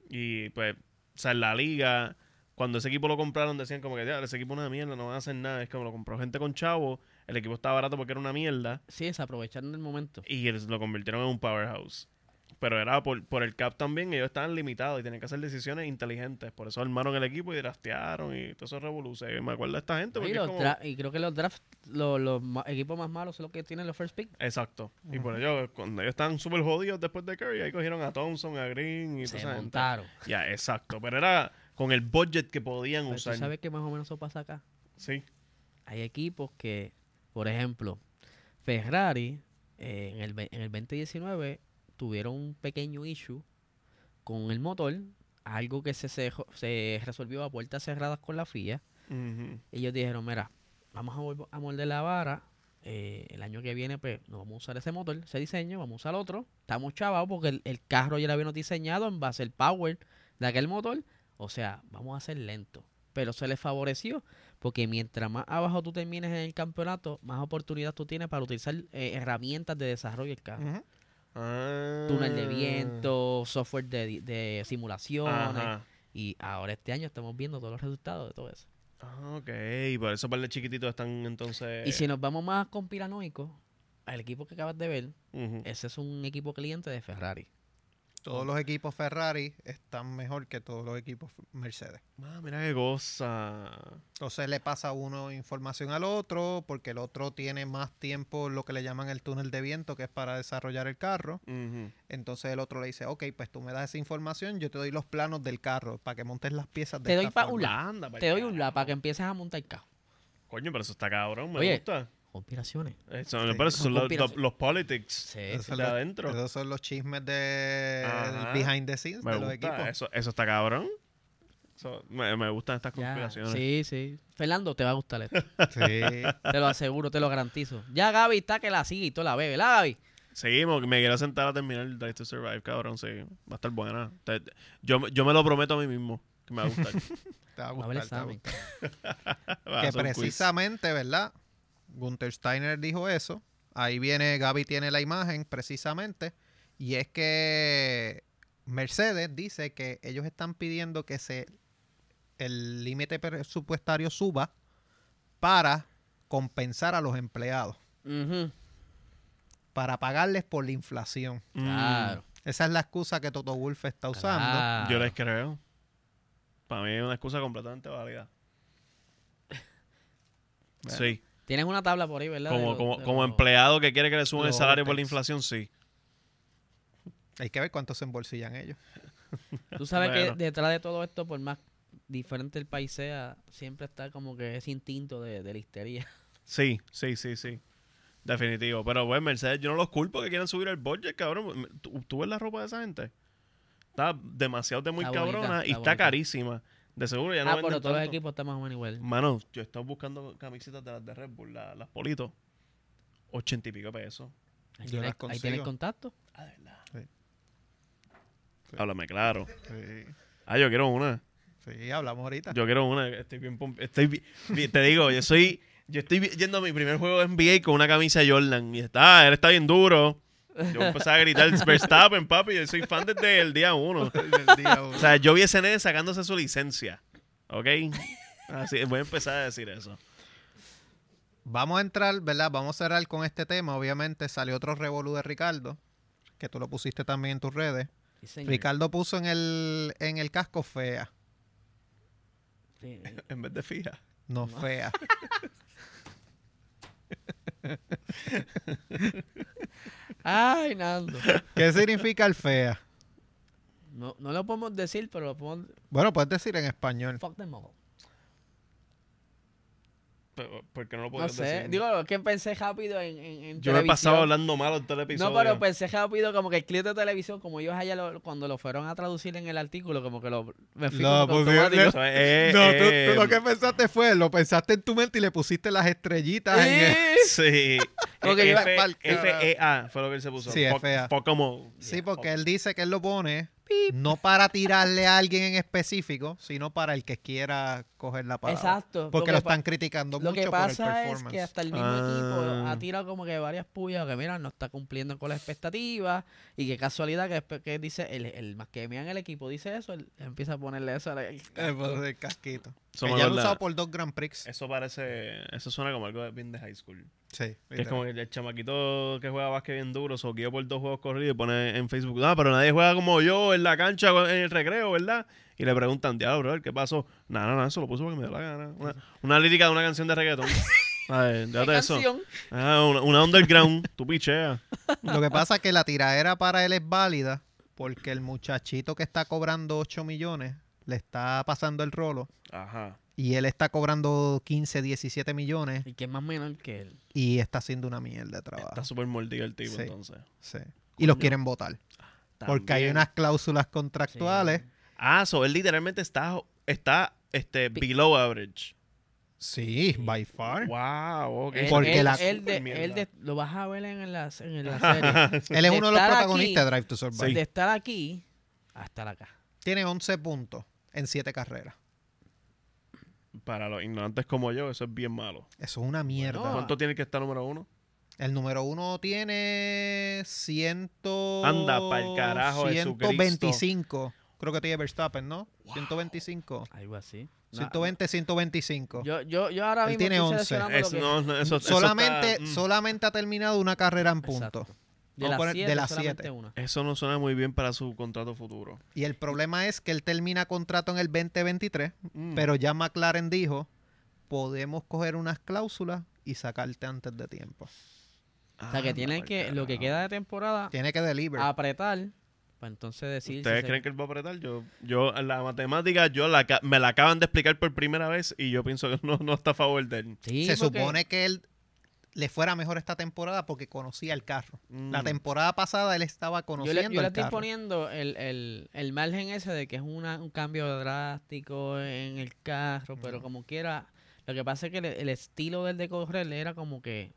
Speaker 3: Y pues, o sea, en la liga, cuando ese equipo lo compraron, decían como que, "Diablo, ese equipo es una mierda, no van a hacer nada. Es como lo compró gente con chavo, el equipo estaba barato porque era una mierda.
Speaker 2: Sí, desaprovecharon el momento.
Speaker 3: Y ellos lo convirtieron en un powerhouse. Pero era por, por el cap también, ellos estaban limitados y tenían que hacer decisiones inteligentes. Por eso armaron el equipo y draftearon y todo eso revolucionó. Y Me acuerdo de esta gente
Speaker 2: No,
Speaker 3: porque
Speaker 2: Y,
Speaker 3: es
Speaker 2: los
Speaker 3: como-
Speaker 2: dra- y creo que los drafts, los, los ma- equipos más malos son los que tienen los first pick.
Speaker 3: Exacto. Y por ello, cuando ellos estaban súper jodidos después de Curry, ahí cogieron a Thompson, a Green y toda
Speaker 2: Se
Speaker 3: esa gente.
Speaker 2: montaron.
Speaker 3: Ya, exacto. Pero era con el budget que podían
Speaker 2: Pero tú
Speaker 3: usar.
Speaker 2: sabes que más o menos eso pasa acá.
Speaker 3: Sí.
Speaker 2: Hay equipos que, por ejemplo, Ferrari eh, en, el, ve- en el 2019 tuvieron un pequeño issue con el motor, algo que se, cejo- se resolvió a puertas cerradas con la FIA.
Speaker 3: Ujú.
Speaker 2: Ellos dijeron, mira, vamos a, volv- a moldear la vara. eh, el año que viene, pues, no vamos a usar ese motor, ese diseño, vamos a usar otro. Estamos chavados porque el, el carro ya lo habíamos diseñado en base al power de aquel motor. O sea, vamos a ser lentos. Pero se les favoreció porque mientras más abajo tú termines en el campeonato, más oportunidad tú tienes para utilizar eh, herramientas de desarrollo del carro.
Speaker 1: Ujú.
Speaker 3: Ah.
Speaker 2: Túnel de viento, software de, di- de simulaciones.
Speaker 3: Ajá.
Speaker 2: Y ahora este año estamos viendo todos los resultados de todo eso.
Speaker 3: Ah, Ok, por eso para de chiquititos están entonces.
Speaker 2: Y si nos vamos más con piranoicos, el equipo que acabas de ver,
Speaker 3: Ujú.
Speaker 2: ese es un equipo cliente de Ferrari.
Speaker 1: Todos los equipos Ferrari están mejor que todos los equipos Mercedes.
Speaker 3: Ah, mira qué cosa.
Speaker 1: Entonces le pasa uno información al otro porque el otro tiene más tiempo lo que le llaman el túnel de viento que es para desarrollar el carro.
Speaker 3: Ujú.
Speaker 1: Entonces el otro le dice, ok, pues tú me das esa información, yo te doy los planos del carro para que montes las piezas de
Speaker 2: Te doy
Speaker 1: esta
Speaker 2: pa' un
Speaker 1: forma".
Speaker 2: lado.
Speaker 3: Anda, pa'l
Speaker 2: Te doy un
Speaker 3: carajo.
Speaker 2: la para que empieces a montar caos.
Speaker 3: Coño, pero eso está cabrón, me
Speaker 2: Oye.
Speaker 3: gusta.
Speaker 2: Conspiraciones.
Speaker 3: Eh, son-
Speaker 1: Sí.
Speaker 3: pero esos son los,
Speaker 2: Conspiración.
Speaker 3: los politics.
Speaker 2: Sí.
Speaker 1: Esos son
Speaker 3: de
Speaker 1: los-
Speaker 3: adentro.
Speaker 1: Esos son los chismes de
Speaker 3: Ajá.
Speaker 1: del behind the scenes
Speaker 3: Me
Speaker 1: de los
Speaker 3: gusta.
Speaker 1: equipos.
Speaker 3: Eso, eso está cabrón. Eso- me, me gustan estas
Speaker 2: Ya,
Speaker 3: conspiraciones.
Speaker 2: Sí, sí. Fernando, te va a gustar esto.
Speaker 1: Sí.
Speaker 2: te lo aseguro, te lo garantizo. Ya Gaby está que la sigue y tú la bebe. ¿La Gaby?
Speaker 3: Sí. Sí, mo- me quiero sentar a terminar el Drive to Survive, cabrón. Sí, va a estar buena. Te- te- Yo, yo me lo prometo a mí mismo que me va a
Speaker 2: [LAUGHS]
Speaker 3: gustar.
Speaker 1: Te va a
Speaker 2: Va a haber
Speaker 1: gustar, te va a
Speaker 2: examen.
Speaker 1: gustar.
Speaker 3: Va a
Speaker 1: Que
Speaker 3: ser un quiz.
Speaker 1: precisamente, ¿verdad? Gunther Steiner dijo eso. Ahí viene, Gaby tiene la imagen, precisamente. Y es que Mercedes dice que ellos están pidiendo que se el límite presupuestario suba para compensar a los empleados,
Speaker 2: Ujú,
Speaker 1: para pagarles por la inflación.
Speaker 3: Mm,
Speaker 2: Claro.
Speaker 1: Esa es la excusa que Toto Wolff está usando.
Speaker 2: claro.
Speaker 3: Yo les creo. Para mí es una excusa completamente válida.
Speaker 2: [LAUGHS]
Speaker 3: Sí.
Speaker 2: Tienes una tabla por ahí, ¿verdad?
Speaker 3: Como,
Speaker 2: De
Speaker 3: como,
Speaker 2: lo- de
Speaker 3: como
Speaker 2: lo-
Speaker 3: empleado que quiere que le suban el
Speaker 1: los
Speaker 3: salario por la
Speaker 1: overtakes.
Speaker 3: inflación, sí.
Speaker 1: Hay que ver cuánto se embolsillan ellos.
Speaker 2: Tú sabes
Speaker 3: Bueno.
Speaker 2: que detrás de todo esto, por más diferente el país sea, siempre está como que ese instinto de, de la histería.
Speaker 3: Sí, sí, sí, sí. Definitivo. Pero, bueno, Mercedes, yo no los culpo que quieran subir el budget, cabrón. ¿Tú, tú ves la ropa de esa gente? Está demasiado de muy
Speaker 2: Está bonita,
Speaker 3: cabrona y
Speaker 2: está
Speaker 3: está
Speaker 2: bonita.
Speaker 3: carísima. De seguro ya no
Speaker 2: ah,
Speaker 3: venden
Speaker 2: pero todos los
Speaker 3: tanto.
Speaker 2: equipos están más o menos igual.
Speaker 3: Mano, yo estaba buscando camisetas de las de Red Bull, la- las Polito. Ochenta y pico pesos.
Speaker 2: Ahí
Speaker 1: Yo
Speaker 2: tienes,
Speaker 1: las
Speaker 2: ahí tienes
Speaker 1: consigo.
Speaker 2: contacto.
Speaker 3: Ah, de verdad.
Speaker 1: Sí. Sí.
Speaker 3: Háblame claro.
Speaker 1: Sí,
Speaker 3: Ah, yo quiero una.
Speaker 1: sí, hablamos ahorita.
Speaker 3: Yo quiero una. Estoy bien. pomp- Estoy bi- bi- te digo, yo soy. Yo estoy vi- yendo a mi primer juego de NBA con una camisa Jordan. Y está, él está bien duro. Yo empecé a
Speaker 1: [LAUGHS]
Speaker 3: gritar Verstappen, papi. Yo soy fan desde el día uno.
Speaker 1: [LAUGHS] Del día uno.
Speaker 3: O sea, yo vi a SNL sacándose su licencia. ¿Ok? Así, voy a empezar a decir eso.
Speaker 1: Vamos a entrar, ¿verdad? Vamos a cerrar con este tema. Obviamente salió otro revolú de Ricardo, que tú lo pusiste también en tus redes.
Speaker 2: Sí, señor.
Speaker 1: Ricardo puso en el, en el casco fea.
Speaker 2: Sí, sí.
Speaker 3: En vez de fija.
Speaker 1: No,
Speaker 2: No.
Speaker 1: fea.
Speaker 2: Ay, Nando.
Speaker 1: ¿Qué [LAUGHS] significa el fea?
Speaker 2: No, no lo podemos decir, pero lo podemos.
Speaker 1: Bueno, puedes decir en español.
Speaker 2: Fuck them all.
Speaker 3: Pero, ¿Por qué no lo
Speaker 2: No
Speaker 3: podías
Speaker 2: sé.
Speaker 3: decir?
Speaker 2: Digo, es que pensé rápido en. en, en
Speaker 3: yo me he pasado
Speaker 2: televisión.
Speaker 3: hablando malo en todo el episodio.
Speaker 2: No, pero pues, pensé rápido como que el cliente de televisión, como ellos allá lo- cuando lo fueron a traducir en el artículo, como que lo... Me fui
Speaker 1: No,
Speaker 2: como que
Speaker 1: pues,
Speaker 2: automático.
Speaker 3: Eso es- eh,
Speaker 1: no, tú,
Speaker 3: eh,
Speaker 1: tú lo que pensaste fue, lo pensaste en tu mente y le pusiste las estrellitas en el... [LAUGHS]
Speaker 2: Eh,
Speaker 3: Sí.
Speaker 2: Ok,
Speaker 3: Eh,
Speaker 2: iba
Speaker 3: F-
Speaker 1: pa'l carajo.
Speaker 3: F-E-A fue lo que él se puso.
Speaker 1: Sí,
Speaker 3: Fuck-
Speaker 1: FA.
Speaker 3: fuck 'em all.
Speaker 1: Sí,
Speaker 3: Yeah,
Speaker 1: porque
Speaker 3: fuck.
Speaker 1: él dice que él lo pone no para tirarle a alguien en específico, sino para el que quiera coger la palabra.
Speaker 2: Exacto. Lo
Speaker 1: Porque
Speaker 2: que
Speaker 1: lo
Speaker 2: pa-
Speaker 1: están criticando
Speaker 2: Lo
Speaker 1: mucho
Speaker 2: que
Speaker 1: por el
Speaker 2: pasa es
Speaker 1: performance.
Speaker 2: que hasta el mismo equipo
Speaker 3: Ah.
Speaker 2: ha tirado como que varias puyas que, mira, no está cumpliendo con las expectativas y qué casualidad que, después que dice, el, el más que mira en el equipo dice eso, él empieza a ponerle eso. a la-
Speaker 1: Eh, pues, el casquito.
Speaker 3: Eso
Speaker 1: que
Speaker 3: me
Speaker 1: ya lo he
Speaker 3: acuerda-
Speaker 1: usado por dos Grand Prix.
Speaker 3: Eso parece. Eso suena como algo de bien de high school.
Speaker 1: Sí.
Speaker 3: Que es como que el chamaquito que juega básquet bien duro, soqueó por dos juegos corridos y pone en Facebook. Ah, pero nadie juega como yo en la cancha, en el recreo, ¿verdad? Y le preguntan, diablo, brother, ¿qué pasó? No, no, no, eso lo puso porque me dio la gana. Una, una lírica de una canción de reggaetón. A ver, déjate
Speaker 2: ¿Qué
Speaker 3: eso.
Speaker 2: canción?
Speaker 3: Ah, una, una underground, tú picheas.
Speaker 1: Lo que pasa es que la tiradera para él es válida porque el muchachito que está cobrando 8 millones le está pasando el rolo
Speaker 3: Ajá.
Speaker 1: y él está cobrando 15, 17 millones
Speaker 2: Y que es más menor que él.
Speaker 1: y está haciendo una mierda de trabajo.
Speaker 3: Está súper mordido el tipo,
Speaker 1: Sí.
Speaker 3: entonces.
Speaker 1: Sí. Y los
Speaker 3: Coño.
Speaker 1: quieren votar porque hay
Speaker 3: También.
Speaker 1: unas cláusulas contractuales.
Speaker 3: Ah, so él literalmente está, está este,
Speaker 2: Pi-
Speaker 3: below average.
Speaker 1: Sí, by far.
Speaker 3: Wow, ok.
Speaker 2: Él-
Speaker 1: Porque
Speaker 2: él-
Speaker 1: la-
Speaker 2: él de-
Speaker 3: Mierda.
Speaker 2: él de- lo vas a ver en la, en
Speaker 3: [LAUGHS]
Speaker 2: la serie.
Speaker 1: Él es
Speaker 2: de
Speaker 1: uno de los
Speaker 2: estar
Speaker 1: protagonistas de
Speaker 2: aquí-
Speaker 1: Drive to Survive.
Speaker 3: Sí.
Speaker 2: de estar aquí a estar acá.
Speaker 1: Tiene 11 puntos en 7 carreras.
Speaker 3: Para los ignorantes como yo, eso es bien malo.
Speaker 1: Eso es una mierda.
Speaker 2: Bueno,
Speaker 3: ¿Cuánto tiene que estar número uno?
Speaker 1: El número uno tiene ciento...
Speaker 3: Anda pa'l carajo,
Speaker 1: 125. Creo que tiene Verstappen, ¿no? 125.
Speaker 2: Algo así. No,
Speaker 1: 120, 125.
Speaker 2: Yo, yo, yo ahora
Speaker 1: Él
Speaker 2: mismo
Speaker 1: tiene
Speaker 2: estoy
Speaker 1: 11.
Speaker 2: seleccionando lo
Speaker 3: Es-
Speaker 2: Ah, que-
Speaker 3: no, no, eso- eso
Speaker 1: solamente,
Speaker 3: está- mm.
Speaker 1: solamente ha terminado una carrera en
Speaker 2: Exacto.
Speaker 1: punto.
Speaker 2: De
Speaker 1: Vamos a
Speaker 2: las
Speaker 1: poner- de
Speaker 2: 7,
Speaker 1: las
Speaker 2: solamente
Speaker 1: siete.
Speaker 2: una.
Speaker 3: Eso no suena muy bien para su contrato futuro.
Speaker 1: Y el problema es que él termina contrato en el 2023,
Speaker 3: Mm.
Speaker 1: pero ya McLaren dijo, podemos coger unas cláusulas y sacarte antes de tiempo.
Speaker 2: O sea, que
Speaker 3: Anda
Speaker 2: tienen
Speaker 3: pa'l
Speaker 2: que, lo que
Speaker 3: Ah, carajo.
Speaker 2: queda de temporada,
Speaker 1: Tiene que deliver.
Speaker 2: apretar para entonces decir.
Speaker 3: ¿Ustedes
Speaker 2: si se-
Speaker 3: creen que él va a apretar? Yo, yo, la matemática, yo la, ca- me la acaban de explicar por primera vez y yo pienso que no, no está a favor de él.
Speaker 2: Sí,
Speaker 1: Se
Speaker 2: porque-
Speaker 1: supone que él le fuera mejor esta temporada porque conocía el carro. La
Speaker 3: Mm.
Speaker 1: temporada pasada él estaba
Speaker 2: Yo
Speaker 1: conociendo
Speaker 2: le, yo le
Speaker 1: el
Speaker 2: estoy
Speaker 1: carro.
Speaker 2: poniendo el, el, el margen ese de que es una, un cambio drástico en el carro, pero
Speaker 1: Ujú.
Speaker 2: como quiera. Lo que pasa es que el, el estilo del de correr era como que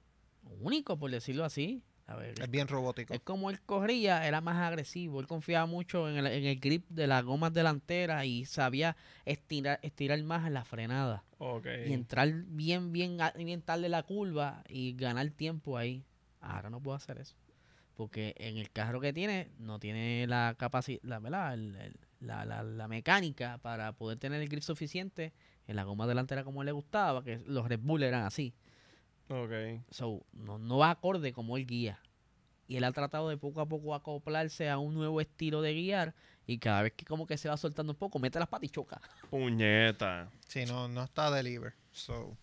Speaker 2: único, por decirlo así. A ver,
Speaker 1: Es bien robótico.
Speaker 2: es como él corría, era más agresivo. Él confiaba mucho en el, en el grip de las gomas delanteras y sabía estirar, estirar más en la frenada.
Speaker 3: Ok.
Speaker 2: Y entrar bien, bien, a- bien tarde la curva y ganar tiempo ahí. Ahora no puedo hacer eso. Porque en el carro que tiene, no tiene la capacidad, la, ¿verdad? El- el- la, la- la mecánica para poder tener el grip suficiente en la goma delantera como le gustaba, que los Red Bull eran así.
Speaker 3: Ok.
Speaker 2: So, no, no va acorde como el guía. Y él ha tratado de poco a poco acoplarse a un nuevo estilo de guiar. Y cada vez que como que se va soltando un poco, mete las patas y choca.
Speaker 3: Puñeta.
Speaker 1: Sí, no, no está deliver. So,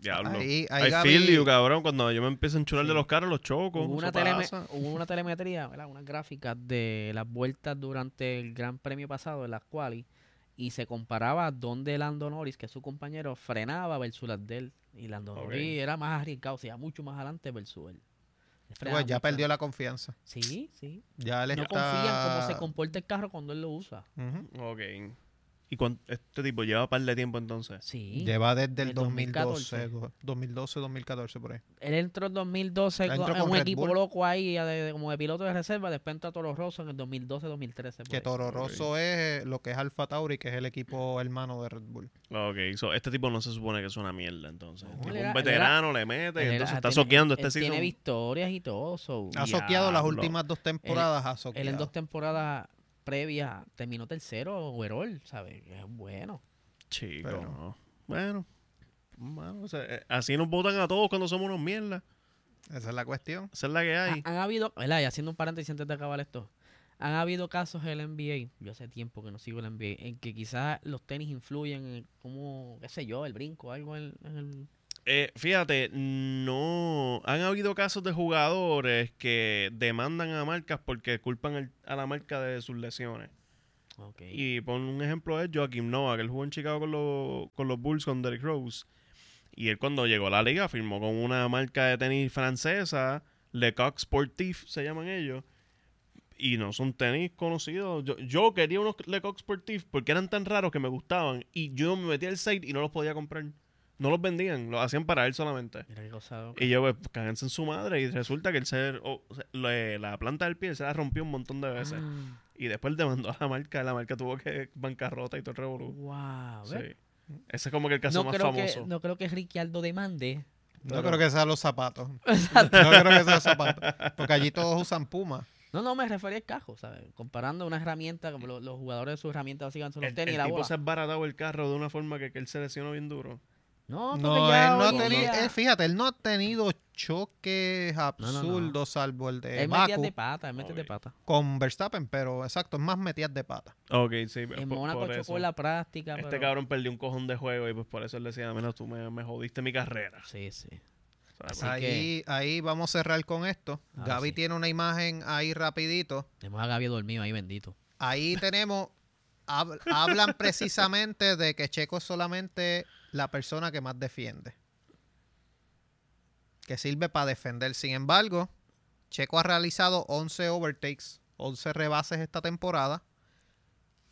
Speaker 3: Diablo.
Speaker 1: Ahí- ahí
Speaker 3: I
Speaker 1: Gaby-
Speaker 3: feel you, cabrón. Cuando yo me empiezo a enchular
Speaker 2: Sí.
Speaker 3: de los carros, los choco.
Speaker 2: Hubo una,
Speaker 3: Eso
Speaker 2: teleme-
Speaker 3: pasa.
Speaker 2: hubo una telemetría, ¿verdad? unas gráficas de las vueltas durante el Gran Premio pasado de las quali y se comparaba dónde Lando Norris, que es su compañero, frenaba versus las de él. Y Lando
Speaker 3: Ok.
Speaker 2: Norris era más arriesgado, se iba mucho más adelante versus él. Él frenaba
Speaker 1: pues, ya
Speaker 2: mucho
Speaker 1: perdió
Speaker 2: antes.
Speaker 1: la confianza.
Speaker 2: Sí, sí.
Speaker 1: Ya él
Speaker 2: no
Speaker 1: está...
Speaker 2: confían cómo se comporta el carro cuando él lo usa.
Speaker 1: Ujú.
Speaker 3: Ok. ¿Y cuán- este tipo lleva par de tiempo entonces?
Speaker 2: Sí.
Speaker 1: Lleva desde el
Speaker 2: El
Speaker 1: 2012,
Speaker 2: 2014.
Speaker 1: go- 2012, por ahí.
Speaker 2: Él entró en 2012
Speaker 1: Entró
Speaker 2: con- en
Speaker 1: con
Speaker 2: un
Speaker 1: Red
Speaker 2: equipo
Speaker 1: Bull.
Speaker 2: loco ahí eh, de- de- como de piloto de reserva. Después entra Toro Rosso en el 2012-2013.
Speaker 3: Pues,
Speaker 1: Que Toro Rosso es eh, lo que es Alfa Tauri, que es el equipo hermano de Red Bull.
Speaker 3: Ok. so, este tipo no se supone que es una mierda entonces.
Speaker 1: No.
Speaker 3: Tipo,
Speaker 2: Él
Speaker 3: un
Speaker 2: era- él
Speaker 3: veterano le mete y
Speaker 2: Él era-
Speaker 3: entonces está
Speaker 2: tiene-
Speaker 3: soqueando
Speaker 2: él
Speaker 3: este
Speaker 2: Tiene
Speaker 3: season.
Speaker 2: victorias y todo. so,
Speaker 1: Ha soqueado las
Speaker 3: Diablo.
Speaker 1: últimas dos temporadas, ha soqueado.
Speaker 2: él en dos temporadas previas terminó tercero overall, ¿sabes? Es bueno.
Speaker 3: Chico.
Speaker 1: Pero-
Speaker 3: no. Bueno. Bueno, o sea, eh, así nos votan a todos cuando somos unos mierdas.
Speaker 1: Esa es la cuestión.
Speaker 3: Esa es la que
Speaker 2: Ha-
Speaker 3: hay.
Speaker 2: han habido, ¿verdad? Y haciendo un paréntesis antes de acabar esto. Han habido casos en el NBA, yo hace tiempo que no sigo el NBA, en que quizás los tenis influyen en como, qué sé yo, el brinco, algo en, en el...
Speaker 3: Eh, fíjate, no. Han habido casos de jugadores que demandan a marcas porque culpan al- a la marca de sus lesiones.
Speaker 2: Ok.
Speaker 3: Y por un ejemplo es Joaquim Noah, que él jugó en Chicago con, los- con los Bulls, con Derrick Rose. Y él cuando llegó a la liga firmó con una marca de tenis francesa, Le Coq Sportif se llaman ellos. Y no son tenis conocidos. Yo, yo quería unos Le Coq Sportif porque eran tan raros que me gustaban. Y yo me metí al site y no los podía comprar. No los vendían, los hacían para él solamente.
Speaker 2: Mira qué cosa loca.
Speaker 3: Y yo, pues, cáganse en su madre. Y resulta que el ser, oh, se- le- la planta del pie se la rompió un montón de veces.
Speaker 2: Ah,
Speaker 3: Y después demandó a la marca. La marca tuvo que bancarrota y todo el revolú.
Speaker 2: wow, ¿ves?
Speaker 3: Sí. Ese es como que el caso
Speaker 2: no,
Speaker 3: más
Speaker 2: creo
Speaker 3: famoso.
Speaker 2: que, no creo que Ricky Aldo demande.
Speaker 1: No
Speaker 3: Pero-
Speaker 1: creo que sean los
Speaker 2: [LAUGHS]
Speaker 1: zapatos. No creo que sean los zapatos. Porque allí todos usan Puma.
Speaker 2: No, no, me refería al cajo, ¿sabes? Comparando una herramienta, como lo- los jugadores de su herramienta básicamente son los
Speaker 3: El,
Speaker 2: tenis y
Speaker 3: el
Speaker 2: la
Speaker 3: tipo
Speaker 2: bola.
Speaker 3: se ha baratado el carro de una forma que, que él se lesionó bien duro.
Speaker 2: No, porque
Speaker 1: No,
Speaker 2: ya
Speaker 1: él no ha
Speaker 2: hoy en
Speaker 1: tenido,
Speaker 2: día-
Speaker 1: eh, fíjate, él no ha tenido choques
Speaker 2: no, no.
Speaker 1: absurdos salvo el de
Speaker 2: Él metía
Speaker 1: Baku
Speaker 2: de pata, él metía de
Speaker 3: Oye.
Speaker 2: pata.
Speaker 1: con Verstappen, pero exacto, es más metidas de pata.
Speaker 3: Ok, sí.
Speaker 2: En
Speaker 3: pues, por-
Speaker 2: Mónaco
Speaker 3: por
Speaker 2: chocó
Speaker 3: eso.
Speaker 2: en la práctica.
Speaker 3: Este
Speaker 2: pero-
Speaker 3: cabrón perdió un cojón de juego y pues por eso él decía, menos tú me, me jodiste mi carrera.
Speaker 2: Sí, sí.
Speaker 3: ¿Sabes?
Speaker 2: Así
Speaker 1: ahí, ahí vamos a cerrar con esto.
Speaker 2: Ah,
Speaker 1: Gaby
Speaker 2: sí.
Speaker 1: tiene una imagen ahí rapidito.
Speaker 2: Tenemos a Gaby dormido ahí, bendito.
Speaker 1: Ahí tenemos, hab- hablan precisamente de que Checo es solamente la persona que más defiende. Que sirve para defender. Sin embargo, Checo ha realizado 11 overtakes, 11 rebases esta temporada.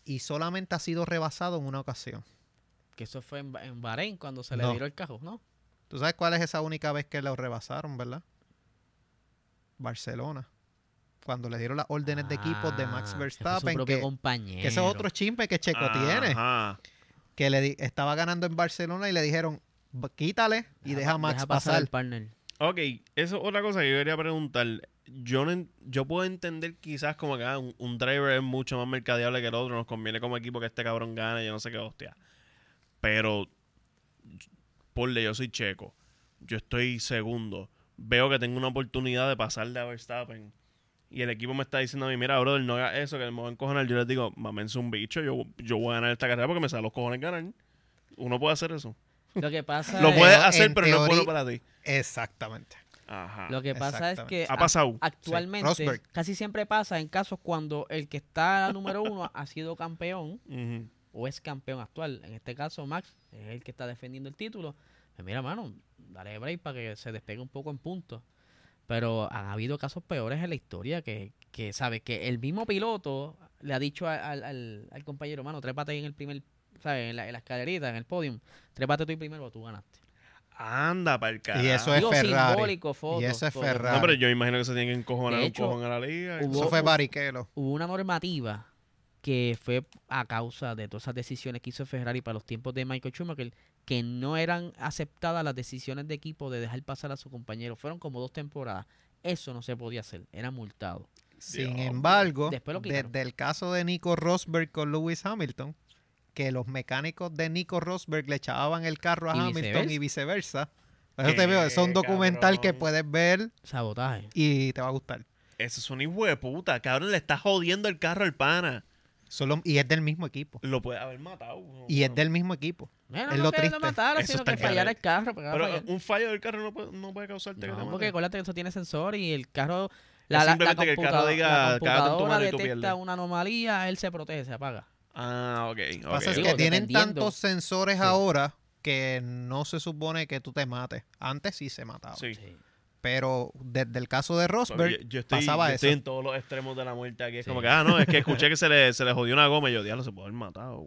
Speaker 1: Y solamente ha sido rebasado en una ocasión.
Speaker 2: Que eso fue en, Ba- en Bahrein cuando se le
Speaker 1: No.
Speaker 2: tiró el cajo, ¿no?
Speaker 1: ¿Tú sabes cuál es esa única vez que lo rebasaron, verdad? Barcelona. Cuando le dieron las órdenes de equipo de Max
Speaker 2: Ah, Que fue su
Speaker 1: Verstappen.
Speaker 2: propio
Speaker 1: Que,
Speaker 2: compañero.
Speaker 1: que ese es otro chimpe que Checo tiene.
Speaker 3: Ajá.
Speaker 1: que le di- estaba ganando en Barcelona y le dijeron "B- quítale y deja a Max pasar.
Speaker 2: al partner.
Speaker 3: Ok, eso es otra cosa que yo quería preguntar. Yo, no en- yo puedo entender quizás como que ah, un, un driver es mucho más mercadeable que el otro, nos conviene como equipo que este cabrón gane, yo no sé qué hostia. Pero, porle, yo soy checo, yo estoy segundo, veo que tengo una oportunidad de pasarle a Verstappen. Y el equipo me está diciendo a mí, mira, brother, no hagas eso, que me voy a encojonar. Yo les digo, mamense un bicho, yo, yo voy a ganar esta carrera porque me salen los cojones ganar. Uno puede hacer eso.
Speaker 2: Lo que pasa,
Speaker 3: Lo
Speaker 2: es-
Speaker 3: puedes
Speaker 1: en
Speaker 3: hacer, pero no es bueno
Speaker 1: teoría-
Speaker 3: para ti.
Speaker 1: Exactamente.
Speaker 3: Ajá.
Speaker 2: lo que pasa es que
Speaker 3: ha
Speaker 2: a-
Speaker 3: pasado.
Speaker 2: actualmente
Speaker 1: Rosberg.
Speaker 2: casi siempre pasa en casos cuando el que está número uno ha sido campeón
Speaker 3: Ujú.
Speaker 2: o es campeón actual. En este caso, Max es el que está defendiendo el título. Pues mira, mano, dale break para que se despegue un poco en puntos. Pero han habido casos peores en la historia que, que sabes, que el mismo piloto le ha dicho al, al- al- al compañero, mano, trépate ahí en el primer, ¿sabes? En la, en la escalerita, en el podium, trépate tú y primero, tú ganaste.
Speaker 3: Anda, para el carajo.
Speaker 1: Y eso es
Speaker 2: Digo,
Speaker 1: Ferrari.
Speaker 2: simbólico, fotos,
Speaker 1: Y eso es
Speaker 2: todo.
Speaker 1: Ferrari.
Speaker 3: No, pero yo imagino que se tienen que encojonar
Speaker 2: De
Speaker 3: un
Speaker 2: hecho,
Speaker 3: cojón a la liga.
Speaker 2: hubo-
Speaker 1: Eso fue Barrichello.
Speaker 2: Hubo una normativa que fue a causa de todas esas decisiones que hizo Ferrari para los tiempos de Michael Schumacher, que no eran aceptadas las decisiones de equipo de dejar pasar a su compañero. Fueron como dos temporadas. Eso no se podía hacer, era multado.
Speaker 1: Sin
Speaker 3: Diablo.
Speaker 1: embargo,
Speaker 2: Después lo quitaron.
Speaker 1: desde el caso de Nico Rosberg con Lewis Hamilton, que los mecánicos de Nico Rosberg le echaban el carro a
Speaker 2: Y
Speaker 1: Hamilton
Speaker 2: viceversa.
Speaker 1: y viceversa. Por eso te veo, es un
Speaker 3: Qué
Speaker 1: documental que
Speaker 3: cabrón.
Speaker 1: puedes ver
Speaker 2: Sabotaje.
Speaker 1: y te va a gustar.
Speaker 3: Eso es un hijo de puta. Cabrón, le está jodiendo el carro al pana.
Speaker 1: Solo, y es del mismo equipo.
Speaker 3: Lo puede haber matado.
Speaker 1: Y es del mismo equipo.
Speaker 2: Bueno,
Speaker 1: Es
Speaker 2: no
Speaker 1: lo
Speaker 2: que lo
Speaker 1: triste.
Speaker 2: mataron,
Speaker 3: Eso
Speaker 2: sino
Speaker 3: está
Speaker 2: que fallara
Speaker 3: cabrón.
Speaker 2: el carro. porque va a
Speaker 3: Pero eh, uh,
Speaker 2: fallar.
Speaker 3: un fallo del carro no puede, no puede causarte que te
Speaker 2: No,
Speaker 3: mate.
Speaker 2: porque acuérdate que eso tiene sensor y el carro.
Speaker 3: Es simplemente que el carro
Speaker 2: computa-
Speaker 3: diga,
Speaker 2: la
Speaker 3: "Cada tanto
Speaker 2: computadora
Speaker 3: mano y tú
Speaker 2: detecta
Speaker 3: pierdes".
Speaker 2: una anomalía, él se protege, se apaga.
Speaker 3: Ah, ok. ok,
Speaker 1: Pasa es
Speaker 3: ok.
Speaker 2: Digo,
Speaker 1: que tienen
Speaker 2: dependiendo.
Speaker 1: tantos sensores
Speaker 2: Sí.
Speaker 1: ahora que no se supone que tú te mates. Antes sí se mataba.
Speaker 3: Sí.
Speaker 1: Pero desde el caso de
Speaker 3: Porque
Speaker 1: Rosberg
Speaker 3: Yo, yo estoy,
Speaker 1: pasaba eso.
Speaker 3: yo estoy en todos los extremos de la muerte aquí. Es
Speaker 2: Sí.
Speaker 3: como que, ah, no, es que escuché que se le, se le jodió una goma y yo, diablo, se puede haber matado.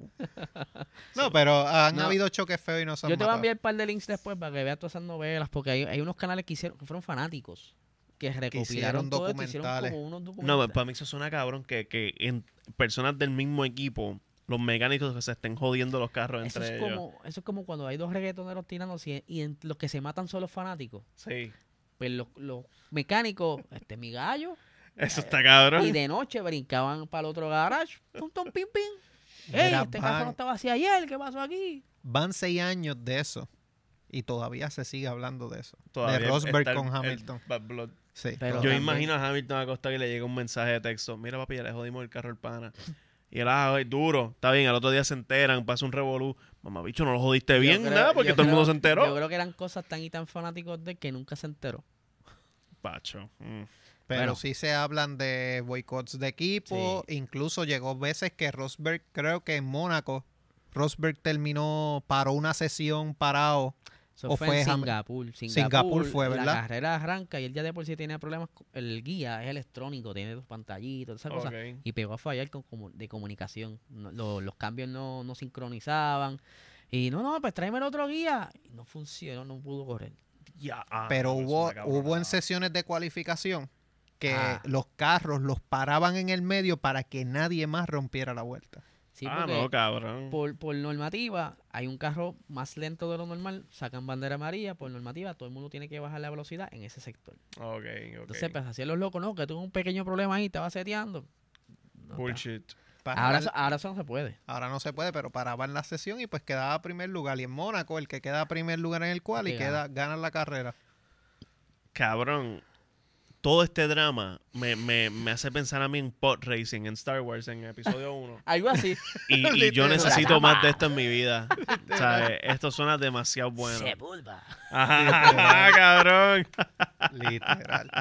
Speaker 1: No, pero han
Speaker 2: No.
Speaker 1: habido choques feos y no se han
Speaker 2: Yo te voy a
Speaker 1: matado.
Speaker 2: enviar un par de links después para que veas todas esas novelas, porque hay, hay unos canales que hicieron, que fueron fanáticos, que recopilaron
Speaker 1: hicieron
Speaker 2: todo esto, hicieron
Speaker 1: documentales.
Speaker 2: como unos
Speaker 3: No,
Speaker 2: documentales.
Speaker 3: para mí eso suena cabrón que, que en personas del mismo equipo, los mecánicos que se estén jodiendo los carros
Speaker 2: eso
Speaker 3: entre
Speaker 2: es
Speaker 3: ellos.
Speaker 2: como, eso es como cuando hay dos reggaetoneros tirándose y, y en- los que se matan son los fanáticos.
Speaker 3: Sí.
Speaker 2: Pues los, los mecánicos, [LAUGHS] este mi gallo,
Speaker 3: Eso está cabrón.
Speaker 2: Eh, y de noche brincaban para el otro garage, pum, tum, pim,
Speaker 1: [LAUGHS]
Speaker 2: pim.
Speaker 1: Mira,
Speaker 2: Ey, este carro
Speaker 1: van-
Speaker 2: no estaba así ayer, ¿qué pasó aquí?
Speaker 1: Van seis años de eso. Y todavía se sigue hablando de eso.
Speaker 3: Todavía
Speaker 1: de Rosberg
Speaker 3: está el-
Speaker 1: con
Speaker 3: el
Speaker 1: Hamilton.
Speaker 3: bad blood.
Speaker 1: Sí.
Speaker 2: Pero
Speaker 3: yo
Speaker 1: todavía.
Speaker 2: también-
Speaker 3: imagino a Hamilton Acosta que le llega un mensaje de texto. Mira, papi, ya le jodimos el carro al pana. Y él, ah, ay, duro. Está bien, al otro día se enteran, pasa un revolú. Mamá, bicho, no lo jodiste bien,
Speaker 2: Yo creo-
Speaker 3: nada, porque
Speaker 2: yo
Speaker 3: todo el
Speaker 2: creo-
Speaker 3: mundo se enteró.
Speaker 2: Yo creo que eran cosas tan y tan fanáticos de él que nunca se enteró.
Speaker 3: Pacho. mm.
Speaker 1: Pero
Speaker 2: Bueno.
Speaker 1: sí se hablan de boicots de equipo. Incluso llegó veces que Rosberg, creo que en Mónaco, Rosberg terminó, paró una sesión parado.
Speaker 3: Ah,
Speaker 2: Eso
Speaker 1: ¿O
Speaker 2: fue,
Speaker 1: fue
Speaker 2: en
Speaker 1: Jama-
Speaker 2: Singapur. Singapur.
Speaker 1: Singapur fue, ¿verdad?
Speaker 2: La carrera arranca y él ya de por sí tenía problemas. con- El guía es electrónico, tiene dos pantallitos, esas cosas.
Speaker 3: Ok.
Speaker 2: Y pegó a fallar con, comu- de comunicación. No- lo- los cambios no, no sincronizaban. Y no, no, pues tráeme el otro guía. Y no funcionó, no pudo correr.
Speaker 3: Ya, ah,
Speaker 1: pero
Speaker 3: no, eso
Speaker 1: hubo,
Speaker 3: está cabrón,
Speaker 1: hubo en
Speaker 3: ah.
Speaker 1: sesiones de cualificación que
Speaker 2: Ah.
Speaker 1: los carros los paraban en el medio para que nadie más rompiera la vuelta.
Speaker 2: Sí,
Speaker 3: ah,
Speaker 2: porque
Speaker 3: no, cabrón.
Speaker 2: por, por normativa, hay un carro más lento de lo normal, sacan bandera amarilla. Por normativa, todo el mundo tiene que bajar la velocidad en ese sector.
Speaker 3: Ok, ok.
Speaker 2: Entonces, pues así los locos, no, que tuvo un pequeño problema ahí, estaba seteando. No está.
Speaker 3: Bullshit.
Speaker 1: Paraban-
Speaker 2: Ahora, eso- ahora eso no se puede.
Speaker 1: Ahora no se puede, pero paraban la sesión y pues quedaba primer lugar. Y en Mónaco, el que queda primer lugar en el cual y
Speaker 2: Que
Speaker 1: queda, gana la carrera.
Speaker 3: Cabrón. Todo este drama me, me, me hace pensar a mí en pod racing, en Star Wars, en
Speaker 2: [LAUGHS]
Speaker 3: episodio 1.
Speaker 2: Algo así.
Speaker 3: Y, y yo
Speaker 1: Literal.
Speaker 3: necesito más de esto en mi
Speaker 2: [LAUGHS]
Speaker 3: vida. ¿Sabes? Esto suena demasiado bueno.
Speaker 2: Sepulva.
Speaker 3: Ajá, cabrón.
Speaker 1: Literal.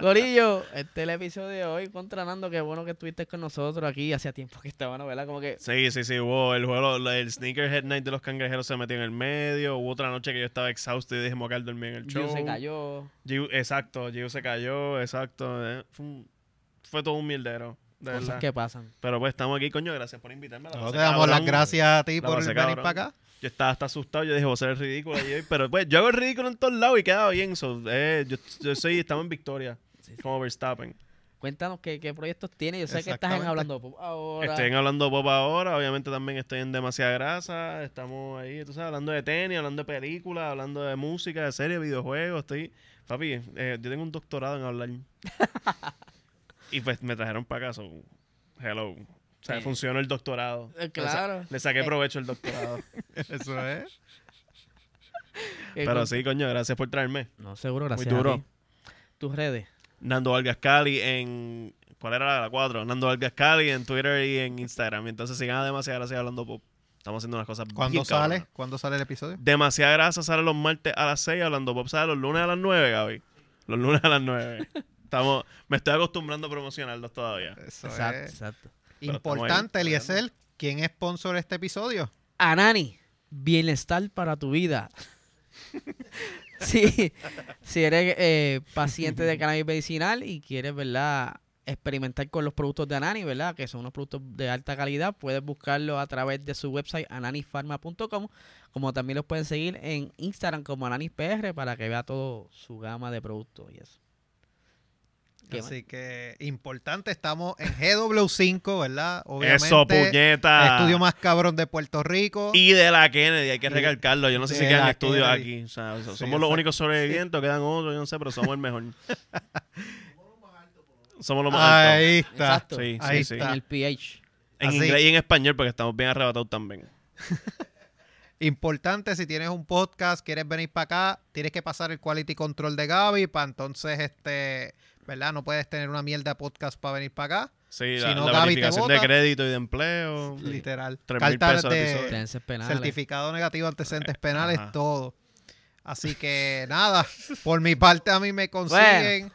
Speaker 2: Gorillo, este es el episodio de hoy contra Nando. Qué bueno que estuviste con nosotros aquí. Hacía tiempo que estaba novela, como que.
Speaker 3: Sí, sí, sí. Hubo el juego, la- el Sneakerhead Night de los cangrejeros se metió en el medio. Hubo otra noche que yo estaba exhausto y dije, Mocal dormí en el show.
Speaker 2: Gio se cayó.
Speaker 3: Giu- exacto, Giu se cayó, exacto. eh, Fue, un- fue todo un mierdero. de
Speaker 2: Cosas
Speaker 3: verdad.
Speaker 2: que pasan.
Speaker 3: Pero pues estamos aquí, coño, gracias por invitarme. la
Speaker 1: Nosotros
Speaker 3: pasé
Speaker 1: te damos
Speaker 3: cabrón.
Speaker 1: las gracias a ti
Speaker 3: La
Speaker 1: por
Speaker 3: pasé
Speaker 1: venir
Speaker 3: cabrón.
Speaker 1: para acá.
Speaker 3: Yo estaba hasta asustado, yo dije, voy a ser el ridículo. y- pero pues yo hago el ridículo en todos lados y quedaba bien. so, eh, yo, yo soy, estamos en victoria. Como Verstappen.
Speaker 2: Cuéntanos qué, qué proyectos tienes. Yo sé que estás en
Speaker 1: Exactamente.
Speaker 2: hablando Pop ahora.
Speaker 3: Estoy en hablando pop ahora, obviamente también estoy en demasiada grasa. Estamos ahí, tú sabes, hablando de tenis, hablando de películas, hablando de música, de series, videojuegos. Estoy, papi, eh, yo tengo un doctorado en
Speaker 2: [LAUGHS]
Speaker 3: hablar. y pues me trajeron para acá, so, hello. O sea,
Speaker 2: Sí.
Speaker 3: funcionó el doctorado.
Speaker 2: Eh, Claro.
Speaker 3: Le saqué provecho el doctorado.
Speaker 1: Eso es.
Speaker 2: Eh,
Speaker 3: Pero
Speaker 2: con-
Speaker 3: sí, coño, gracias por traerme.
Speaker 2: No, seguro, gracias.
Speaker 3: duro.
Speaker 2: a ti. Tus redes.
Speaker 3: Nando Vargas Cali en. ¿Cuál era la 4? Nando Vargas Cali en Twitter y en Instagram. Entonces sigan a demasiada gracias hablando pop. Estamos haciendo unas cosas bien
Speaker 1: ¿Cuándo
Speaker 3: cabronas.
Speaker 1: sale? ¿Cuándo sale el episodio?
Speaker 3: Demasiada grasa sale los martes a las 6, hablando pop sale los lunes a las 9, Gaby. Los lunes a las
Speaker 1: [LAUGHS]
Speaker 3: 9. Estamos, me estoy acostumbrando a promocionarlos todavía.
Speaker 1: Eso
Speaker 2: exacto,
Speaker 1: es.
Speaker 2: exacto.
Speaker 3: Pero estamos ahí,
Speaker 1: Importante, Eliezer. ¿Quién es sponsor de este episodio?
Speaker 2: Anani, bienestar para tu vida. sí, si eres eh, paciente de cannabis medicinal y quieres, ¿verdad? experimentar con los productos de Anani, ¿verdad? Que son unos productos de alta calidad. Puedes buscarlo a través de su website ananifarma.com, como también los pueden seguir en Instagram como AnaniPR para que vea toda su gama de productos y eso. ¿Qué más?
Speaker 1: Así que importante, estamos en GW5, ¿verdad? Obviamente.
Speaker 3: Eso, puñeta.
Speaker 1: Estudio más cabrón de Puerto Rico.
Speaker 3: Y de la Kennedy, hay que
Speaker 1: Y-
Speaker 3: recalcarlo. Yo no sé si
Speaker 1: de
Speaker 3: quedan
Speaker 1: la
Speaker 3: estudios
Speaker 1: Kennedy.
Speaker 3: aquí. o sea, somos
Speaker 1: Sí,
Speaker 3: los
Speaker 1: exacto.
Speaker 3: únicos sobrevivientes, quedan otros, yo no sé, pero somos
Speaker 1: [LAUGHS]
Speaker 3: el mejor. somos los más altos.
Speaker 1: Ahí está.
Speaker 2: Exacto.
Speaker 3: Sí, sí,
Speaker 1: Ahí
Speaker 3: sí.
Speaker 1: está.
Speaker 2: En el
Speaker 1: Eh,
Speaker 2: PH.
Speaker 3: En
Speaker 1: Así.
Speaker 3: inglés y en español, porque estamos bien arrebatados también.
Speaker 1: Importante, si tienes un podcast, quieres venir para acá, tienes que pasar el quality control de Gaby, para entonces, este, ¿verdad? No puedes tener una mierda de podcast para venir para acá.
Speaker 3: Sí,
Speaker 1: Si
Speaker 3: la,
Speaker 1: no, Gaby
Speaker 3: la
Speaker 1: te
Speaker 3: verificación de
Speaker 1: vota.
Speaker 3: crédito y de empleo.
Speaker 1: Literal.
Speaker 3: Tres mil
Speaker 1: Cartas
Speaker 3: pesos al episodio.
Speaker 1: de
Speaker 2: Tense penales.
Speaker 1: certificado negativo ante antecedentes penales,
Speaker 3: ajá.
Speaker 1: todo. Así que [LAUGHS] nada, por mi parte a mí me consiguen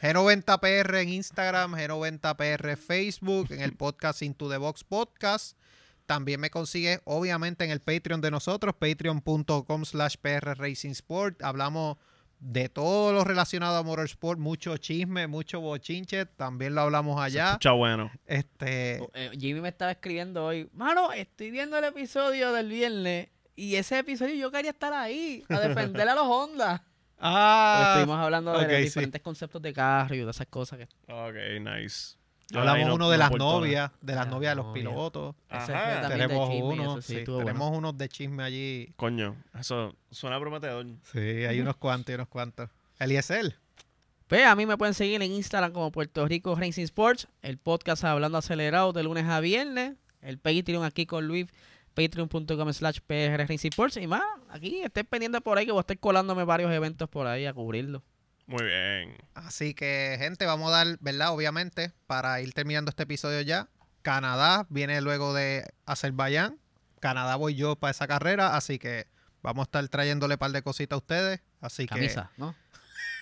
Speaker 1: G90PR en Instagram, G90PR en Facebook, en el podcast Into the Box Podcast. También me consigues, obviamente, en el Patreon de nosotros, patreon.com slash PR Racing Sport. Hablamos de todo lo relacionado a Motorsport, mucho chisme, mucho bochinche. También lo hablamos allá.
Speaker 3: Mucha bueno.
Speaker 1: Este,
Speaker 2: Eh, Jimmy me estaba escribiendo hoy, mano, estoy viendo el episodio del viernes y ese episodio yo quería estar ahí a defender a los Honda. Porque
Speaker 1: [LAUGHS] ah,
Speaker 2: estuvimos hablando de
Speaker 1: ok,
Speaker 2: los
Speaker 1: sí.
Speaker 2: diferentes conceptos de carro y de esas cosas. Que...
Speaker 3: Ok, nice. Yo ahí
Speaker 1: Hablamos
Speaker 3: no-
Speaker 1: uno de
Speaker 3: no
Speaker 1: las
Speaker 3: por todas.
Speaker 1: novias, de las
Speaker 2: Las
Speaker 1: novias de los
Speaker 2: novias.
Speaker 1: pilotos.
Speaker 2: Ese
Speaker 3: Ajá.
Speaker 2: fue también
Speaker 1: Tenemos
Speaker 2: de chisme y
Speaker 1: uno,
Speaker 2: eso sí,
Speaker 1: sí,
Speaker 2: estuvo bueno.
Speaker 1: tenemos unos de chisme allí.
Speaker 3: Coño, eso suena prometedor.
Speaker 1: Sí, hay unos cuantos y unos cuantos. Eliezer,
Speaker 2: Pues a mí me pueden seguir en Instagram como Puerto Rico Racing Sports, el podcast Hablando Acelerado de lunes a viernes, el Patreon aquí con Luis, patreon.com slash PR Racing Sports y más, aquí estén pendientes por ahí que voy a estar colándome varios eventos por ahí a cubrirlo.
Speaker 3: Muy bien.
Speaker 1: así que gente, vamos a dar, ¿verdad? Obviamente, para ir terminando este episodio ya, Canadá viene luego de Azerbaiyán. Canadá voy yo para esa carrera, así que vamos a estar trayéndole par de cositas a ustedes. Así
Speaker 2: Camisa, ¿no?
Speaker 1: que.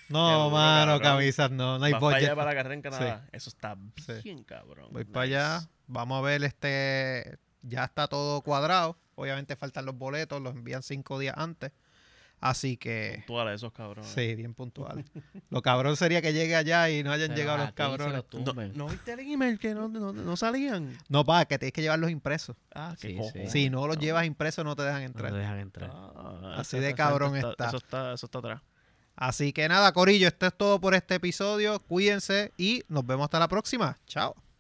Speaker 1: No,
Speaker 3: Seguro,
Speaker 1: mano,
Speaker 3: cabrón.
Speaker 1: camisas, no, no hay
Speaker 3: Vas para allá
Speaker 1: budget.
Speaker 3: para la carrera en Canadá. Eso está bien, cabrón.
Speaker 1: Voy
Speaker 3: Nice.
Speaker 1: para allá. Vamos a ver, este. Ya está todo cuadrado. Obviamente faltan los boletos, los envían cinco días antes. Así que.
Speaker 3: Puntual a esos cabrones.
Speaker 1: Eh. Sí, bien puntual. [LAUGHS] Lo cabrón sería que llegue allá y no hayan
Speaker 2: Se
Speaker 1: llegado
Speaker 2: los
Speaker 1: los
Speaker 2: atice,
Speaker 1: cabrones.
Speaker 2: los tumben.
Speaker 3: viste el email que no, no, no salían.
Speaker 1: No, pa, que tienes que llevarlos impresos.
Speaker 3: Ah, qué
Speaker 2: Sí,
Speaker 3: cojo.
Speaker 2: sí.
Speaker 1: Si no los llevas impresos, no te dejan
Speaker 2: No te
Speaker 1: entrar.
Speaker 2: dejan entrar.
Speaker 3: Ah,
Speaker 1: Así de cabrón está.
Speaker 3: Eso está, eso está atrás.
Speaker 1: Así que nada, Corillo, esto es todo por este episodio. Cuídense y nos vemos hasta la próxima. Chao.